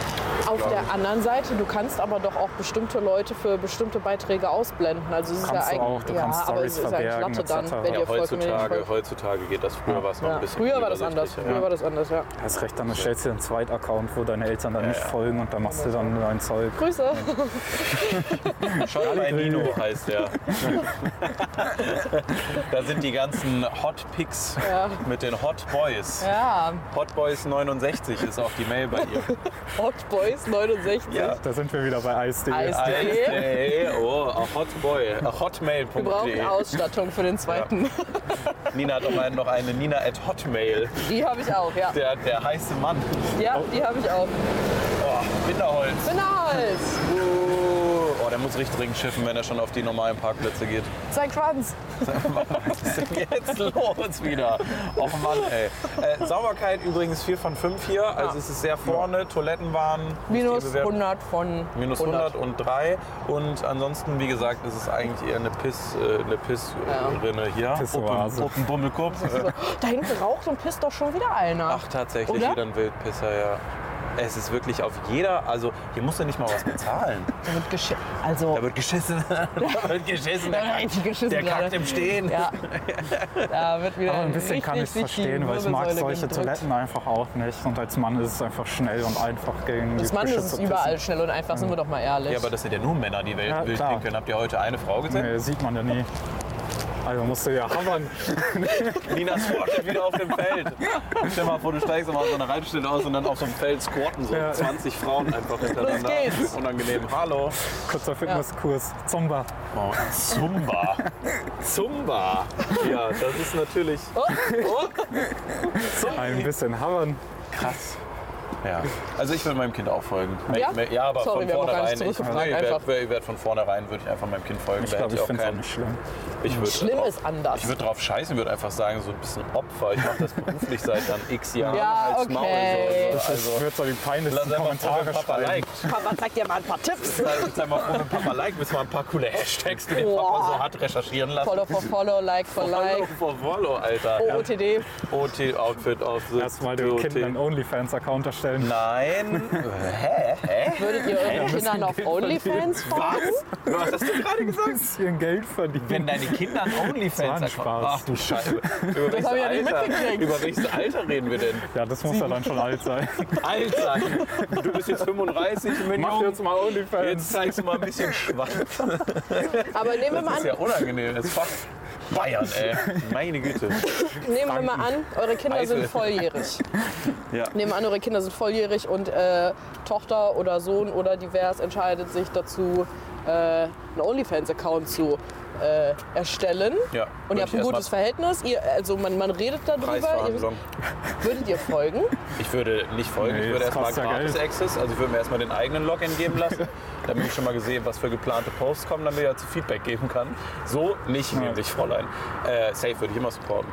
[SPEAKER 3] Auf der anderen Seite, du kannst aber doch auch bestimmte Leute für bestimmte Beiträge ausblenden. Also es ist
[SPEAKER 2] Kannst
[SPEAKER 3] ja
[SPEAKER 2] du
[SPEAKER 3] eigentlich,
[SPEAKER 2] auch, du
[SPEAKER 3] ja,
[SPEAKER 2] kannst
[SPEAKER 3] aber
[SPEAKER 2] Stories
[SPEAKER 3] es ist ja eigentlich
[SPEAKER 2] verbergen,
[SPEAKER 3] Latte dann,
[SPEAKER 2] etc.
[SPEAKER 3] wenn
[SPEAKER 2] Ja,
[SPEAKER 3] ihr
[SPEAKER 1] Ja,
[SPEAKER 3] folgt und wenn ihr nicht
[SPEAKER 1] heutzutage,
[SPEAKER 3] folgt.
[SPEAKER 1] heutzutage geht das. Früher war es noch
[SPEAKER 3] Ja.
[SPEAKER 1] ein bisschen
[SPEAKER 3] Früher war das anders.
[SPEAKER 1] unübersichtlicher.
[SPEAKER 3] Früher war das anders, ja.
[SPEAKER 2] Erst recht, dann stellst du dir einen Zweitaccount, wo deine Eltern dann nicht folgen und da machst du dann dein Zeug.
[SPEAKER 3] Grüße.
[SPEAKER 1] Schon bei Nino heißt der. da sind die ganzen Hot Pics mit den Hot Boys.
[SPEAKER 3] Ja,
[SPEAKER 1] Hot Boys 69 ist auch die Mail bei ihr.
[SPEAKER 3] Hot Boys 69.
[SPEAKER 1] Ja.
[SPEAKER 2] Da sind wir wieder bei Eis.de.
[SPEAKER 3] Eis.
[SPEAKER 1] Eis.de, oh, a Hot Boy, a
[SPEAKER 3] Wir brauchen
[SPEAKER 1] Hotmail.de.
[SPEAKER 3] Ausstattung für den zweiten.
[SPEAKER 1] Nina hat auch einen- noch eine Nina at Hotmail.
[SPEAKER 3] Die habe ich auch, ja.
[SPEAKER 1] Der, der heiße Mann.
[SPEAKER 3] Ja, die habe ich auch.
[SPEAKER 1] Oh, Winterholz.
[SPEAKER 3] Benahals!
[SPEAKER 1] Oh, oh, der muss richtig dringend schiffen, wenn er schon auf die normalen Parkplätze geht.
[SPEAKER 3] Sein Schwanz.
[SPEAKER 1] Was ist denn jetzt los wieder? Och Mann, ey. Äh, Sauberkeit übrigens 4 von 5 hier. Also es ist sehr vorne. Toiletten waren
[SPEAKER 3] Minus
[SPEAKER 1] die Bewertung-
[SPEAKER 3] 100 von
[SPEAKER 1] Minus 100 und 3. Und ansonsten, wie gesagt, ist es eigentlich eher eine Piss, äh, eine Pissrinne hier.
[SPEAKER 2] Pissoase.
[SPEAKER 1] Uppen- Uppen- Bummelkupp.
[SPEAKER 3] Da hinten raucht und pisst doch schon wieder einer.
[SPEAKER 1] Ach, tatsächlich,
[SPEAKER 3] Oder?
[SPEAKER 1] jeder ein Wildpisser, ja. Es ist wirklich auf jeder, also hier musst du nicht mal was bezahlen.
[SPEAKER 3] Da wird gesch also,
[SPEAKER 1] Da wird geschissen, da wird geschissen, der
[SPEAKER 3] Da wird richtig
[SPEAKER 1] kackt,
[SPEAKER 3] geschissen
[SPEAKER 1] der kackt
[SPEAKER 3] gerade.
[SPEAKER 1] im Stehen.
[SPEAKER 3] Ja. Da wird wieder
[SPEAKER 2] Aber ein bisschen kann ich
[SPEAKER 3] richtig sich die
[SPEAKER 2] verstehen, weil ich mag
[SPEAKER 3] Wirbelsäule
[SPEAKER 2] solche
[SPEAKER 3] gedrückt.
[SPEAKER 2] Toiletten einfach auch nicht. Und als Mann ist es einfach schnell und einfach gegen
[SPEAKER 3] Als
[SPEAKER 2] die
[SPEAKER 3] Mann
[SPEAKER 2] Küche
[SPEAKER 3] ist es
[SPEAKER 2] zu pissen. Hm.
[SPEAKER 3] überall schnell und einfach, sind wir doch mal ehrlich.
[SPEAKER 1] Ja, aber das sind ja nur Männer, die Welt
[SPEAKER 2] Ja,
[SPEAKER 1] wild
[SPEAKER 2] klar.
[SPEAKER 1] pinkeln. Habt ihr heute eine Frau gesehen?
[SPEAKER 2] Nee, sieht man ja nie. Also musst du ja hammern.
[SPEAKER 1] Nina squattet wieder auf dem Feld. Stell mal vor, du steigst immer aus so einer Reitstelle aus und dann auf so einem Feld squatten so
[SPEAKER 2] Ja.
[SPEAKER 1] 20 Frauen einfach hintereinander.
[SPEAKER 3] Los geht's.
[SPEAKER 1] Unangenehm. Hallo.
[SPEAKER 2] Kurzer Fitnesskurs. Zumba.
[SPEAKER 1] Oh, Zumba. Zumba. Ja, das ist natürlich
[SPEAKER 2] Ein bisschen hammern.
[SPEAKER 1] krass. Ja. Also ich würde meinem Kind auch folgen.
[SPEAKER 3] Ja?
[SPEAKER 1] Ich- ja aber
[SPEAKER 3] Sorry,
[SPEAKER 1] von
[SPEAKER 3] wir haben auch gar
[SPEAKER 1] vornherein.
[SPEAKER 3] nicht
[SPEAKER 1] Ich,
[SPEAKER 3] zurückgefragt,
[SPEAKER 1] nee, ich
[SPEAKER 3] einfach.
[SPEAKER 1] werde werd, werd von vornherein würde ich einfach meinem Kind folgen.
[SPEAKER 2] Ich
[SPEAKER 1] Da hätte
[SPEAKER 2] glaube, ich
[SPEAKER 1] auch
[SPEAKER 2] finde es auch
[SPEAKER 1] keinen-
[SPEAKER 2] nicht schlimm.
[SPEAKER 1] Ich würde
[SPEAKER 3] Schlimm
[SPEAKER 1] drauf-
[SPEAKER 3] ist anders.
[SPEAKER 1] Ich würde drauf scheißen, würde einfach sagen, so ein bisschen Opfer. Ich mache das beruflich seit dann x Jahren.
[SPEAKER 3] Ja,
[SPEAKER 1] Halt's Maul,
[SPEAKER 3] okay.
[SPEAKER 1] So, so. Also,
[SPEAKER 2] ich würde so die peinlichsten Kommentare schreiben.
[SPEAKER 3] Papa zeigt dir mal ein paar Tipps.
[SPEAKER 1] Sei, sei mal froh, wenn Papa liked, bis mal ein paar coole Hashtags, die den
[SPEAKER 3] Boah.
[SPEAKER 1] Papa so hat recherchieren lassen.
[SPEAKER 3] Follow for follow, like for
[SPEAKER 1] Follow
[SPEAKER 3] like. Oh.
[SPEAKER 1] for Follow, Alter.
[SPEAKER 3] OOTD.
[SPEAKER 1] OT-Outfit auf the
[SPEAKER 2] Erstmal dem
[SPEAKER 1] OT.
[SPEAKER 2] Kind einen OnlyFans-Account vorstellen.
[SPEAKER 1] Nein. Hä? Hä?
[SPEAKER 3] Würdet ihr euren Kindern auf OnlyFans fragen?
[SPEAKER 1] Was hast du gerade gesagt?
[SPEAKER 2] Ihren Geld verdienen.
[SPEAKER 1] Wenn deine Kinder einen
[SPEAKER 2] war ein
[SPEAKER 1] Onlyfans
[SPEAKER 2] Spaß.
[SPEAKER 1] Ach du Scheiße. Über welches,
[SPEAKER 3] hab ich ja nicht
[SPEAKER 1] Alter,
[SPEAKER 3] mitgekriegt.
[SPEAKER 1] über welches Alter reden wir denn?
[SPEAKER 2] ja, das muss ja dann schon alt sein.
[SPEAKER 1] Alt sein. Du bist jetzt 35,
[SPEAKER 2] Mach
[SPEAKER 1] Minion.
[SPEAKER 2] jetzt mal
[SPEAKER 1] Jetzt
[SPEAKER 2] OnlyFans.
[SPEAKER 1] zeigst du mal ein bisschen Schwanz.
[SPEAKER 3] Aber nehmen wir mal
[SPEAKER 1] Das ist
[SPEAKER 3] an,
[SPEAKER 1] ja unangenehm. Das fuck. Bayern, ey. Meine Güte.
[SPEAKER 3] Nehmen wir mal an, eure Kinder
[SPEAKER 1] Eifel.
[SPEAKER 3] sind volljährig.
[SPEAKER 1] Ja.
[SPEAKER 3] Nehmen wir an, eure Kinder sind volljährig und äh, Tochter oder Sohn oder divers entscheidet sich dazu, äh, einen OnlyFans-Account zu äh, erstellen.
[SPEAKER 1] Ja, würd
[SPEAKER 3] Und ihr
[SPEAKER 1] ich
[SPEAKER 3] habt ein
[SPEAKER 1] erst
[SPEAKER 3] gutes
[SPEAKER 1] mal-
[SPEAKER 3] Verhältnis. Ihr, also man, man redet darüber. Ihr,
[SPEAKER 1] Preisverhandlung.
[SPEAKER 3] würdet ihr folgen?
[SPEAKER 1] Ich würde nicht folgen,
[SPEAKER 2] Nee,
[SPEAKER 1] ich würde
[SPEAKER 2] das
[SPEAKER 1] erstmal
[SPEAKER 2] kostet ja
[SPEAKER 1] gratis Access, also ich würde mir erstmal den eigenen Login geben lassen, damit ich schon mal gesehen, was für geplante Posts kommen, damit ich dazu Feedback geben kann. So nicht nämlich, Fräulein. Äh, safe würde ich immer supporten.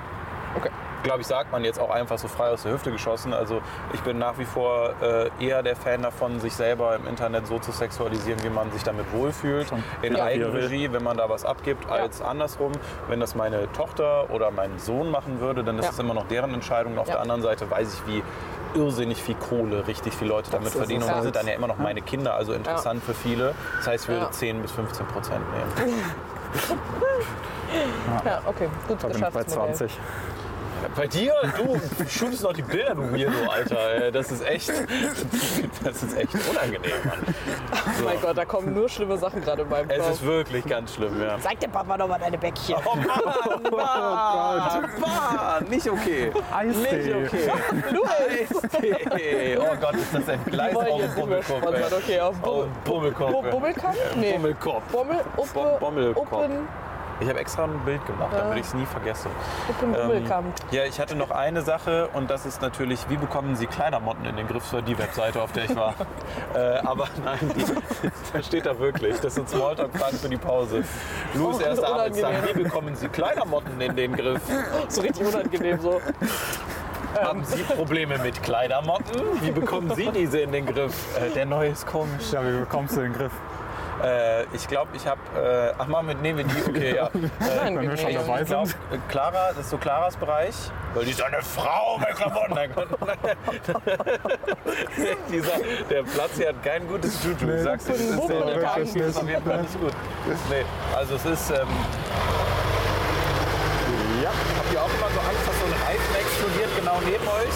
[SPEAKER 3] Okay.
[SPEAKER 1] Glaube ich, sagt man jetzt auch einfach so frei aus der Hüfte geschossen. Also ich bin nach wie vor äh, eher der Fan davon, sich selber im Internet so zu sexualisieren, wie man sich damit wohlfühlt. In
[SPEAKER 2] Ja.
[SPEAKER 1] Eigenregie, wenn man da was abgibt, als andersrum. Wenn das meine Tochter oder mein Sohn machen würde, dann ist
[SPEAKER 3] Ja.
[SPEAKER 1] es immer noch deren Entscheidung. Und Auf
[SPEAKER 3] Ja.
[SPEAKER 1] der anderen Seite weiß ich, wie irrsinnig viel Kohle richtig viele Leute damit
[SPEAKER 2] ist
[SPEAKER 1] verdienen.
[SPEAKER 2] es, halt.
[SPEAKER 1] Und das
[SPEAKER 3] ja.
[SPEAKER 1] sind dann ja immer noch meine Kinder, also interessant für viele. Das heißt, ich würde
[SPEAKER 3] Ja.
[SPEAKER 1] 10 bis 15 Prozent nehmen.
[SPEAKER 3] Ja, okay. Gut
[SPEAKER 2] Da bin ich bei 20.
[SPEAKER 1] Bei dir, du schulst noch die Bilder, du Weirdo, Alter. Ey, Das ist echt, das ist echt unangenehm, Mann.
[SPEAKER 3] Oh mein Gott, da kommen nur schlimme Sachen gerade bei mir.
[SPEAKER 1] Es ist wirklich ganz schlimm, ja.
[SPEAKER 3] Sag dem Papa doch mal deine Bäckchen.
[SPEAKER 1] Oh Mann, Mann, Mann, nicht okay.
[SPEAKER 2] Eistee.
[SPEAKER 1] Nicht okay. Eistee. Oh Gott, ist das ein Gleis
[SPEAKER 3] Wollen
[SPEAKER 1] auf
[SPEAKER 3] jetzt
[SPEAKER 1] dem
[SPEAKER 3] sind wir
[SPEAKER 1] Bummelkopf.
[SPEAKER 3] Sponsor.
[SPEAKER 1] ey. Oh,
[SPEAKER 3] Okay,
[SPEAKER 1] Auf
[SPEAKER 3] auf Bu
[SPEAKER 1] dem Bummelkopf.
[SPEAKER 3] Bu
[SPEAKER 1] ey.
[SPEAKER 3] Bummelkampf? Nee.
[SPEAKER 1] Bummelkopf.
[SPEAKER 3] Bommel,
[SPEAKER 1] Bom-
[SPEAKER 3] Uppe,
[SPEAKER 1] Bommelkopf.
[SPEAKER 3] Uppen,
[SPEAKER 1] Ich habe extra ein Bild gemacht, damit ich es nie vergesse.
[SPEAKER 3] Uppen Bummelkampf.
[SPEAKER 1] Ähm, Ja, ich hatte noch eine Sache und das ist natürlich, wie bekommen Sie Kleidermotten in den Griff? Das war die Webseite, auf der ich war. äh, aber nein, die, da steht da wirklich. Das sind Smalltalk-Fragen für die Pause. Louis'
[SPEAKER 3] Oh,
[SPEAKER 1] erster
[SPEAKER 3] unangenehm.
[SPEAKER 1] Arbeitstag. Wie bekommen Sie Kleidermotten in den Griff?
[SPEAKER 3] So richtig unangenehm so.
[SPEAKER 1] Haben Sie Probleme mit Kleidermotten? Wie bekommen Sie diese in den Griff? Äh, der neue ist komisch.
[SPEAKER 2] Ja, wie bekommst du den Griff?
[SPEAKER 1] Äh, ich glaube, ich habe. Äh, ach, machen wir, nehmen wir die. Okay, ja.
[SPEAKER 2] Wenn wir schon
[SPEAKER 3] Unangenehm.
[SPEAKER 2] dabei
[SPEAKER 1] Ich glaube,
[SPEAKER 2] sind.
[SPEAKER 1] Clara, das ist so Claras Bereich. Weil die ist eine Frau mit Klamotten. Nein, Gott. Dieser, der Platz hier hat kein gutes Juju.
[SPEAKER 2] Nee,
[SPEAKER 1] Sagst du, das
[SPEAKER 3] das
[SPEAKER 1] ist
[SPEAKER 3] ist
[SPEAKER 1] der
[SPEAKER 3] wirklich
[SPEAKER 1] Park
[SPEAKER 2] nicht.
[SPEAKER 1] ist auf jeden Fall nicht gut. Nee, also es ist. Ähm, ja. Habt ihr auch immer so Angst, dass so ein Reifen explodiert genau neben euch?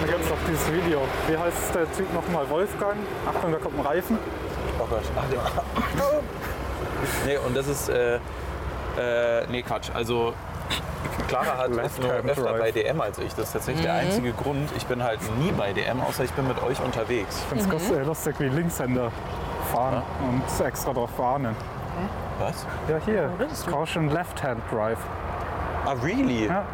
[SPEAKER 2] Da gibt es doch dieses Video. Wie heißt der Typ nochmal? Wolfgang? Achtung, da kommt ein Reifen.
[SPEAKER 1] Oh Gott. nee, und das ist. Äh, äh, nee, Quatsch. Also. Clara hat ist
[SPEAKER 2] Left
[SPEAKER 1] nur
[SPEAKER 2] hand
[SPEAKER 1] öfter
[SPEAKER 2] drive.
[SPEAKER 1] bei DM als ich. Das ist tatsächlich der einzige Grund. Ich bin halt nie bei DM, außer ich bin mit euch unterwegs.
[SPEAKER 2] Ich finde es mhm. lustig, wie Linkshänder fahren und extra drauf warnen.
[SPEAKER 1] Was?
[SPEAKER 2] Ja, hier. Caution Left-Hand Drive.
[SPEAKER 1] Ah, really?
[SPEAKER 2] Ja.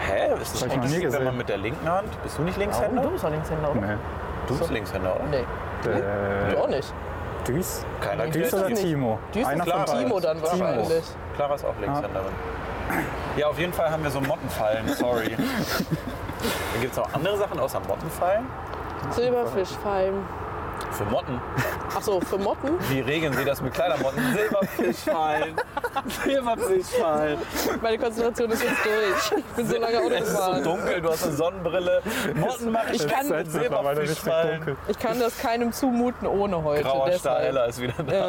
[SPEAKER 1] Hä? Ist das
[SPEAKER 2] Hab ich noch nie
[SPEAKER 1] nicht wenn
[SPEAKER 2] gesehen.
[SPEAKER 1] man mit der linken Hand? Bist du nicht Linkshänder?
[SPEAKER 3] bist doch Linkshänder,
[SPEAKER 2] Nee.
[SPEAKER 1] Du bist Linkshänder, oder?
[SPEAKER 3] Nee,
[SPEAKER 2] Der
[SPEAKER 3] du auch nicht.
[SPEAKER 2] Düs?
[SPEAKER 1] Keiner
[SPEAKER 2] Düs
[SPEAKER 1] kennt
[SPEAKER 2] oder
[SPEAKER 1] dich.
[SPEAKER 2] Timo?
[SPEAKER 3] Düs ist
[SPEAKER 1] von
[SPEAKER 2] beiden.
[SPEAKER 3] Timo dann wahrscheinlich.
[SPEAKER 1] Clara ist auch Linkshänderin. Ja, auf jeden Fall haben wir so Mottenfallen, sorry. Dann gibt es noch andere Sachen außer Mottenfallen?
[SPEAKER 3] Silberfischfallen.
[SPEAKER 1] Für Motten?
[SPEAKER 3] Achso, für Motten?
[SPEAKER 1] Wie regeln Sie das mit Kleidermotten? Silberfischfallen! Silberfischfallen!
[SPEAKER 3] Meine Konzentration ist jetzt durch. Ich bin so lange Auto
[SPEAKER 1] Es ist so
[SPEAKER 3] gefahren.
[SPEAKER 1] dunkel, du hast eine Sonnenbrille. Motten mache ich
[SPEAKER 3] Ich kann-
[SPEAKER 1] fest mit
[SPEAKER 2] Jetzt mittlerweile richtig
[SPEAKER 1] Silberfischfallen.
[SPEAKER 2] dunkel.
[SPEAKER 3] Ich kann das keinem zumuten ohne heute.
[SPEAKER 1] Grauer
[SPEAKER 3] deshalb.
[SPEAKER 1] Star Ella ist wieder da.
[SPEAKER 3] Ja.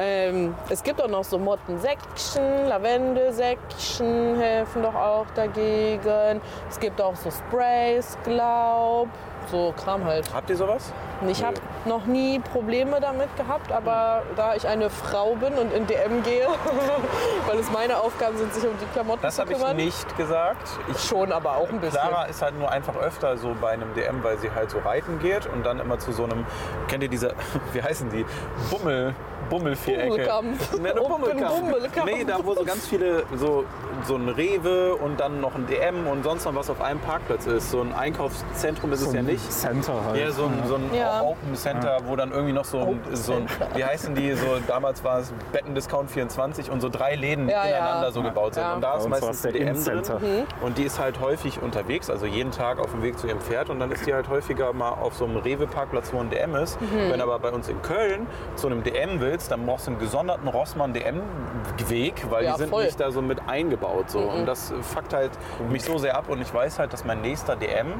[SPEAKER 3] ähm, es gibt auch noch so Motten-Section, Lavendel-Section helfen doch auch dagegen. Es gibt auch so Sprays, glaub. So Kram halt.
[SPEAKER 1] Habt ihr sowas?
[SPEAKER 3] Und Ich habe noch nie Probleme damit gehabt, aber
[SPEAKER 1] Mhm.
[SPEAKER 3] da ich eine Frau bin und in DM gehe, weil es meine Aufgaben sind, sich um die Klamotten
[SPEAKER 1] Das
[SPEAKER 3] zu
[SPEAKER 1] habe ich
[SPEAKER 3] kümmern.
[SPEAKER 1] nicht gesagt. Ich,
[SPEAKER 3] Schon, aber auch ein bisschen.
[SPEAKER 1] Clara ist halt nur einfach öfter so bei einem DM, weil sie halt so reiten geht und dann immer zu so einem, kennt ihr diese, wie heißen die, Bummel, Bummelvierecke.
[SPEAKER 3] Bummelkampf.
[SPEAKER 1] Ne, ne
[SPEAKER 3] Open
[SPEAKER 1] Bummelkampf.
[SPEAKER 3] Bummelkampf.
[SPEAKER 1] Nee, da wo so ganz viele, so, so ein Rewe und dann noch ein DM und sonst noch was auf einem Parkplatz ist. So ein Einkaufszentrum ist es
[SPEAKER 2] So
[SPEAKER 1] ja
[SPEAKER 2] ein
[SPEAKER 1] nicht.
[SPEAKER 2] Center halt.
[SPEAKER 1] Ja, so ein, so ein
[SPEAKER 3] Ja.
[SPEAKER 1] Open Center, wo dann irgendwie noch so ein,
[SPEAKER 3] Open
[SPEAKER 1] so ein
[SPEAKER 3] Center.
[SPEAKER 1] wie heißen die, so damals war es Bettendiscount 24 und so drei Läden
[SPEAKER 3] Ja, ja.
[SPEAKER 1] ineinander so gebaut sind.
[SPEAKER 3] Ja.
[SPEAKER 1] Und da
[SPEAKER 2] Bei
[SPEAKER 1] ist
[SPEAKER 2] uns
[SPEAKER 1] meistens
[SPEAKER 2] war's der
[SPEAKER 1] DM
[SPEAKER 2] Inn-Center.
[SPEAKER 1] drin
[SPEAKER 3] Mhm.
[SPEAKER 1] und die ist halt häufig unterwegs, also jeden Tag auf dem Weg zu ihrem Pferd und dann ist die halt häufiger mal auf so einem Rewe-Parkplatz, wo ein DM ist.
[SPEAKER 3] Mhm.
[SPEAKER 1] Wenn aber bei uns in Köln zu einem DM willst, dann brauchst du einen gesonderten Rossmann-DM-Weg, weil
[SPEAKER 3] Ja,
[SPEAKER 1] die sind
[SPEAKER 3] voll. Mhm.
[SPEAKER 1] nicht da so mit eingebaut. So. Und das fuckt halt mich so sehr ab und ich weiß halt, dass mein nächster DM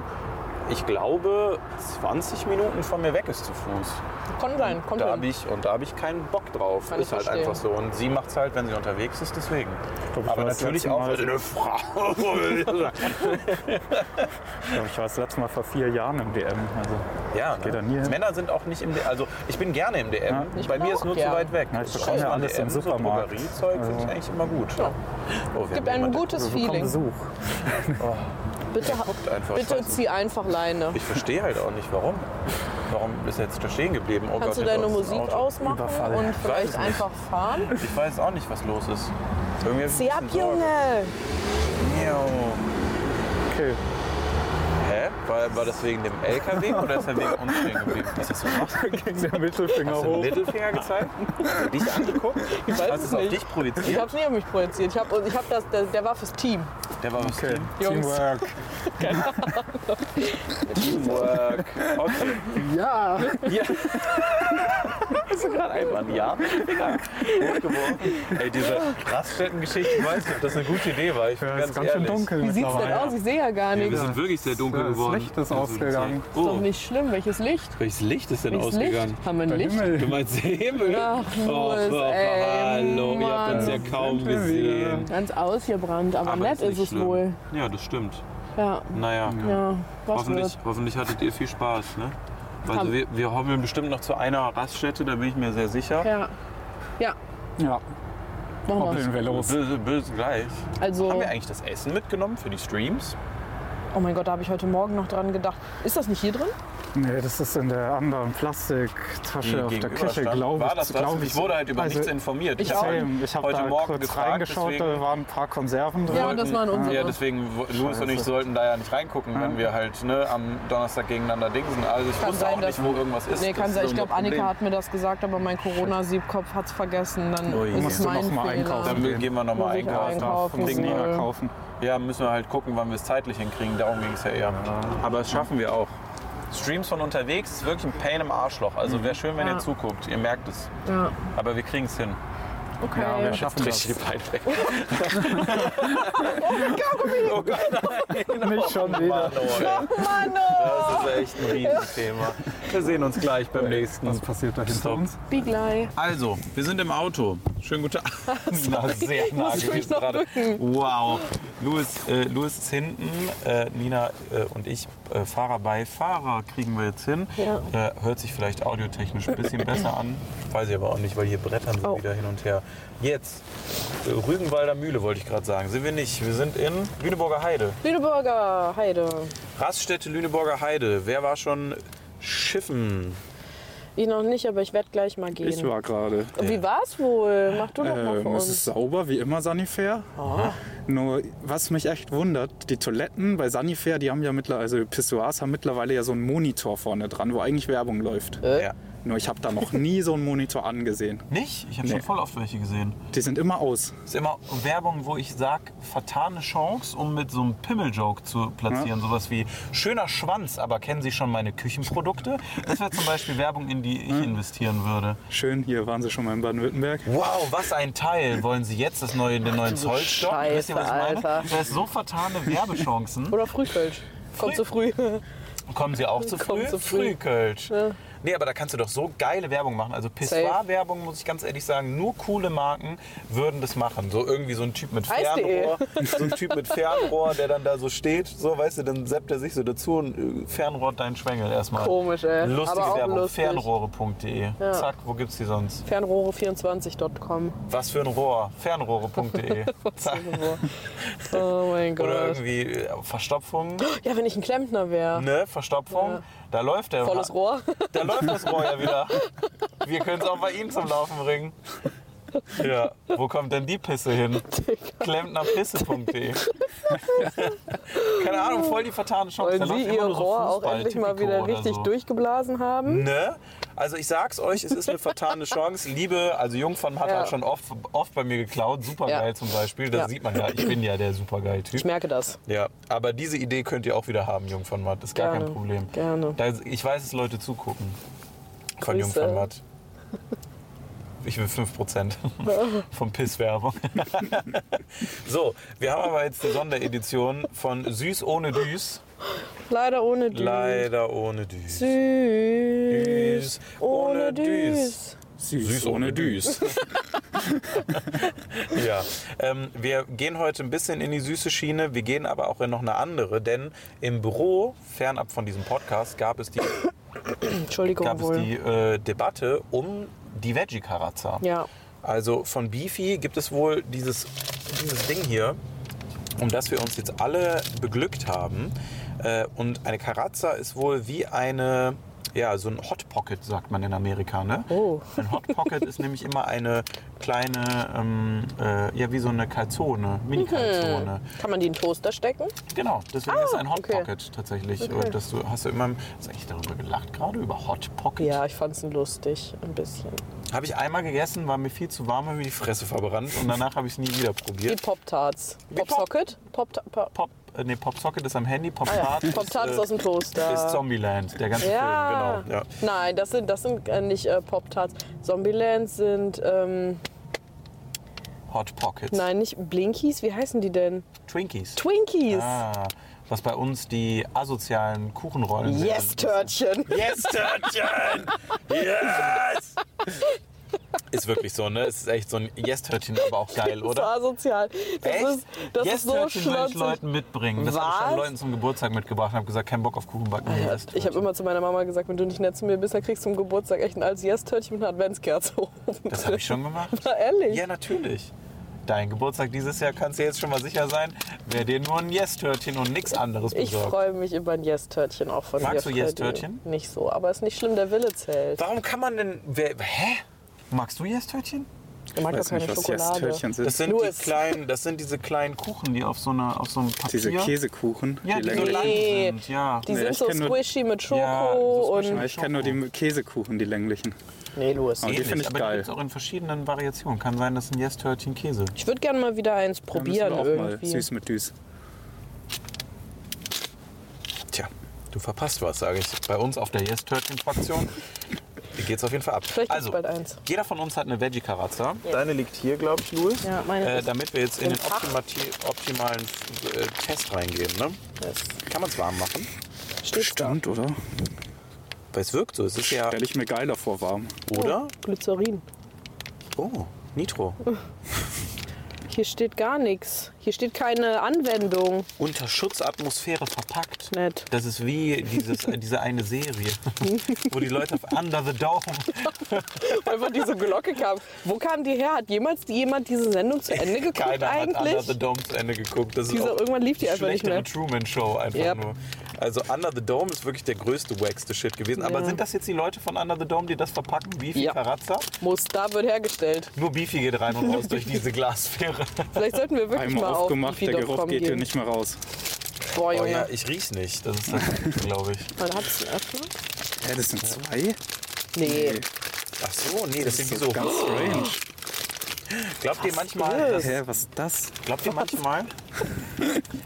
[SPEAKER 1] ich glaube, 20 Minuten von mir weg ist zu Fuß.
[SPEAKER 3] Kann sein, kommt
[SPEAKER 1] Da
[SPEAKER 3] hin.
[SPEAKER 1] habe ich, und da habe ich keinen Bock drauf.
[SPEAKER 3] Kann ich
[SPEAKER 1] ist halt
[SPEAKER 3] verstehen.
[SPEAKER 1] einfach so. Und sie macht es halt, wenn sie unterwegs ist, deswegen.
[SPEAKER 2] glaub, ich
[SPEAKER 1] Aber
[SPEAKER 2] war das
[SPEAKER 1] natürlich
[SPEAKER 2] letzte
[SPEAKER 1] auch,
[SPEAKER 2] Mal-
[SPEAKER 1] weil sie eine Frau
[SPEAKER 2] Ich glaube, ich war das letzte Mal vor vier Jahren im DM. Also,
[SPEAKER 1] Ja,
[SPEAKER 2] Geht
[SPEAKER 1] ne?
[SPEAKER 2] da nie hin.
[SPEAKER 1] Männer sind auch nicht im DM. Also ich bin gerne im DM.
[SPEAKER 2] Ja.
[SPEAKER 3] Ich
[SPEAKER 1] Bei
[SPEAKER 3] bin
[SPEAKER 1] mir
[SPEAKER 3] auch
[SPEAKER 1] ist nur
[SPEAKER 3] gern.
[SPEAKER 1] zu weit weg.
[SPEAKER 2] Ja, ich
[SPEAKER 1] So
[SPEAKER 2] bekomme ja
[SPEAKER 1] im
[SPEAKER 2] alles
[SPEAKER 1] DM,
[SPEAKER 2] im Supermarkt.
[SPEAKER 1] So Drogeriezeug finde ich
[SPEAKER 2] Also-
[SPEAKER 1] eigentlich immer gut. Oh, wir
[SPEAKER 3] Gibt
[SPEAKER 1] haben
[SPEAKER 3] einem
[SPEAKER 1] jemanden,
[SPEAKER 3] gutes
[SPEAKER 2] wir bekommen
[SPEAKER 3] Feeling.
[SPEAKER 2] Besuch.
[SPEAKER 3] Bitte, ha-
[SPEAKER 1] guckt einfach,
[SPEAKER 3] bitte
[SPEAKER 1] scheiße.
[SPEAKER 3] zieh einfach Leine.
[SPEAKER 1] Ich verstehe halt auch nicht, warum. Warum ist er jetzt da stehen geblieben? Oh
[SPEAKER 3] Kannst du
[SPEAKER 1] Gott,
[SPEAKER 3] deine
[SPEAKER 1] hinter uns ist ein
[SPEAKER 3] Musik
[SPEAKER 1] Auto.
[SPEAKER 3] ausmachen
[SPEAKER 2] Überfall.
[SPEAKER 3] und vielleicht
[SPEAKER 1] es nicht.
[SPEAKER 3] einfach fahren?
[SPEAKER 1] Ich weiß auch nicht, was los ist. Irgendwie hab ich
[SPEAKER 3] Zieh
[SPEAKER 1] ein
[SPEAKER 3] ab,
[SPEAKER 1] bisschen Sorge.
[SPEAKER 3] Junge!
[SPEAKER 1] Miau.
[SPEAKER 2] Okay.
[SPEAKER 1] Hä? War, war das wegen dem LKW oder ist er wegen uns stehen geblieben? Ist das so machst? Hast
[SPEAKER 2] Ging der Mittelfinger
[SPEAKER 1] du den
[SPEAKER 2] hoch.
[SPEAKER 1] Mittelfinger gezeigt? Hat er dich angeguckt?
[SPEAKER 3] Ich
[SPEAKER 1] Hast
[SPEAKER 3] weiß
[SPEAKER 1] du
[SPEAKER 3] es
[SPEAKER 1] es auf
[SPEAKER 3] nicht.
[SPEAKER 1] dich
[SPEAKER 3] Ich
[SPEAKER 1] projiziert?
[SPEAKER 3] hab's nicht auf mich projiziert. Ich hab, ich hab das, der, der war fürs Team.
[SPEAKER 1] Der war
[SPEAKER 2] Okay.
[SPEAKER 3] Jungs.
[SPEAKER 2] Teamwork.
[SPEAKER 1] Teamwork. Okay.
[SPEAKER 2] Ja.
[SPEAKER 1] Ja. Hast du gerade einmal ein Ja? Egal. Gut geworfen. Ey, diese Raststätten-Geschichte, ich weiß nicht, ob das eine gute Idee war. Ich bin
[SPEAKER 2] Ja,
[SPEAKER 1] ganz,
[SPEAKER 2] ist ganz schön
[SPEAKER 1] ehrlich.
[SPEAKER 2] dunkel.
[SPEAKER 3] Wie sieht's denn aus? Ich sehe ja gar
[SPEAKER 1] Wir
[SPEAKER 3] nichts.
[SPEAKER 1] sind wirklich sehr dunkel
[SPEAKER 2] Das
[SPEAKER 1] geworden.
[SPEAKER 2] Licht ist
[SPEAKER 1] Also,
[SPEAKER 2] ausgegangen.
[SPEAKER 1] Oh,
[SPEAKER 3] Ist doch nicht schlimm. Welches Licht?
[SPEAKER 1] welches Licht ist denn
[SPEAKER 3] Welches
[SPEAKER 1] ausgegangen?
[SPEAKER 3] Licht? Haben wir ein
[SPEAKER 2] Der
[SPEAKER 3] Licht?
[SPEAKER 1] Du
[SPEAKER 2] Himmel.
[SPEAKER 1] meinst den Himmel?
[SPEAKER 3] Ach, Louis, ey,
[SPEAKER 1] oh, hallo, ihr habt uns ja
[SPEAKER 3] Mann.
[SPEAKER 1] kaum
[SPEAKER 2] Sind wir wieder.
[SPEAKER 1] gesehen.
[SPEAKER 3] Ganz ausgebrannt, aber,
[SPEAKER 1] Aber
[SPEAKER 3] nett ist,
[SPEAKER 1] nicht
[SPEAKER 3] es
[SPEAKER 1] schlimm.
[SPEAKER 3] wohl.
[SPEAKER 1] Ja, das stimmt.
[SPEAKER 3] Ja,
[SPEAKER 1] Naja,
[SPEAKER 3] ja. Was
[SPEAKER 1] hoffentlich,
[SPEAKER 3] wird?
[SPEAKER 1] hoffentlich hattet ihr viel Spaß, ne? Also
[SPEAKER 3] Haben-
[SPEAKER 1] wir, wir hobbeln bestimmt noch zu einer Raststätte, da bin ich mir sehr sicher.
[SPEAKER 3] Ja. Ja,
[SPEAKER 2] Ja,
[SPEAKER 3] machen wir.
[SPEAKER 2] hoppeln wir los.
[SPEAKER 1] Bis, bis gleich.
[SPEAKER 3] Also,
[SPEAKER 1] Haben wir eigentlich das Essen mitgenommen für die Streams?
[SPEAKER 3] oh mein Gott, da habe ich heute Morgen noch dran gedacht. Ist das nicht hier drin?
[SPEAKER 2] Nee, das ist in der anderen Plastiktasche auf der
[SPEAKER 1] gegenüber
[SPEAKER 2] Küche,
[SPEAKER 1] stand.
[SPEAKER 2] glaube ich.
[SPEAKER 1] War das das?
[SPEAKER 2] glaub
[SPEAKER 1] ich wurde halt über
[SPEAKER 2] also,
[SPEAKER 1] nichts informiert.
[SPEAKER 3] Ich
[SPEAKER 1] hab
[SPEAKER 3] auch.
[SPEAKER 1] halt
[SPEAKER 2] Same. Ich habe
[SPEAKER 1] heute
[SPEAKER 2] da
[SPEAKER 1] Morgen
[SPEAKER 2] kurz
[SPEAKER 1] gefragt,
[SPEAKER 2] reingeschaut,
[SPEAKER 1] deswegen-
[SPEAKER 2] da waren ein paar Konserven drin.
[SPEAKER 3] Ja, das waren unsere.
[SPEAKER 1] Ja, deswegen, wo- Louis und ich
[SPEAKER 2] Scheiße.
[SPEAKER 1] sollten da ja nicht reingucken, wenn wir halt ne, am Donnerstag gegeneinander dingsen. Also ich
[SPEAKER 3] Kann
[SPEAKER 1] wusste
[SPEAKER 3] sein,
[SPEAKER 1] auch nicht,
[SPEAKER 3] dass-
[SPEAKER 1] wo irgendwas ist.
[SPEAKER 3] Nee,
[SPEAKER 1] Das
[SPEAKER 3] kann
[SPEAKER 1] ist
[SPEAKER 3] sein. Ich
[SPEAKER 1] unser
[SPEAKER 3] glaube, Annika
[SPEAKER 1] Problem.
[SPEAKER 3] hat mir das gesagt, aber mein Corona-Siebkopf hat's vergessen. Dann
[SPEAKER 1] Ui.
[SPEAKER 3] ist
[SPEAKER 1] Musst
[SPEAKER 3] es
[SPEAKER 2] du noch
[SPEAKER 3] mein
[SPEAKER 2] mal
[SPEAKER 3] Fehler. Ähm,
[SPEAKER 2] einkaufen.
[SPEAKER 1] Dann gehen wir nochmal
[SPEAKER 3] Muss ich
[SPEAKER 1] einkaufen.
[SPEAKER 3] einkaufen.
[SPEAKER 2] Vom Ding
[SPEAKER 3] Äh,
[SPEAKER 2] näher kaufen.
[SPEAKER 1] Ja, müssen wir halt gucken, wann wir es zeitlich hinkriegen. Darum ging es ja eher. Aber das schaffen wir auch. Streams von unterwegs ist wirklich ein Pain im Arschloch. Also wäre schön, wenn
[SPEAKER 3] Mhm. Ja.
[SPEAKER 1] ihr zuguckt. Ihr merkt es.
[SPEAKER 3] Ja,
[SPEAKER 1] Aber wir kriegen es hin.
[SPEAKER 3] okay.
[SPEAKER 2] Ja, wir schaffen das.
[SPEAKER 1] Richtig weit weg. oh Gott,
[SPEAKER 2] Nicht schon wieder.
[SPEAKER 1] oh
[SPEAKER 3] Mann,
[SPEAKER 1] Das ist echt ein Riesenthema. Wir sehen uns gleich beim nächsten.
[SPEAKER 2] Was passiert da hinter
[SPEAKER 1] Stop.
[SPEAKER 2] uns?
[SPEAKER 3] Bigley.
[SPEAKER 1] Also, wir sind im Auto. Schönen guten Abend. Na, sehr nah
[SPEAKER 3] muss mich
[SPEAKER 1] gewesen
[SPEAKER 3] noch
[SPEAKER 1] gerade. Wow. Louis, äh, Louis ist hinten, äh, Nina äh, und ich, äh, Fahrer bei Fahrer, kriegen wir jetzt hin.
[SPEAKER 3] Ja.
[SPEAKER 1] Äh, hört sich vielleicht audiotechnisch ein bisschen besser an. Weiß ich aber auch nicht, weil hier brettern wir
[SPEAKER 3] Oh.
[SPEAKER 1] wieder hin und her. Jetzt, äh, Rügenwalder Mühle wollte ich gerade sagen. Sind wir nicht. Wir sind in Lüneburger Heide.
[SPEAKER 3] Lüneburger Heide.
[SPEAKER 1] Raststätte Lüneburger Heide. Wer war schon schiffen?
[SPEAKER 3] Ich noch nicht, aber ich werde gleich mal gehen.
[SPEAKER 2] Ich war gerade.
[SPEAKER 3] Wie war's wohl? Mach du doch mal für
[SPEAKER 2] Ähm, es ist
[SPEAKER 3] uns.
[SPEAKER 2] sauber, wie immer Sanifair. Nur, was mich echt wundert, die Toiletten bei Sanifair, die haben ja mittlerweile, also Pissoirs haben mittlerweile ja so einen Monitor vorne dran, wo eigentlich Werbung läuft.
[SPEAKER 3] Äh.
[SPEAKER 1] Ja.
[SPEAKER 2] Nur ich habe da noch nie so einen Monitor angesehen.
[SPEAKER 1] Nicht? Ich habe schon voll oft welche gesehen.
[SPEAKER 2] Die sind immer aus.
[SPEAKER 1] ist immer Werbung, wo ich sag, vertane Chance, um mit so einem Pimmel-Joke zu platzieren. Sowas wie schöner Schwanz, aber kennen Sie schon meine Küchenprodukte? Das wäre zum Beispiel Werbung, in die ich
[SPEAKER 3] Hm.
[SPEAKER 1] investieren würde.
[SPEAKER 2] Schön, hier waren sie schon mal in Baden-Württemberg.
[SPEAKER 1] Wow, was ein Teil. Wollen Sie jetzt das neue, den neuen Zollstock?
[SPEAKER 3] Scheiße,
[SPEAKER 1] Wisst ihr, was ich meine?
[SPEAKER 3] Alter.
[SPEAKER 1] Das ist so vertane Werbechancen.
[SPEAKER 3] Oder Frühfeld. Kommt zu früh.
[SPEAKER 1] Kommen Sie auch zu
[SPEAKER 3] Kommt
[SPEAKER 1] früh?
[SPEAKER 3] zu früh.
[SPEAKER 1] Frühkölsch. Nee, aber da kannst du doch so geile Werbung machen. Also Pissoir-Werbung, muss ich ganz ehrlich sagen, nur coole Marken würden das machen. So irgendwie so ein Typ mit
[SPEAKER 3] Eis.de.
[SPEAKER 1] Fernrohr. so ein Typ mit Fernrohr, der dann da so steht. So, weißt du, dann seppt er sich so dazu und äh, fernrohrt deinen Schwengel erstmal.
[SPEAKER 3] Komisch, ey.
[SPEAKER 1] Lustige
[SPEAKER 3] Aber auch
[SPEAKER 1] Werbung.
[SPEAKER 3] lustig.
[SPEAKER 1] Fernrohre.de. Zack, wo gibt's die sonst?
[SPEAKER 3] Fernrohre24.com.
[SPEAKER 1] Was für ein Rohr? Fernrohre.de. Zack.
[SPEAKER 3] Oh mein
[SPEAKER 1] Oder
[SPEAKER 3] Gott.
[SPEAKER 1] irgendwie äh, Verstopfung,
[SPEAKER 3] Ja, wenn ich ein Klempner wäre.
[SPEAKER 1] ne? Verstopfung. Da läuft der
[SPEAKER 3] Volles Rohr.
[SPEAKER 1] Da läuft das Rohr ja wieder. Wir können es auch bei ihm zum Laufen bringen. Ja, wo kommt denn die Pisse hin? Klempnerpisse.de Keine Ahnung, voll die vertane Chance. Da
[SPEAKER 3] Wollen
[SPEAKER 1] läuft
[SPEAKER 3] Sie Ihr
[SPEAKER 1] immer nur so
[SPEAKER 3] Rohr auch
[SPEAKER 1] Fußball,
[SPEAKER 3] endlich mal
[SPEAKER 1] Tipico
[SPEAKER 3] wieder
[SPEAKER 1] oder
[SPEAKER 3] richtig
[SPEAKER 1] so.
[SPEAKER 3] durchgeblasen haben?
[SPEAKER 1] Ne? Also ich sag's euch, es ist eine vertane Chance. Liebe, also Jungfern hat
[SPEAKER 3] Ja.
[SPEAKER 1] halt schon oft, oft bei mir geklaut. Supergeil
[SPEAKER 3] Ja.
[SPEAKER 1] zum Beispiel. Das
[SPEAKER 3] Ja.
[SPEAKER 1] sieht man ja. Ich bin ja der supergeil Typ.
[SPEAKER 3] Ich merke das.
[SPEAKER 1] Ja, aber diese Idee könnt ihr auch wieder haben, Jung von Matt. Ist gar
[SPEAKER 3] Gerne,
[SPEAKER 1] kein Problem.
[SPEAKER 3] gerne.
[SPEAKER 1] Da, ich weiß, dass Leute zugucken. Von Jung
[SPEAKER 3] Grüße.
[SPEAKER 1] von Matt. Ich will 5% vom Pisswerbung. so, wir haben aber jetzt die Sonderedition von Süß ohne Düs.
[SPEAKER 3] Leider ohne Düs.
[SPEAKER 1] Leider ohne Düs.
[SPEAKER 3] Süß. Ohne Düs.
[SPEAKER 1] Süß ohne Düs. ja, ähm, wir gehen heute ein bisschen in die süße Schiene, wir gehen aber auch in noch eine andere, denn im Büro, fernab von diesem Podcast, gab es die,
[SPEAKER 3] Entschuldigung
[SPEAKER 1] gab es
[SPEAKER 3] wohl.
[SPEAKER 1] die äh, Debatte um die Veggie-Karazza.
[SPEAKER 3] Ja.
[SPEAKER 1] Also von Beefy gibt es wohl dieses, dieses Ding hier, um das wir uns jetzt alle beglückt haben. Äh, und eine Karazza ist wohl wie eine, ja, so ein Hot Pocket, sagt man in Amerika, ne?
[SPEAKER 3] Oh.
[SPEAKER 1] Ein Hot Pocket ist nämlich immer eine kleine, ähm, äh, ja, wie so eine Calzone, Mini-Calzone.
[SPEAKER 3] Kann man die in den Toaster stecken?
[SPEAKER 1] Genau, deswegen ist es ein Hot
[SPEAKER 3] Hm. Ah, okay.
[SPEAKER 1] Pocket tatsächlich. Äh, Dass du, hast du immer, hast du eigentlich darüber gelacht gerade, über Hot Pocket?
[SPEAKER 3] Ja, ich fand's lustig, ein bisschen.
[SPEAKER 1] Habe ich einmal gegessen, war mir viel zu warm, habe mir die Fresse verbrannt und danach habe ich es nie wieder
[SPEAKER 3] Wie
[SPEAKER 1] probiert.
[SPEAKER 3] Pop-Tarts.
[SPEAKER 1] Wie Pop-
[SPEAKER 3] Pop-Socket? Pop Pop Ah
[SPEAKER 1] Pop, äh, nee, Popsocket ist am Handy,
[SPEAKER 3] ja.
[SPEAKER 1] Pop-Tart
[SPEAKER 3] Pop-Tart ist aus dem Toaster.
[SPEAKER 1] äh, ist Zombieland, der ganze
[SPEAKER 3] ja.
[SPEAKER 1] Film, genau. Ja.
[SPEAKER 3] Nein, das sind, das sind äh, nicht äh, Pop-Tarts. Zombielands sind, ähm,
[SPEAKER 1] Hot Pockets.
[SPEAKER 3] nein, nicht Blinkies. Wie heißen die denn?
[SPEAKER 1] Twinkies.
[SPEAKER 3] Twinkies.
[SPEAKER 1] ah, was bei uns die asozialen Kuchenrollen
[SPEAKER 3] yes,
[SPEAKER 1] sind.
[SPEAKER 3] Törtchen.
[SPEAKER 1] Yes, Törtchen! Yes! Ist wirklich so, ne? Es ist echt so ein Yes-Törtchen, aber auch geil,
[SPEAKER 3] So
[SPEAKER 1] oder?
[SPEAKER 3] asozial. Das
[SPEAKER 1] Echt?
[SPEAKER 3] ist, das ist so
[SPEAKER 1] Yes-Törtchen würde ich
[SPEAKER 3] schlotzig.
[SPEAKER 1] Leuten mitbringen. Das habe ich schon
[SPEAKER 3] Was?
[SPEAKER 1] Leuten zum Geburtstag mitgebracht und habe gesagt, kein Bock auf Kuchenbacken. nur Yes-Törtchen.
[SPEAKER 3] Ich habe immer zu meiner Mama gesagt, wenn du nicht nett zu mir bist, dann kriegst du zum Geburtstag echt ein als Yes-Törtchen mit einer Adventskerze oben.
[SPEAKER 1] Das habe ich schon gemacht.
[SPEAKER 3] Na, ehrlich?
[SPEAKER 1] Ja, natürlich. Dein Geburtstag dieses Jahr kannst du jetzt schon mal sicher sein, wer dir nur ein Yes-Törtchen und nichts anderes
[SPEAKER 3] Ich
[SPEAKER 1] besorgt.
[SPEAKER 3] freue mich über ein Yes-Törtchen auch von
[SPEAKER 1] Magst
[SPEAKER 3] dir.
[SPEAKER 1] du
[SPEAKER 3] Freddy.
[SPEAKER 1] Yes-Törtchen?
[SPEAKER 3] Nicht so, aber ist nicht schlimm, der Wille zählt.
[SPEAKER 1] Warum kann man denn. Wer, hä? Magst du Yes-Törtchen?
[SPEAKER 3] Ich mag
[SPEAKER 2] Ich
[SPEAKER 3] doch
[SPEAKER 2] weiß
[SPEAKER 3] keine
[SPEAKER 2] nicht, was
[SPEAKER 3] Schokolade.
[SPEAKER 2] Yes-Törtchen sind.
[SPEAKER 1] Das sind
[SPEAKER 3] Louis.
[SPEAKER 1] die kleinen, das sind diese kleinen Kuchen, die auf so einer auf so einem Papier.
[SPEAKER 2] Diese Käsekuchen.
[SPEAKER 1] Ja, die so
[SPEAKER 2] länglichen.
[SPEAKER 1] lang
[SPEAKER 3] Nee.
[SPEAKER 1] sind. Ja.
[SPEAKER 3] Die
[SPEAKER 2] Nee,
[SPEAKER 3] sind
[SPEAKER 2] ich
[SPEAKER 3] so
[SPEAKER 2] kenn nur-
[SPEAKER 3] squishy mit Schoko
[SPEAKER 1] Ja, so squishy.
[SPEAKER 2] Ja,
[SPEAKER 3] und.
[SPEAKER 2] ich kenne nur die Käsekuchen, die länglichen.
[SPEAKER 3] Nee, Louis.
[SPEAKER 2] Oh, die
[SPEAKER 1] Ähnlich,
[SPEAKER 2] finde ich
[SPEAKER 1] aber
[SPEAKER 2] geil.
[SPEAKER 1] die gibt es auch in verschiedenen Variationen. Kann sein, dass ein Yes-Törtchen Käse.
[SPEAKER 3] Ich würde gerne mal wieder eins
[SPEAKER 2] Da müssen wir
[SPEAKER 3] probieren
[SPEAKER 2] auch mal
[SPEAKER 3] irgendwie.
[SPEAKER 2] süß mit Düs.
[SPEAKER 1] Tja, du verpasst was, sage ich. Bei uns auf der Yes-Törtchen-Fraktion geht's auf jeden Fall ab.
[SPEAKER 3] Vielleicht gibt's
[SPEAKER 1] also,
[SPEAKER 3] bald eins.
[SPEAKER 1] jeder von uns hat eine Veggie-Karazza. Deine liegt hier, glaube ich, Louis.
[SPEAKER 3] Ja, meine
[SPEAKER 1] äh,
[SPEAKER 3] ist
[SPEAKER 1] damit wir jetzt in
[SPEAKER 3] im
[SPEAKER 1] den
[SPEAKER 3] Fach.
[SPEAKER 1] optimati- optimalen äh, Test reingehen. Ne? Kann man es warm machen?
[SPEAKER 3] Steht's
[SPEAKER 2] Stimmt, oder?
[SPEAKER 1] Weil es wirkt so. Es ist ja,
[SPEAKER 2] Stelle ich mir geiler vor, warm.
[SPEAKER 1] oder?
[SPEAKER 3] da. Glycerin.
[SPEAKER 1] Oh, Nitro.
[SPEAKER 3] Hier steht gar nichts. Hier steht keine Anwendung.
[SPEAKER 1] Unter Schutzatmosphäre verpackt.
[SPEAKER 3] Nett.
[SPEAKER 1] Das ist wie dieses, äh, diese eine Serie, wo die Leute auf Under the Dome.
[SPEAKER 3] Einfach diese Glocke kam. Wo kam die her? Hat jemals die- jemand diese Sendung zu Ende geguckt
[SPEAKER 1] Keiner hat Under
[SPEAKER 3] eigentlich?
[SPEAKER 1] the Dome zu Ende geguckt. Das
[SPEAKER 3] Diese-
[SPEAKER 1] ist auch
[SPEAKER 3] irgendwann lief die einfach nicht
[SPEAKER 1] schlechtere
[SPEAKER 3] mehr.
[SPEAKER 1] Truman Show einfach
[SPEAKER 3] Yep.
[SPEAKER 1] nur. Also Under the Dome ist wirklich der größte wackste Shit gewesen. Aber
[SPEAKER 3] Ja.
[SPEAKER 1] sind das jetzt die Leute von Under the Dome, die das verpacken? Beefy
[SPEAKER 3] Ja.
[SPEAKER 1] Karazza?
[SPEAKER 3] Muss, da wird hergestellt.
[SPEAKER 1] Nur Beefy geht rein und raus durch diese Glasfähre.
[SPEAKER 3] Vielleicht sollten wir wirklich
[SPEAKER 2] Einmal
[SPEAKER 3] mal auf
[SPEAKER 2] aufgemacht, der Geruch
[SPEAKER 3] bifi.com
[SPEAKER 2] geht hier
[SPEAKER 3] gehen.
[SPEAKER 2] nicht mehr raus.
[SPEAKER 3] Boah,
[SPEAKER 1] Oh
[SPEAKER 3] Junge.
[SPEAKER 1] ja, ich riech's nicht. Das ist das, glaube ich.
[SPEAKER 3] Man hat's einen Öffner?
[SPEAKER 2] Hä, das sind zwei?
[SPEAKER 3] Nee.
[SPEAKER 2] Nee.
[SPEAKER 1] Ach so, nee, das, sind
[SPEAKER 2] Das
[SPEAKER 1] die
[SPEAKER 2] ist
[SPEAKER 1] so.
[SPEAKER 2] so ganz strange.
[SPEAKER 1] Glaubt ihr manchmal, dass,
[SPEAKER 2] Hä, was ist das?
[SPEAKER 1] Glaubt ihr manchmal?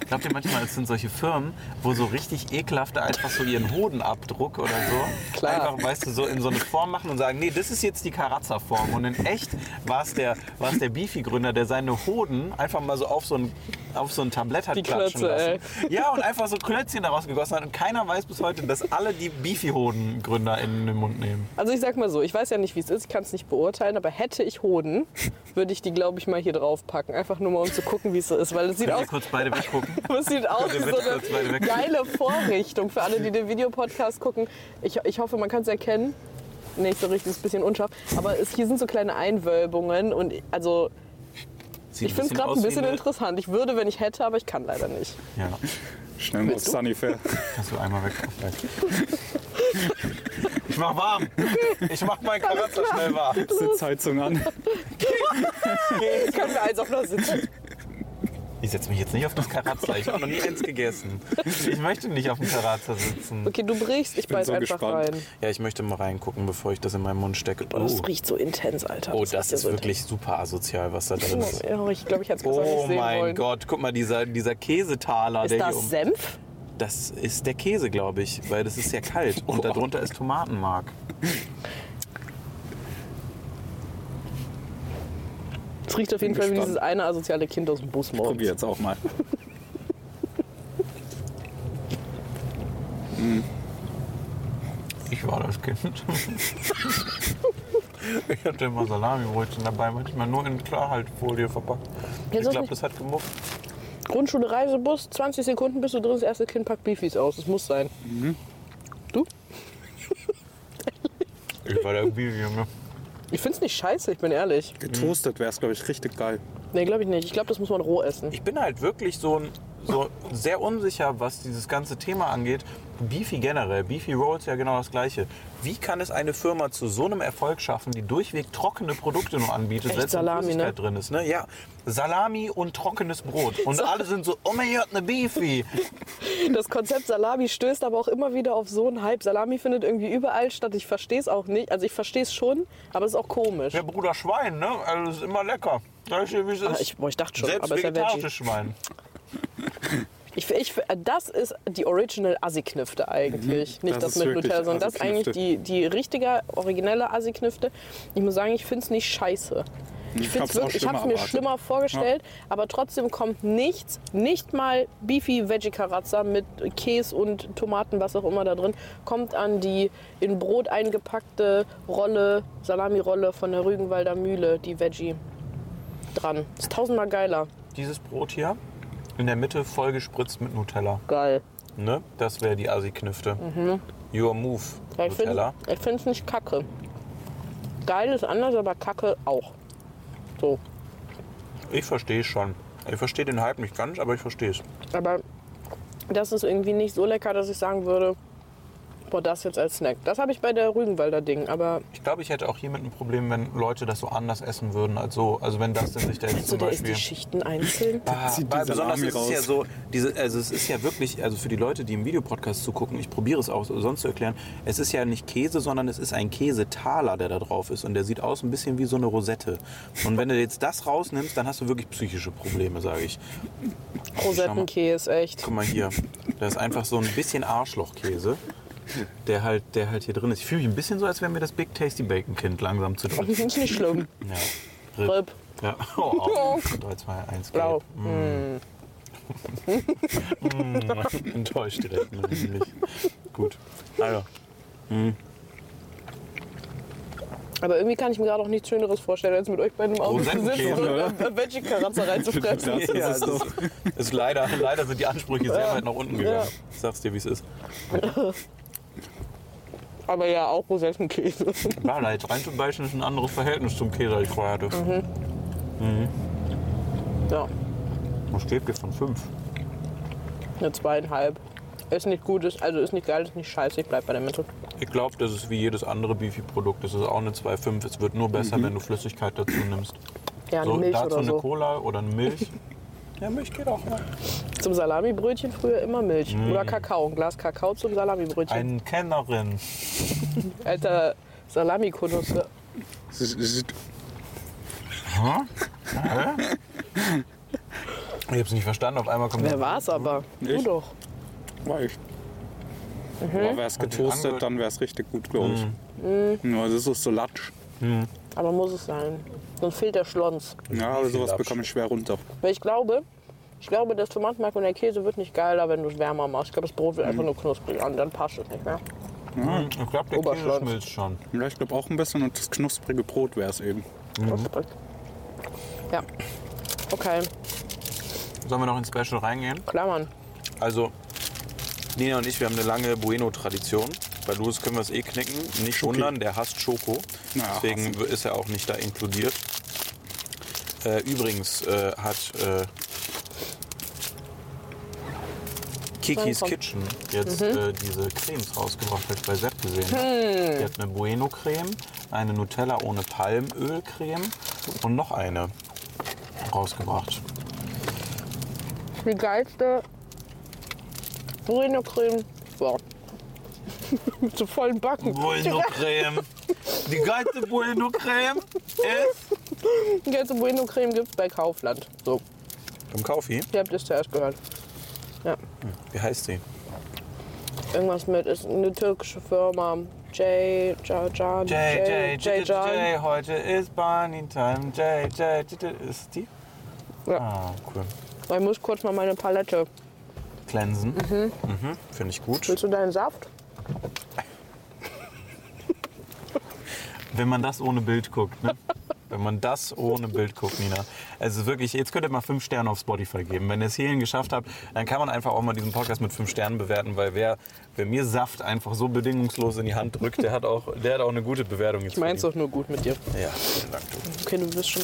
[SPEAKER 1] Glaubt ihr manchmal, es sind solche Firmen, wo so richtig ekelhafte einfach so ihren Hodenabdruck oder so
[SPEAKER 3] Klar.
[SPEAKER 1] einfach, weißt du, so in so eine Form machen und sagen, nee, das ist jetzt die Karazza-Form. Und in echt war es der, war es der Beefy-Gründer, der seine Hoden einfach mal so auf so ein, auf so ein Tablett hat
[SPEAKER 3] Die
[SPEAKER 1] klatschen
[SPEAKER 3] Klötze,
[SPEAKER 1] lassen. Ja, und einfach so Klötzchen daraus gegossen hat. Und keiner weiß bis heute, dass alle die Beefy-Hoden-Gründer in den Mund nehmen.
[SPEAKER 3] Also ich sag mal so, ich weiß ja nicht, wie es ist, ich kann es nicht beurteilen, aber hätte ich Hoden, würde ich die, glaube ich, mal hier drauf packen. Einfach nur mal, um zu gucken, wie es so ist. Weil es sieht
[SPEAKER 1] Können wir
[SPEAKER 3] aus,
[SPEAKER 1] kurz beide weggucken?
[SPEAKER 3] es sieht aus wie
[SPEAKER 1] wir
[SPEAKER 3] so
[SPEAKER 1] bitte kurz beide
[SPEAKER 3] eine
[SPEAKER 1] weg-
[SPEAKER 3] geile Vorrichtung für alle, die den Videopodcast gucken. Ich, ich hoffe, man kann es erkennen. Nicht so richtig, ist ein bisschen unscharf. Aber es, hier sind so kleine Einwölbungen und also
[SPEAKER 1] Sieht
[SPEAKER 3] ich finde es gerade
[SPEAKER 1] aus
[SPEAKER 3] ein
[SPEAKER 1] wie
[SPEAKER 3] bisschen
[SPEAKER 1] eine-
[SPEAKER 3] interessant. Ich würde, wenn ich hätte, aber ich kann leider nicht.
[SPEAKER 1] Ja,
[SPEAKER 2] Schnell mal auf Sunnyfair.
[SPEAKER 1] kannst du einmal weg. Ich mach warm. Ich mach meinen Karazza schnell warm.
[SPEAKER 2] Sitzheizung an.
[SPEAKER 3] Können wir eins auch noch sitzen?
[SPEAKER 1] Ich setze mich jetzt nicht auf das Karazza. Ich habe noch nie eins gegessen. Ich möchte nicht auf dem Karazza sitzen.
[SPEAKER 3] Okay, du brichst, ich
[SPEAKER 2] bin
[SPEAKER 3] beiß
[SPEAKER 2] so
[SPEAKER 3] einfach
[SPEAKER 2] gespannt.
[SPEAKER 3] rein.
[SPEAKER 1] Ja, ich möchte mal reingucken, bevor ich das in meinen Mund stecke.
[SPEAKER 3] Boah, das
[SPEAKER 1] Oh,
[SPEAKER 3] riecht so intens, Alter.
[SPEAKER 1] oh das
[SPEAKER 3] riecht ja
[SPEAKER 1] ist
[SPEAKER 3] so intense.
[SPEAKER 1] wirklich super asozial, was da drin ist.
[SPEAKER 3] Ja, ich glaube, ich hätte es besser
[SPEAKER 1] Oh
[SPEAKER 3] nicht sehen
[SPEAKER 1] mein
[SPEAKER 3] wollen.
[SPEAKER 1] Gott, guck mal, dieser, dieser Käsetaler,
[SPEAKER 3] Ist
[SPEAKER 1] der
[SPEAKER 3] das
[SPEAKER 1] hier um.
[SPEAKER 3] Senf?
[SPEAKER 1] Das ist der Käse, glaube ich, weil das ist ja kalt. Und darunter ist Tomatenmark.
[SPEAKER 3] Es riecht auf jeden
[SPEAKER 2] Bin
[SPEAKER 3] Fall wie
[SPEAKER 2] gespannt.
[SPEAKER 3] dieses eine asoziale Kind aus dem Bus morgens.
[SPEAKER 2] Probier jetzt auch mal.
[SPEAKER 1] Ich war das Kind. ich hatte immer Salami-Brötchen dabei, manchmal nur in Klarhaltfolie verpackt.
[SPEAKER 3] Jetzt
[SPEAKER 1] ich
[SPEAKER 3] ist
[SPEAKER 1] glaube,
[SPEAKER 3] nicht-
[SPEAKER 1] das hat gemuckt.
[SPEAKER 3] Grundschule, Reisebus, 20 Sekunden bist du drin, das erste Kind packt Beefies aus. Das muss sein.
[SPEAKER 1] Mhm. Ich war der ne? Bibi-Junge.
[SPEAKER 3] Ich find's nicht scheiße, ich bin ehrlich.
[SPEAKER 2] Getoastet wäre es, glaube ich, richtig geil.
[SPEAKER 3] Nee, glaube ich nicht. Ich glaube, das muss man roh essen.
[SPEAKER 1] Ich bin halt wirklich so, ein, so sehr unsicher, was dieses ganze Thema angeht. Beefy generell, Beefy Rolls ja genau das gleiche. Wie kann es eine Firma zu so einem Erfolg schaffen, die durchweg trockene Produkte nur anbietet,
[SPEAKER 3] Echt
[SPEAKER 1] selbst wenn
[SPEAKER 3] Salami,
[SPEAKER 1] Flüssigkeit
[SPEAKER 3] ne?
[SPEAKER 1] drin ist? Ne? Ja, Salami und trockenes Brot. Und alle sind so, oh mein Gott, eine Beefy.
[SPEAKER 3] Das Konzept Salami stößt aber auch immer wieder auf so einen Hype. Salami findet irgendwie überall statt. Ich verstehe es auch nicht. Also ich verstehe es schon, aber es ist auch komisch.
[SPEAKER 1] Der Bruder Schwein, ne? Also das ist immer lecker. Sag ich dir, wie es
[SPEAKER 3] Ah,
[SPEAKER 1] ist.
[SPEAKER 3] Ich, boah, ich dachte schon,
[SPEAKER 1] selbst
[SPEAKER 3] aber es ist ja Veggie.
[SPEAKER 1] vegetarisches Schwein.
[SPEAKER 3] Ich, ich, das ist die original Assi-Knifte eigentlich. Nicht
[SPEAKER 2] Mhm. das
[SPEAKER 3] das,
[SPEAKER 2] ist
[SPEAKER 3] mit
[SPEAKER 2] wirklich
[SPEAKER 3] Nutella, sondern das ist eigentlich
[SPEAKER 2] Assi-Knifte.
[SPEAKER 3] die, die richtige, originelle Assi-Knifte. Ich muss sagen, ich finde es nicht scheiße. Ich, find's
[SPEAKER 2] hab's auch
[SPEAKER 3] wirklich- ich habe es
[SPEAKER 2] schlimmer
[SPEAKER 3] mir
[SPEAKER 2] erwartet.
[SPEAKER 3] schlimmer vorgestellt, aber trotzdem kommt nichts, nicht mal Beefy Veggie Carazza mit Käse und Tomaten, was auch immer da drin, kommt an die in Brot eingepackte Rolle, Salami-Rolle von der Rügenwalder Mühle, die Veggie, dran. Ist tausendmal geiler.
[SPEAKER 1] Dieses Brot hier in der Mitte voll gespritzt mit Nutella.
[SPEAKER 3] Geil.
[SPEAKER 1] Ne? Das wäre die Assi-Knifte. Your move,
[SPEAKER 3] Ja, Mhm. Ich
[SPEAKER 1] Nutella.
[SPEAKER 3] finde es nicht kacke. Geil ist anders, aber kacke auch. So.
[SPEAKER 1] Ich verstehe schon. Ich verstehe den Hype nicht ganz, aber ich verstehe es.
[SPEAKER 3] Aber das ist irgendwie nicht so lecker, dass ich sagen würde, boah, das jetzt als Snack. Das habe ich bei der Rügenwalder Ding, aber
[SPEAKER 1] Ich glaube, ich hätte auch hier mit ein Problem, wenn Leute das so anders essen würden als so. Also wenn das denn sich da jetzt
[SPEAKER 3] so,
[SPEAKER 1] zum
[SPEAKER 3] da ist die
[SPEAKER 1] Beispiel...
[SPEAKER 3] Schichten einzeln.
[SPEAKER 1] Ah,
[SPEAKER 2] Zieht die
[SPEAKER 1] weil besonders
[SPEAKER 2] Salami
[SPEAKER 1] ist es ja
[SPEAKER 2] raus.
[SPEAKER 1] so, diese, also es ist ja wirklich, also für die Leute, die im Videopodcast zugucken, ich probiere es auch sonst zu erklären, es ist ja nicht Käse, sondern es ist ein Käsetaler, der da drauf ist und der sieht aus ein bisschen wie so eine Rosette. Und wenn du jetzt das rausnimmst, dann hast du wirklich psychische Probleme, sage ich.
[SPEAKER 3] Rosettenkäse, echt.
[SPEAKER 1] Guck mal hier, da ist einfach so ein bisschen Arschlochkäse, der halt, der halt hier drin ist. Ich fühle mich ein bisschen so, als wäre mir das Big Tasty Bacon Kind langsam zu
[SPEAKER 3] Ich
[SPEAKER 1] drin.
[SPEAKER 3] finde es nicht schlimm.
[SPEAKER 1] Ja.
[SPEAKER 3] Rip.
[SPEAKER 1] Ja. Oh, oh. 3, 2, 1,
[SPEAKER 3] Blau.
[SPEAKER 1] Enttäuscht direkt. ne? Nicht. Gut. Mm. Also,
[SPEAKER 3] Aber irgendwie kann ich mir gerade auch nichts Schöneres vorstellen, als mit euch bei einem Auto zu sitzen
[SPEAKER 1] Rosettenkäse,
[SPEAKER 3] und eine Veggie-Karatze reinzufressen.
[SPEAKER 2] Das
[SPEAKER 1] ja, das
[SPEAKER 2] ist doch-
[SPEAKER 1] ist, ist leider, leider sind die Ansprüche sehr
[SPEAKER 3] Ja.
[SPEAKER 1] weit nach unten gegangen.
[SPEAKER 3] Ja.
[SPEAKER 1] Ich sag's dir, wie es ist.
[SPEAKER 3] Aber ja, auch Rosettenkäse.
[SPEAKER 1] Ja, leicht reinzubeißen ist ein anderes Verhältnis zum Käse, als ich vorher hatte.
[SPEAKER 3] Ja.
[SPEAKER 1] Man steht von 5.
[SPEAKER 3] Eine zweieinhalb. Ist nicht gut, ist, also ist nicht geil, ist nicht scheiße, ich bleib bei der Mitte.
[SPEAKER 1] Ich glaube, das ist wie jedes andere Beefy-Produkt. Das ist auch eine 2,5. Es wird nur besser, wenn du Flüssigkeit dazu nimmst.
[SPEAKER 3] Ja, eine
[SPEAKER 1] so,
[SPEAKER 3] Milch
[SPEAKER 1] dazu
[SPEAKER 3] oder
[SPEAKER 1] eine
[SPEAKER 3] so.
[SPEAKER 1] Cola oder eine Milch. ja, Milch geht auch. Ne?
[SPEAKER 3] Zum Salamibrötchen früher immer Milch.
[SPEAKER 1] Mm.
[SPEAKER 3] Oder Kakao, ein Glas Kakao zum Salamibrötchen.
[SPEAKER 1] Eine Kennerin.
[SPEAKER 3] Alter Salami-Konnoisseur.
[SPEAKER 1] Ich habe es nicht verstanden. Auf einmal kommt
[SPEAKER 3] Wer war's aber? Du
[SPEAKER 2] Ich?
[SPEAKER 3] doch.
[SPEAKER 2] Weich. Boah, wäre es
[SPEAKER 1] ange-
[SPEAKER 2] getoastet, dann wäre es richtig gut, glaube ich. Nur das Mhm. ist so latsch.
[SPEAKER 3] Aber muss es sein. Sonst fehlt der Schlons.
[SPEAKER 2] Ja, aber
[SPEAKER 1] viel
[SPEAKER 2] sowas
[SPEAKER 1] Latsch.
[SPEAKER 2] bekomme ich schwer runter.
[SPEAKER 3] Weil ich glaube, ich glaube, das Tomatenmark und der Käse wird nicht geiler, wenn du es wärmer machst. Ich glaube, das Brot wird einfach nur knusprig und dann passt es nicht mehr.
[SPEAKER 1] Hm, Ich glaube, der Käse
[SPEAKER 3] Oberschlags.
[SPEAKER 1] schmilzt schon.
[SPEAKER 2] Ja, ich glaube auch ein bisschen und das knusprige Brot wäre es eben.
[SPEAKER 1] Mhm.
[SPEAKER 3] Knusprig. Ja. Okay,
[SPEAKER 1] Sollen wir noch ins Special reingehen?
[SPEAKER 3] Klammern.
[SPEAKER 1] Also, Nina und ich, wir haben eine lange Bueno-Tradition. Bei Louis können wir es eh knicken. Nicht wundern, der hasst Schoko.
[SPEAKER 2] Na,
[SPEAKER 1] Deswegen ist er auch nicht da inkludiert. Äh, übrigens äh, hat äh, Kikis
[SPEAKER 3] Dann kommt-
[SPEAKER 1] Kitchen jetzt äh, diese Cremes rausgebracht, habe ich bei Sepp gesehen. Die hat eine Bueno-Creme, eine Nutella ohne Palmöl-Creme und noch eine rausgebracht.
[SPEAKER 3] Die geilste Burrito-Creme. Boah. Mit so vollen Backen.
[SPEAKER 1] Bueno-Creme. Die geilste Bueno-Creme ist...
[SPEAKER 3] Die geilste Burrito-Creme gibt es bei Kaufland. So,
[SPEAKER 1] Im Kaufi?
[SPEAKER 3] ihr habt es zuerst gehört. Ja.
[SPEAKER 1] Wie heißt sie?
[SPEAKER 3] Irgendwas mit, ist eine türkische Firma. J,
[SPEAKER 1] J,
[SPEAKER 3] J, J,
[SPEAKER 1] J, J, J,
[SPEAKER 3] J.
[SPEAKER 1] J, heute ist Barney Time. J, J, J, J, ist die?
[SPEAKER 3] Ja.
[SPEAKER 1] Ah, cool.
[SPEAKER 3] Ich muss kurz mal meine Palette.
[SPEAKER 1] Cleansen. Mhm. Finde ich gut.
[SPEAKER 3] Willst du deinen Saft?
[SPEAKER 1] Wenn man das ohne Bild guckt, ne? Wenn man das ohne Bild guckt, Nina. Also wirklich, jetzt könnt ihr mal fünf Sterne auf Spotify geben. Wenn ihr es hierhin geschafft habt, dann kann man einfach auch mal diesen Podcast mit fünf Sternen bewerten, weil wer, wer mir Saft einfach so bedingungslos in die Hand drückt, der hat auch, der hat auch eine gute Bewertung jetzt.
[SPEAKER 3] Ich mein's doch nur gut mit dir.
[SPEAKER 1] verdient. Ja, vielen Dank, du.
[SPEAKER 3] Okay, du bist schon.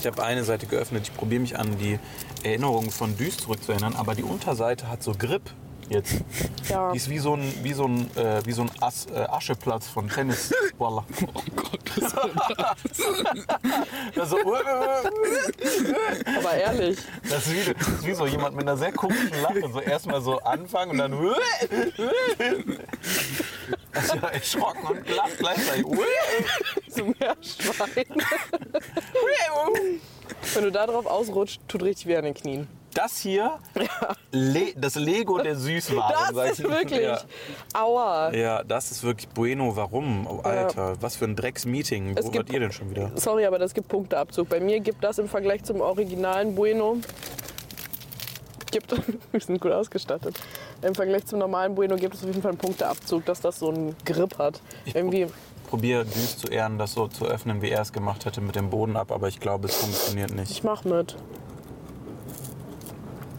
[SPEAKER 1] Ich habe eine Seite geöffnet. Ich probiere mich an die Erinnerungen von Düs zurückzuerinnern, aber die Unterseite hat so Grip jetzt.
[SPEAKER 3] Ja.
[SPEAKER 1] Die ist wie so ein, wie so ein, äh, wie so ein Ass, äh, Ascheplatz von Tennis. Voila.
[SPEAKER 4] Oh Gott, das
[SPEAKER 1] Also,
[SPEAKER 3] Aber ehrlich,
[SPEAKER 1] das, ist wie, das ist wie so jemand mit einer sehr komischen Lache. So erstmal so anfangen und dann. Also erschrocken und lacht gleichzeitig.
[SPEAKER 3] zum Meerschwein. Wenn du da drauf ausrutscht, tut richtig weh an den Knien.
[SPEAKER 1] Das hier, Le das Lego der Süßwaren. sag
[SPEAKER 3] Das
[SPEAKER 1] ich
[SPEAKER 3] ist
[SPEAKER 1] mal.
[SPEAKER 3] wirklich.
[SPEAKER 1] Ja.
[SPEAKER 3] Aua.
[SPEAKER 1] Ja, das ist wirklich Bueno. Warum? Oh, Alter, was für ein Drecksmeeting.
[SPEAKER 3] Es
[SPEAKER 1] Wo
[SPEAKER 3] gibt-
[SPEAKER 1] wart ihr denn schon wieder?
[SPEAKER 3] Sorry, aber das gibt Punkteabzug. Bei mir gibt das im Vergleich zum originalen Bueno. Gibt, wir sind gut ausgestattet. Im Vergleich zum normalen Bueno gibt es auf jeden Fall einen Punkteabzug, dass das so einen Grip hat. Irgendwie,
[SPEAKER 1] Probier Düs zu ehren, das so zu öffnen, wie er es gemacht hätte mit dem Boden ab, aber ich glaube, es funktioniert nicht.
[SPEAKER 3] ich mach mit.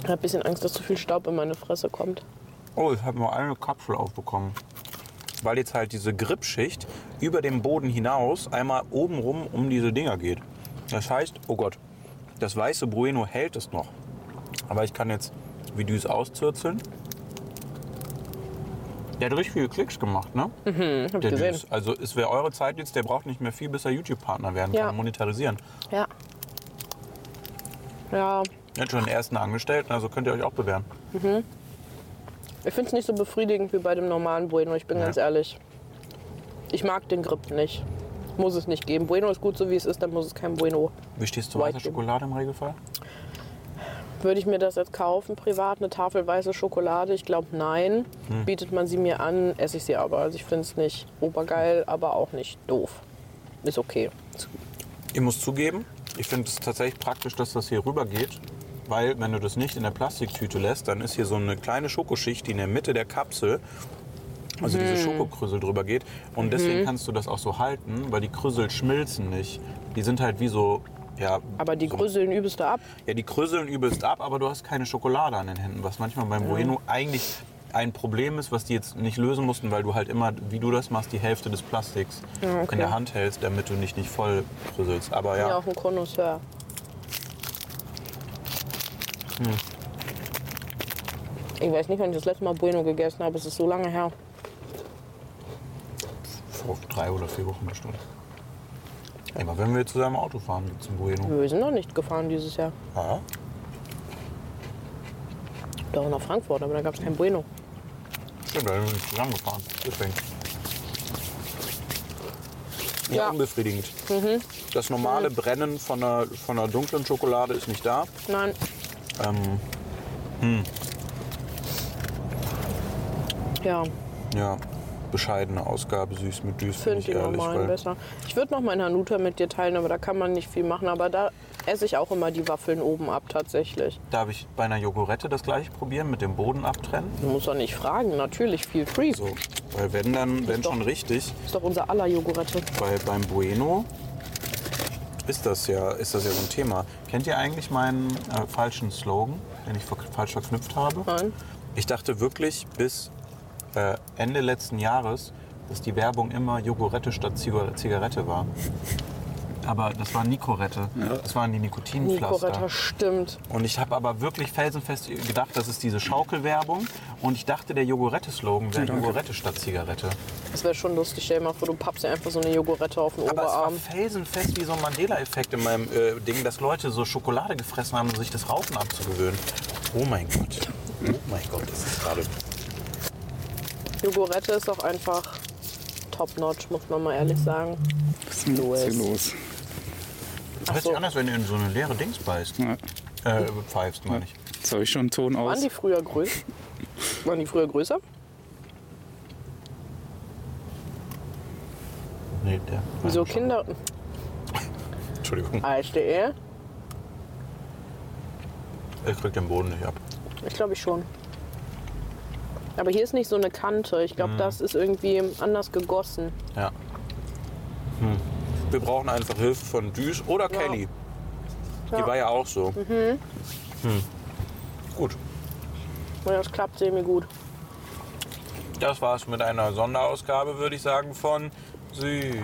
[SPEAKER 3] Ich hab ein bisschen Angst, dass zu viel Staub in meine Fresse kommt.
[SPEAKER 1] Oh, ich habe nur eine Kapsel aufbekommen. Weil jetzt halt diese Gripschicht über den Boden hinaus einmal oben rum um diese Dinger geht. Das heißt, oh Gott, das weiße Bueno hält es noch. Aber ich kann jetzt wie Düs auszürzeln. Der hat richtig viele Klicks gemacht, ne?
[SPEAKER 3] Mhm, Hab ich
[SPEAKER 1] Der
[SPEAKER 3] gesehen.
[SPEAKER 1] Düs. Also es wäre eure Zeit jetzt, der braucht nicht mehr viel, bis er YouTube-Partner werden
[SPEAKER 3] Ja.
[SPEAKER 1] kann, monetarisieren.
[SPEAKER 3] Ja. Ja,
[SPEAKER 1] Er hat schon den ersten Angestellten, also könnt ihr euch auch bewähren.
[SPEAKER 3] ich find's nicht so befriedigend wie bei dem normalen Bueno, ich bin ganz ehrlich. Ich mag den Grip nicht. Muss es nicht geben. Bueno ist gut so wie es ist, dann muss es kein Bueno.
[SPEAKER 1] Wie stehst du
[SPEAKER 3] White
[SPEAKER 1] weiter
[SPEAKER 3] Bean.
[SPEAKER 1] Schokolade im Regelfall?
[SPEAKER 3] Würde ich mir das jetzt kaufen, privat, eine Tafel weiße Schokolade? Ich glaube, nein. Bietet man sie mir an, esse ich sie aber. Also ich finde es nicht obergeil, aber auch nicht doof. Ist okay.
[SPEAKER 1] Ich muss zugeben, ich finde es tatsächlich praktisch, dass das hier rüber geht. Weil, wenn du das nicht in der Plastiktüte lässt, dann ist hier so eine kleine Schokoschicht, die in der Mitte der Kapsel, also
[SPEAKER 3] Mhm.
[SPEAKER 1] diese Schokokrüsel drüber geht. Und deswegen kannst du das auch so halten, weil die Krüsel schmilzen nicht. Die sind halt wie so, ja.
[SPEAKER 3] Aber die
[SPEAKER 1] so
[SPEAKER 3] grüsseln übelst da ab.
[SPEAKER 1] Ja, die krüsseln übelst ab, aber du hast keine Schokolade an den Händen, was manchmal beim Bueno eigentlich ein Problem ist, was die jetzt nicht lösen mussten, weil du halt immer, wie du das machst, die Hälfte des Plastiks in der Hand hältst, damit du nicht, nicht voll krüsselst. Aber
[SPEAKER 3] Ja,
[SPEAKER 1] ja,
[SPEAKER 3] auch ein Connoisseur. Ich weiß nicht, wann ich das letzte Mal Bueno gegessen habe. Es ist so lange her.
[SPEAKER 1] vor drei oder vier Wochen bestimmt. Ey, Aber wenn wir zusammen Auto fahren, gibt's ein Bueno.
[SPEAKER 3] Wir sind noch nicht gefahren dieses Jahr.
[SPEAKER 1] Ja.
[SPEAKER 3] Doch nach Frankfurt, aber da gab es kein Bueno.
[SPEAKER 1] Stimmt, da sind wir nicht zusammen gefahren. Deswegen. Ja,
[SPEAKER 3] Ja. Mhm.
[SPEAKER 1] unbefriedigend. Das normale Brennen von einer, von einer dunklen Schokolade ist nicht da.
[SPEAKER 3] Nein,
[SPEAKER 1] Ähm, hm.
[SPEAKER 3] ja,
[SPEAKER 1] Ja, bescheidene Ausgabe, süß mit Düsen,
[SPEAKER 3] finde die normalen besser. Ich würde noch mal in Hanuta mit dir teilen, aber da kann man nicht viel machen. Aber da esse ich auch immer die Waffeln oben ab, tatsächlich.
[SPEAKER 1] Darf ich bei einer Jogurette das gleiche probieren, mit dem Boden abtrennen?
[SPEAKER 3] Du musst doch nicht fragen, natürlich, feel free.
[SPEAKER 1] So, weil wenn dann, wenn schon richtig,
[SPEAKER 3] Ist doch unser aller Jogurette.
[SPEAKER 1] weil beim Bueno ist das ja, ist das ja so ein Thema. Kennt ihr eigentlich meinen äh, falschen Slogan, den ich ver falsch verknüpft habe?
[SPEAKER 3] Nein.
[SPEAKER 1] Ich dachte wirklich bis äh, Ende letzten Jahres, dass die Werbung immer Jogurette statt Ziga- Zigarette war. Aber das war Nicorette. Das waren die Nikotinpflaster.
[SPEAKER 3] Nicoretta, stimmt.
[SPEAKER 1] Und ich habe aber wirklich felsenfest gedacht, das ist diese Schaukelwerbung. Und ich dachte, der Jogurette-Slogan wäre Jogurette statt Zigarette.
[SPEAKER 3] Das wäre schon lustig. Stell dir mal vor, du pappst dir einfach so eine Jogurette auf den
[SPEAKER 1] Aber es war
[SPEAKER 3] Oberarm.
[SPEAKER 1] felsenfest wie so ein Mandela-Effekt in meinem äh, Ding, dass Leute so Schokolade gefressen haben, um sich das Rauchen abzugewöhnen. Oh mein Gott. Oh mein Gott, das ist gerade.
[SPEAKER 3] Jogurette ist auch einfach top-notch, muss man mal ehrlich sagen.
[SPEAKER 4] ist denn jetzt hier los?
[SPEAKER 1] Das hört
[SPEAKER 3] so. Hm.
[SPEAKER 1] sich anders, wenn du in so eine leere Dings beißt.
[SPEAKER 4] Ja.
[SPEAKER 1] Äh, pfeifst, meine ich.
[SPEAKER 4] Jetzt habe ich schon einen Ton
[SPEAKER 3] Waren
[SPEAKER 4] aus.
[SPEAKER 3] die früher größer? Waren die früher größer?
[SPEAKER 1] Nee, der.
[SPEAKER 3] Wieso
[SPEAKER 1] Nein,
[SPEAKER 3] Kinder.
[SPEAKER 1] Entschuldigung,
[SPEAKER 3] Eis.de?
[SPEAKER 1] ich krieg den Boden nicht ab.
[SPEAKER 3] Ich glaube ich schon. Aber hier ist nicht so eine Kante. Ich glaube, das ist irgendwie anders gegossen.
[SPEAKER 1] Ja. Hm. Wir brauchen einfach Hilfe von Düs oder Kelly. Die war ja auch so.
[SPEAKER 3] Mhm.
[SPEAKER 1] Hm. Gut,
[SPEAKER 3] Und das klappt semi gut.
[SPEAKER 1] das war's mit einer Sonderausgabe, würde ich sagen, von Süß,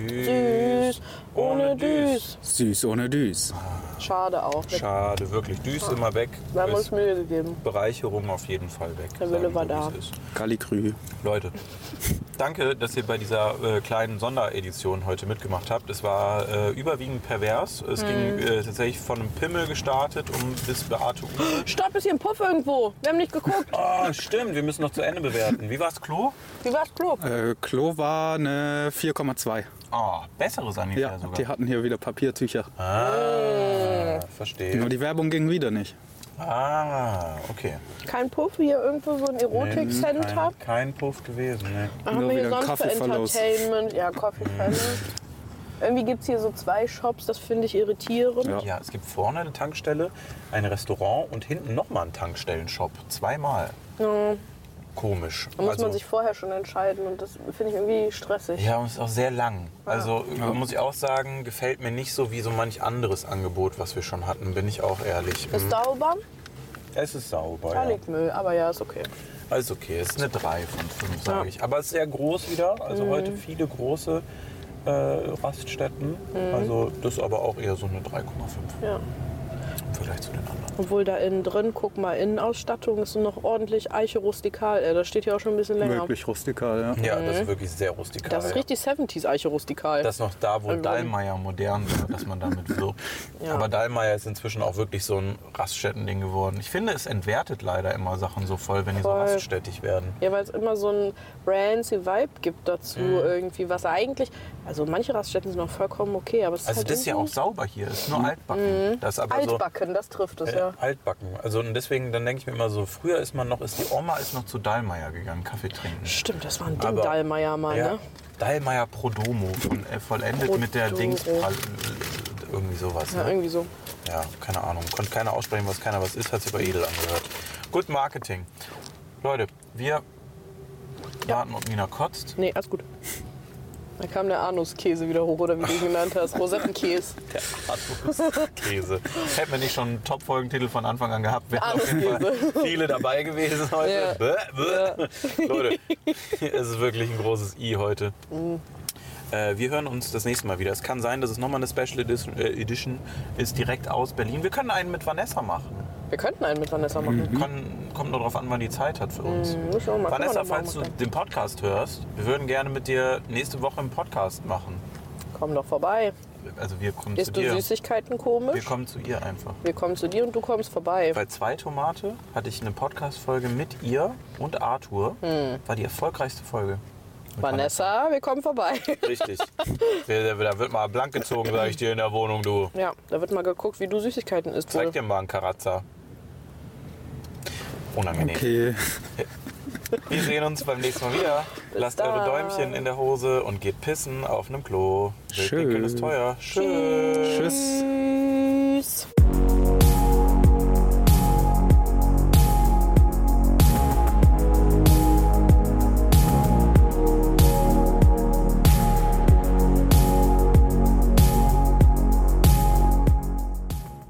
[SPEAKER 3] Düs, ohne Düs.
[SPEAKER 4] Süß ohne Düs.
[SPEAKER 3] Schade auch. Wir
[SPEAKER 1] Schade, wirklich. Düs immer weg.
[SPEAKER 3] haben uns
[SPEAKER 1] Ist
[SPEAKER 3] Mühe gegeben.
[SPEAKER 1] Bereicherung auf jeden Fall weg.
[SPEAKER 3] Der Wille
[SPEAKER 1] sagen
[SPEAKER 3] war
[SPEAKER 1] wir, wie
[SPEAKER 3] da.
[SPEAKER 1] es ist.
[SPEAKER 4] Galligrü.
[SPEAKER 1] Leute, danke, dass ihr bei dieser äh, kleinen Sonderedition heute mitgemacht habt. Es war äh, überwiegend pervers. Es ging äh, tatsächlich von einem Pimmel gestartet um bis Beate Uwe.
[SPEAKER 3] Stopp, ist hier ein Puff irgendwo. Wir haben nicht geguckt.
[SPEAKER 1] Ah, stimmt, wir müssen noch zu Ende bewerten. Wie war's, Klo?
[SPEAKER 3] Wie war's klug?
[SPEAKER 4] Äh, Klo war eine 4,2.
[SPEAKER 1] Ah, bessere Sanitär
[SPEAKER 4] Ja,
[SPEAKER 1] sogar.
[SPEAKER 4] die hatten hier wieder Papiertücher.
[SPEAKER 1] Ah, verstehe.
[SPEAKER 4] Nur die Werbung ging wieder nicht.
[SPEAKER 1] Ah, okay.
[SPEAKER 3] Kein Puff hier irgendwo so ein Erotik-Center?
[SPEAKER 1] Kein, kein Puff gewesen, ne?
[SPEAKER 3] haben
[SPEAKER 4] Nur
[SPEAKER 3] wir hier
[SPEAKER 4] wieder ein
[SPEAKER 3] sonst für
[SPEAKER 4] Kaffeeverlust.
[SPEAKER 3] Entertainment? Ja, Coffee Fellows. Irgendwie gibt es hier so zwei Shops, das finde ich irritierend.
[SPEAKER 4] Ja.
[SPEAKER 1] Ja, es gibt vorne eine Tankstelle, ein Restaurant und hinten nochmal einen Tankstellenshop. Zweimal. Komisch.
[SPEAKER 3] Da muss man sich vorher schon entscheiden und das finde ich irgendwie stressig.
[SPEAKER 1] also ja, und es ist auch sehr lang. Also muss ich auch sagen, gefällt mir nicht so wie so manch anderes Angebot, was wir schon hatten, bin ich auch ehrlich.
[SPEAKER 3] Ist sauber,
[SPEAKER 1] Es ist sauber.
[SPEAKER 3] da
[SPEAKER 1] Ja.
[SPEAKER 3] liegt Müll, aber ja, ist okay.
[SPEAKER 1] Also okay, es ist eine 3 von 5, sage ich. Aber es ist sehr groß wieder. Also
[SPEAKER 3] Mhm.
[SPEAKER 1] heute viele große äh, Raststätten.
[SPEAKER 3] Mhm.
[SPEAKER 1] Also das ist aber auch eher so eine 3,5
[SPEAKER 3] Ja.
[SPEAKER 1] im Vergleich zu den anderen.
[SPEAKER 3] Obwohl da innen drin, guck mal, Innenausstattung ist noch ordentlich Eiche rustikal. Ey, Das steht hier auch schon ein bisschen länger.
[SPEAKER 4] Wirklich rustikal, ja.
[SPEAKER 1] Ja, das ist wirklich sehr rustikal.
[SPEAKER 3] Mhm. Das ist
[SPEAKER 1] ja.
[SPEAKER 3] richtig Also 70s Eiche rustikal.
[SPEAKER 1] Das ist noch da, wo Dallmayr modern war, dass man damit wirbt. Aber Dallmayr ist inzwischen auch wirklich so ein Raststätten-Ding geworden. Ich finde, es entwertet leider immer Sachen so voll, wenn die
[SPEAKER 3] Voll.
[SPEAKER 1] so raststättig werden.
[SPEAKER 3] Ja, weil es immer so einen rancy Vibe gibt dazu
[SPEAKER 1] Mhm.
[SPEAKER 3] irgendwie, was eigentlich, also manche Raststätten sind noch vollkommen okay, aber es ist
[SPEAKER 1] Also
[SPEAKER 3] halt
[SPEAKER 1] das ist ja auch
[SPEAKER 3] irgendwie
[SPEAKER 1] sauber hier, es ist nur altbacken. Das ist aber so
[SPEAKER 3] Mhm. altbacken, das trifft es,
[SPEAKER 1] äh,
[SPEAKER 3] ja.
[SPEAKER 1] altbacken. Also und deswegen, dann denke ich mir immer so, früher ist man noch, ist die Oma ist noch zu Dallmayr gegangen, Kaffee trinken.
[SPEAKER 3] Stimmt, das war ein Ding
[SPEAKER 1] Aber-
[SPEAKER 3] Dallmayr mal,
[SPEAKER 1] Ja.
[SPEAKER 3] ne?
[SPEAKER 1] Dallmayr Prodomo, von, äh, vollendet mit der
[SPEAKER 3] Prodomo.
[SPEAKER 1] Dings... äh, Irgendwie sowas.
[SPEAKER 3] Ja,
[SPEAKER 1] ne?
[SPEAKER 3] irgendwie so.
[SPEAKER 1] Ja, keine Ahnung. Konnte keiner aussprechen, was keiner was ist, hat sich bei Edel angehört. Gut Marketing. Leute, wir warten, ob Nina kotzt.
[SPEAKER 3] Nee, alles gut. Da kam der Anuskäse wieder hoch, oder wie du ihn genannt hast, Rosettenkäse.
[SPEAKER 1] Der Käse. Hätten wir nicht schon einen Top-Folgentitel von Anfang an gehabt, wären auf jeden Fall
[SPEAKER 3] Anuskäse.
[SPEAKER 1] viele dabei gewesen heute.
[SPEAKER 3] Ja.
[SPEAKER 1] Bäh, bäh. Leute, es ist wirklich ein großes I heute. Äh, wir hören uns das nächste Mal wieder. Es kann sein, dass es nochmal eine Special Edition, äh, Edition ist, direkt aus Berlin. Wir können einen mit Vanessa machen.
[SPEAKER 3] Wir könnten einen mit Vanessa machen.
[SPEAKER 1] Mhm. Kann, kommt nur darauf an, wann die Zeit hat für uns.
[SPEAKER 3] Mhm, Muss ich auch mal
[SPEAKER 1] Vanessa,
[SPEAKER 3] gucken, wann
[SPEAKER 1] falls du
[SPEAKER 3] wir machen.
[SPEAKER 1] den Podcast hörst, wir würden gerne mit dir nächste Woche einen Podcast machen.
[SPEAKER 3] Komm doch vorbei.
[SPEAKER 1] Also wir kommen zu
[SPEAKER 3] Isst du
[SPEAKER 1] dir.
[SPEAKER 3] Süßigkeiten
[SPEAKER 1] Wir
[SPEAKER 3] komisch?
[SPEAKER 1] kommen zu ihr einfach.
[SPEAKER 3] Wir kommen zu dir und du kommst vorbei.
[SPEAKER 1] Bei zwei Tomate hatte ich eine Podcast-Folge mit ihr und Arthur. War die erfolgreichste Folge. Mit
[SPEAKER 3] Hm. Vanessa, wir kommen vorbei.
[SPEAKER 1] Vanessa. Richtig. Wir- Da wird mal blank gezogen, sag ich dir, in der Wohnung, du.
[SPEAKER 3] ja, da wird mal geguckt, wie du Süßigkeiten isst. wohl.
[SPEAKER 1] Zeig dir mal einen Karatzer. Unangenehm.
[SPEAKER 4] Okay.
[SPEAKER 1] Wir sehen uns beim nächsten Mal wieder. Lasst eure
[SPEAKER 3] dann.
[SPEAKER 1] Däumchen in der Hose und geht pissen auf einem Klo.
[SPEAKER 4] Tschüss.
[SPEAKER 1] Wildpinkeln ist teuer. Tschüss.
[SPEAKER 4] Tschüss.
[SPEAKER 3] Tschüss.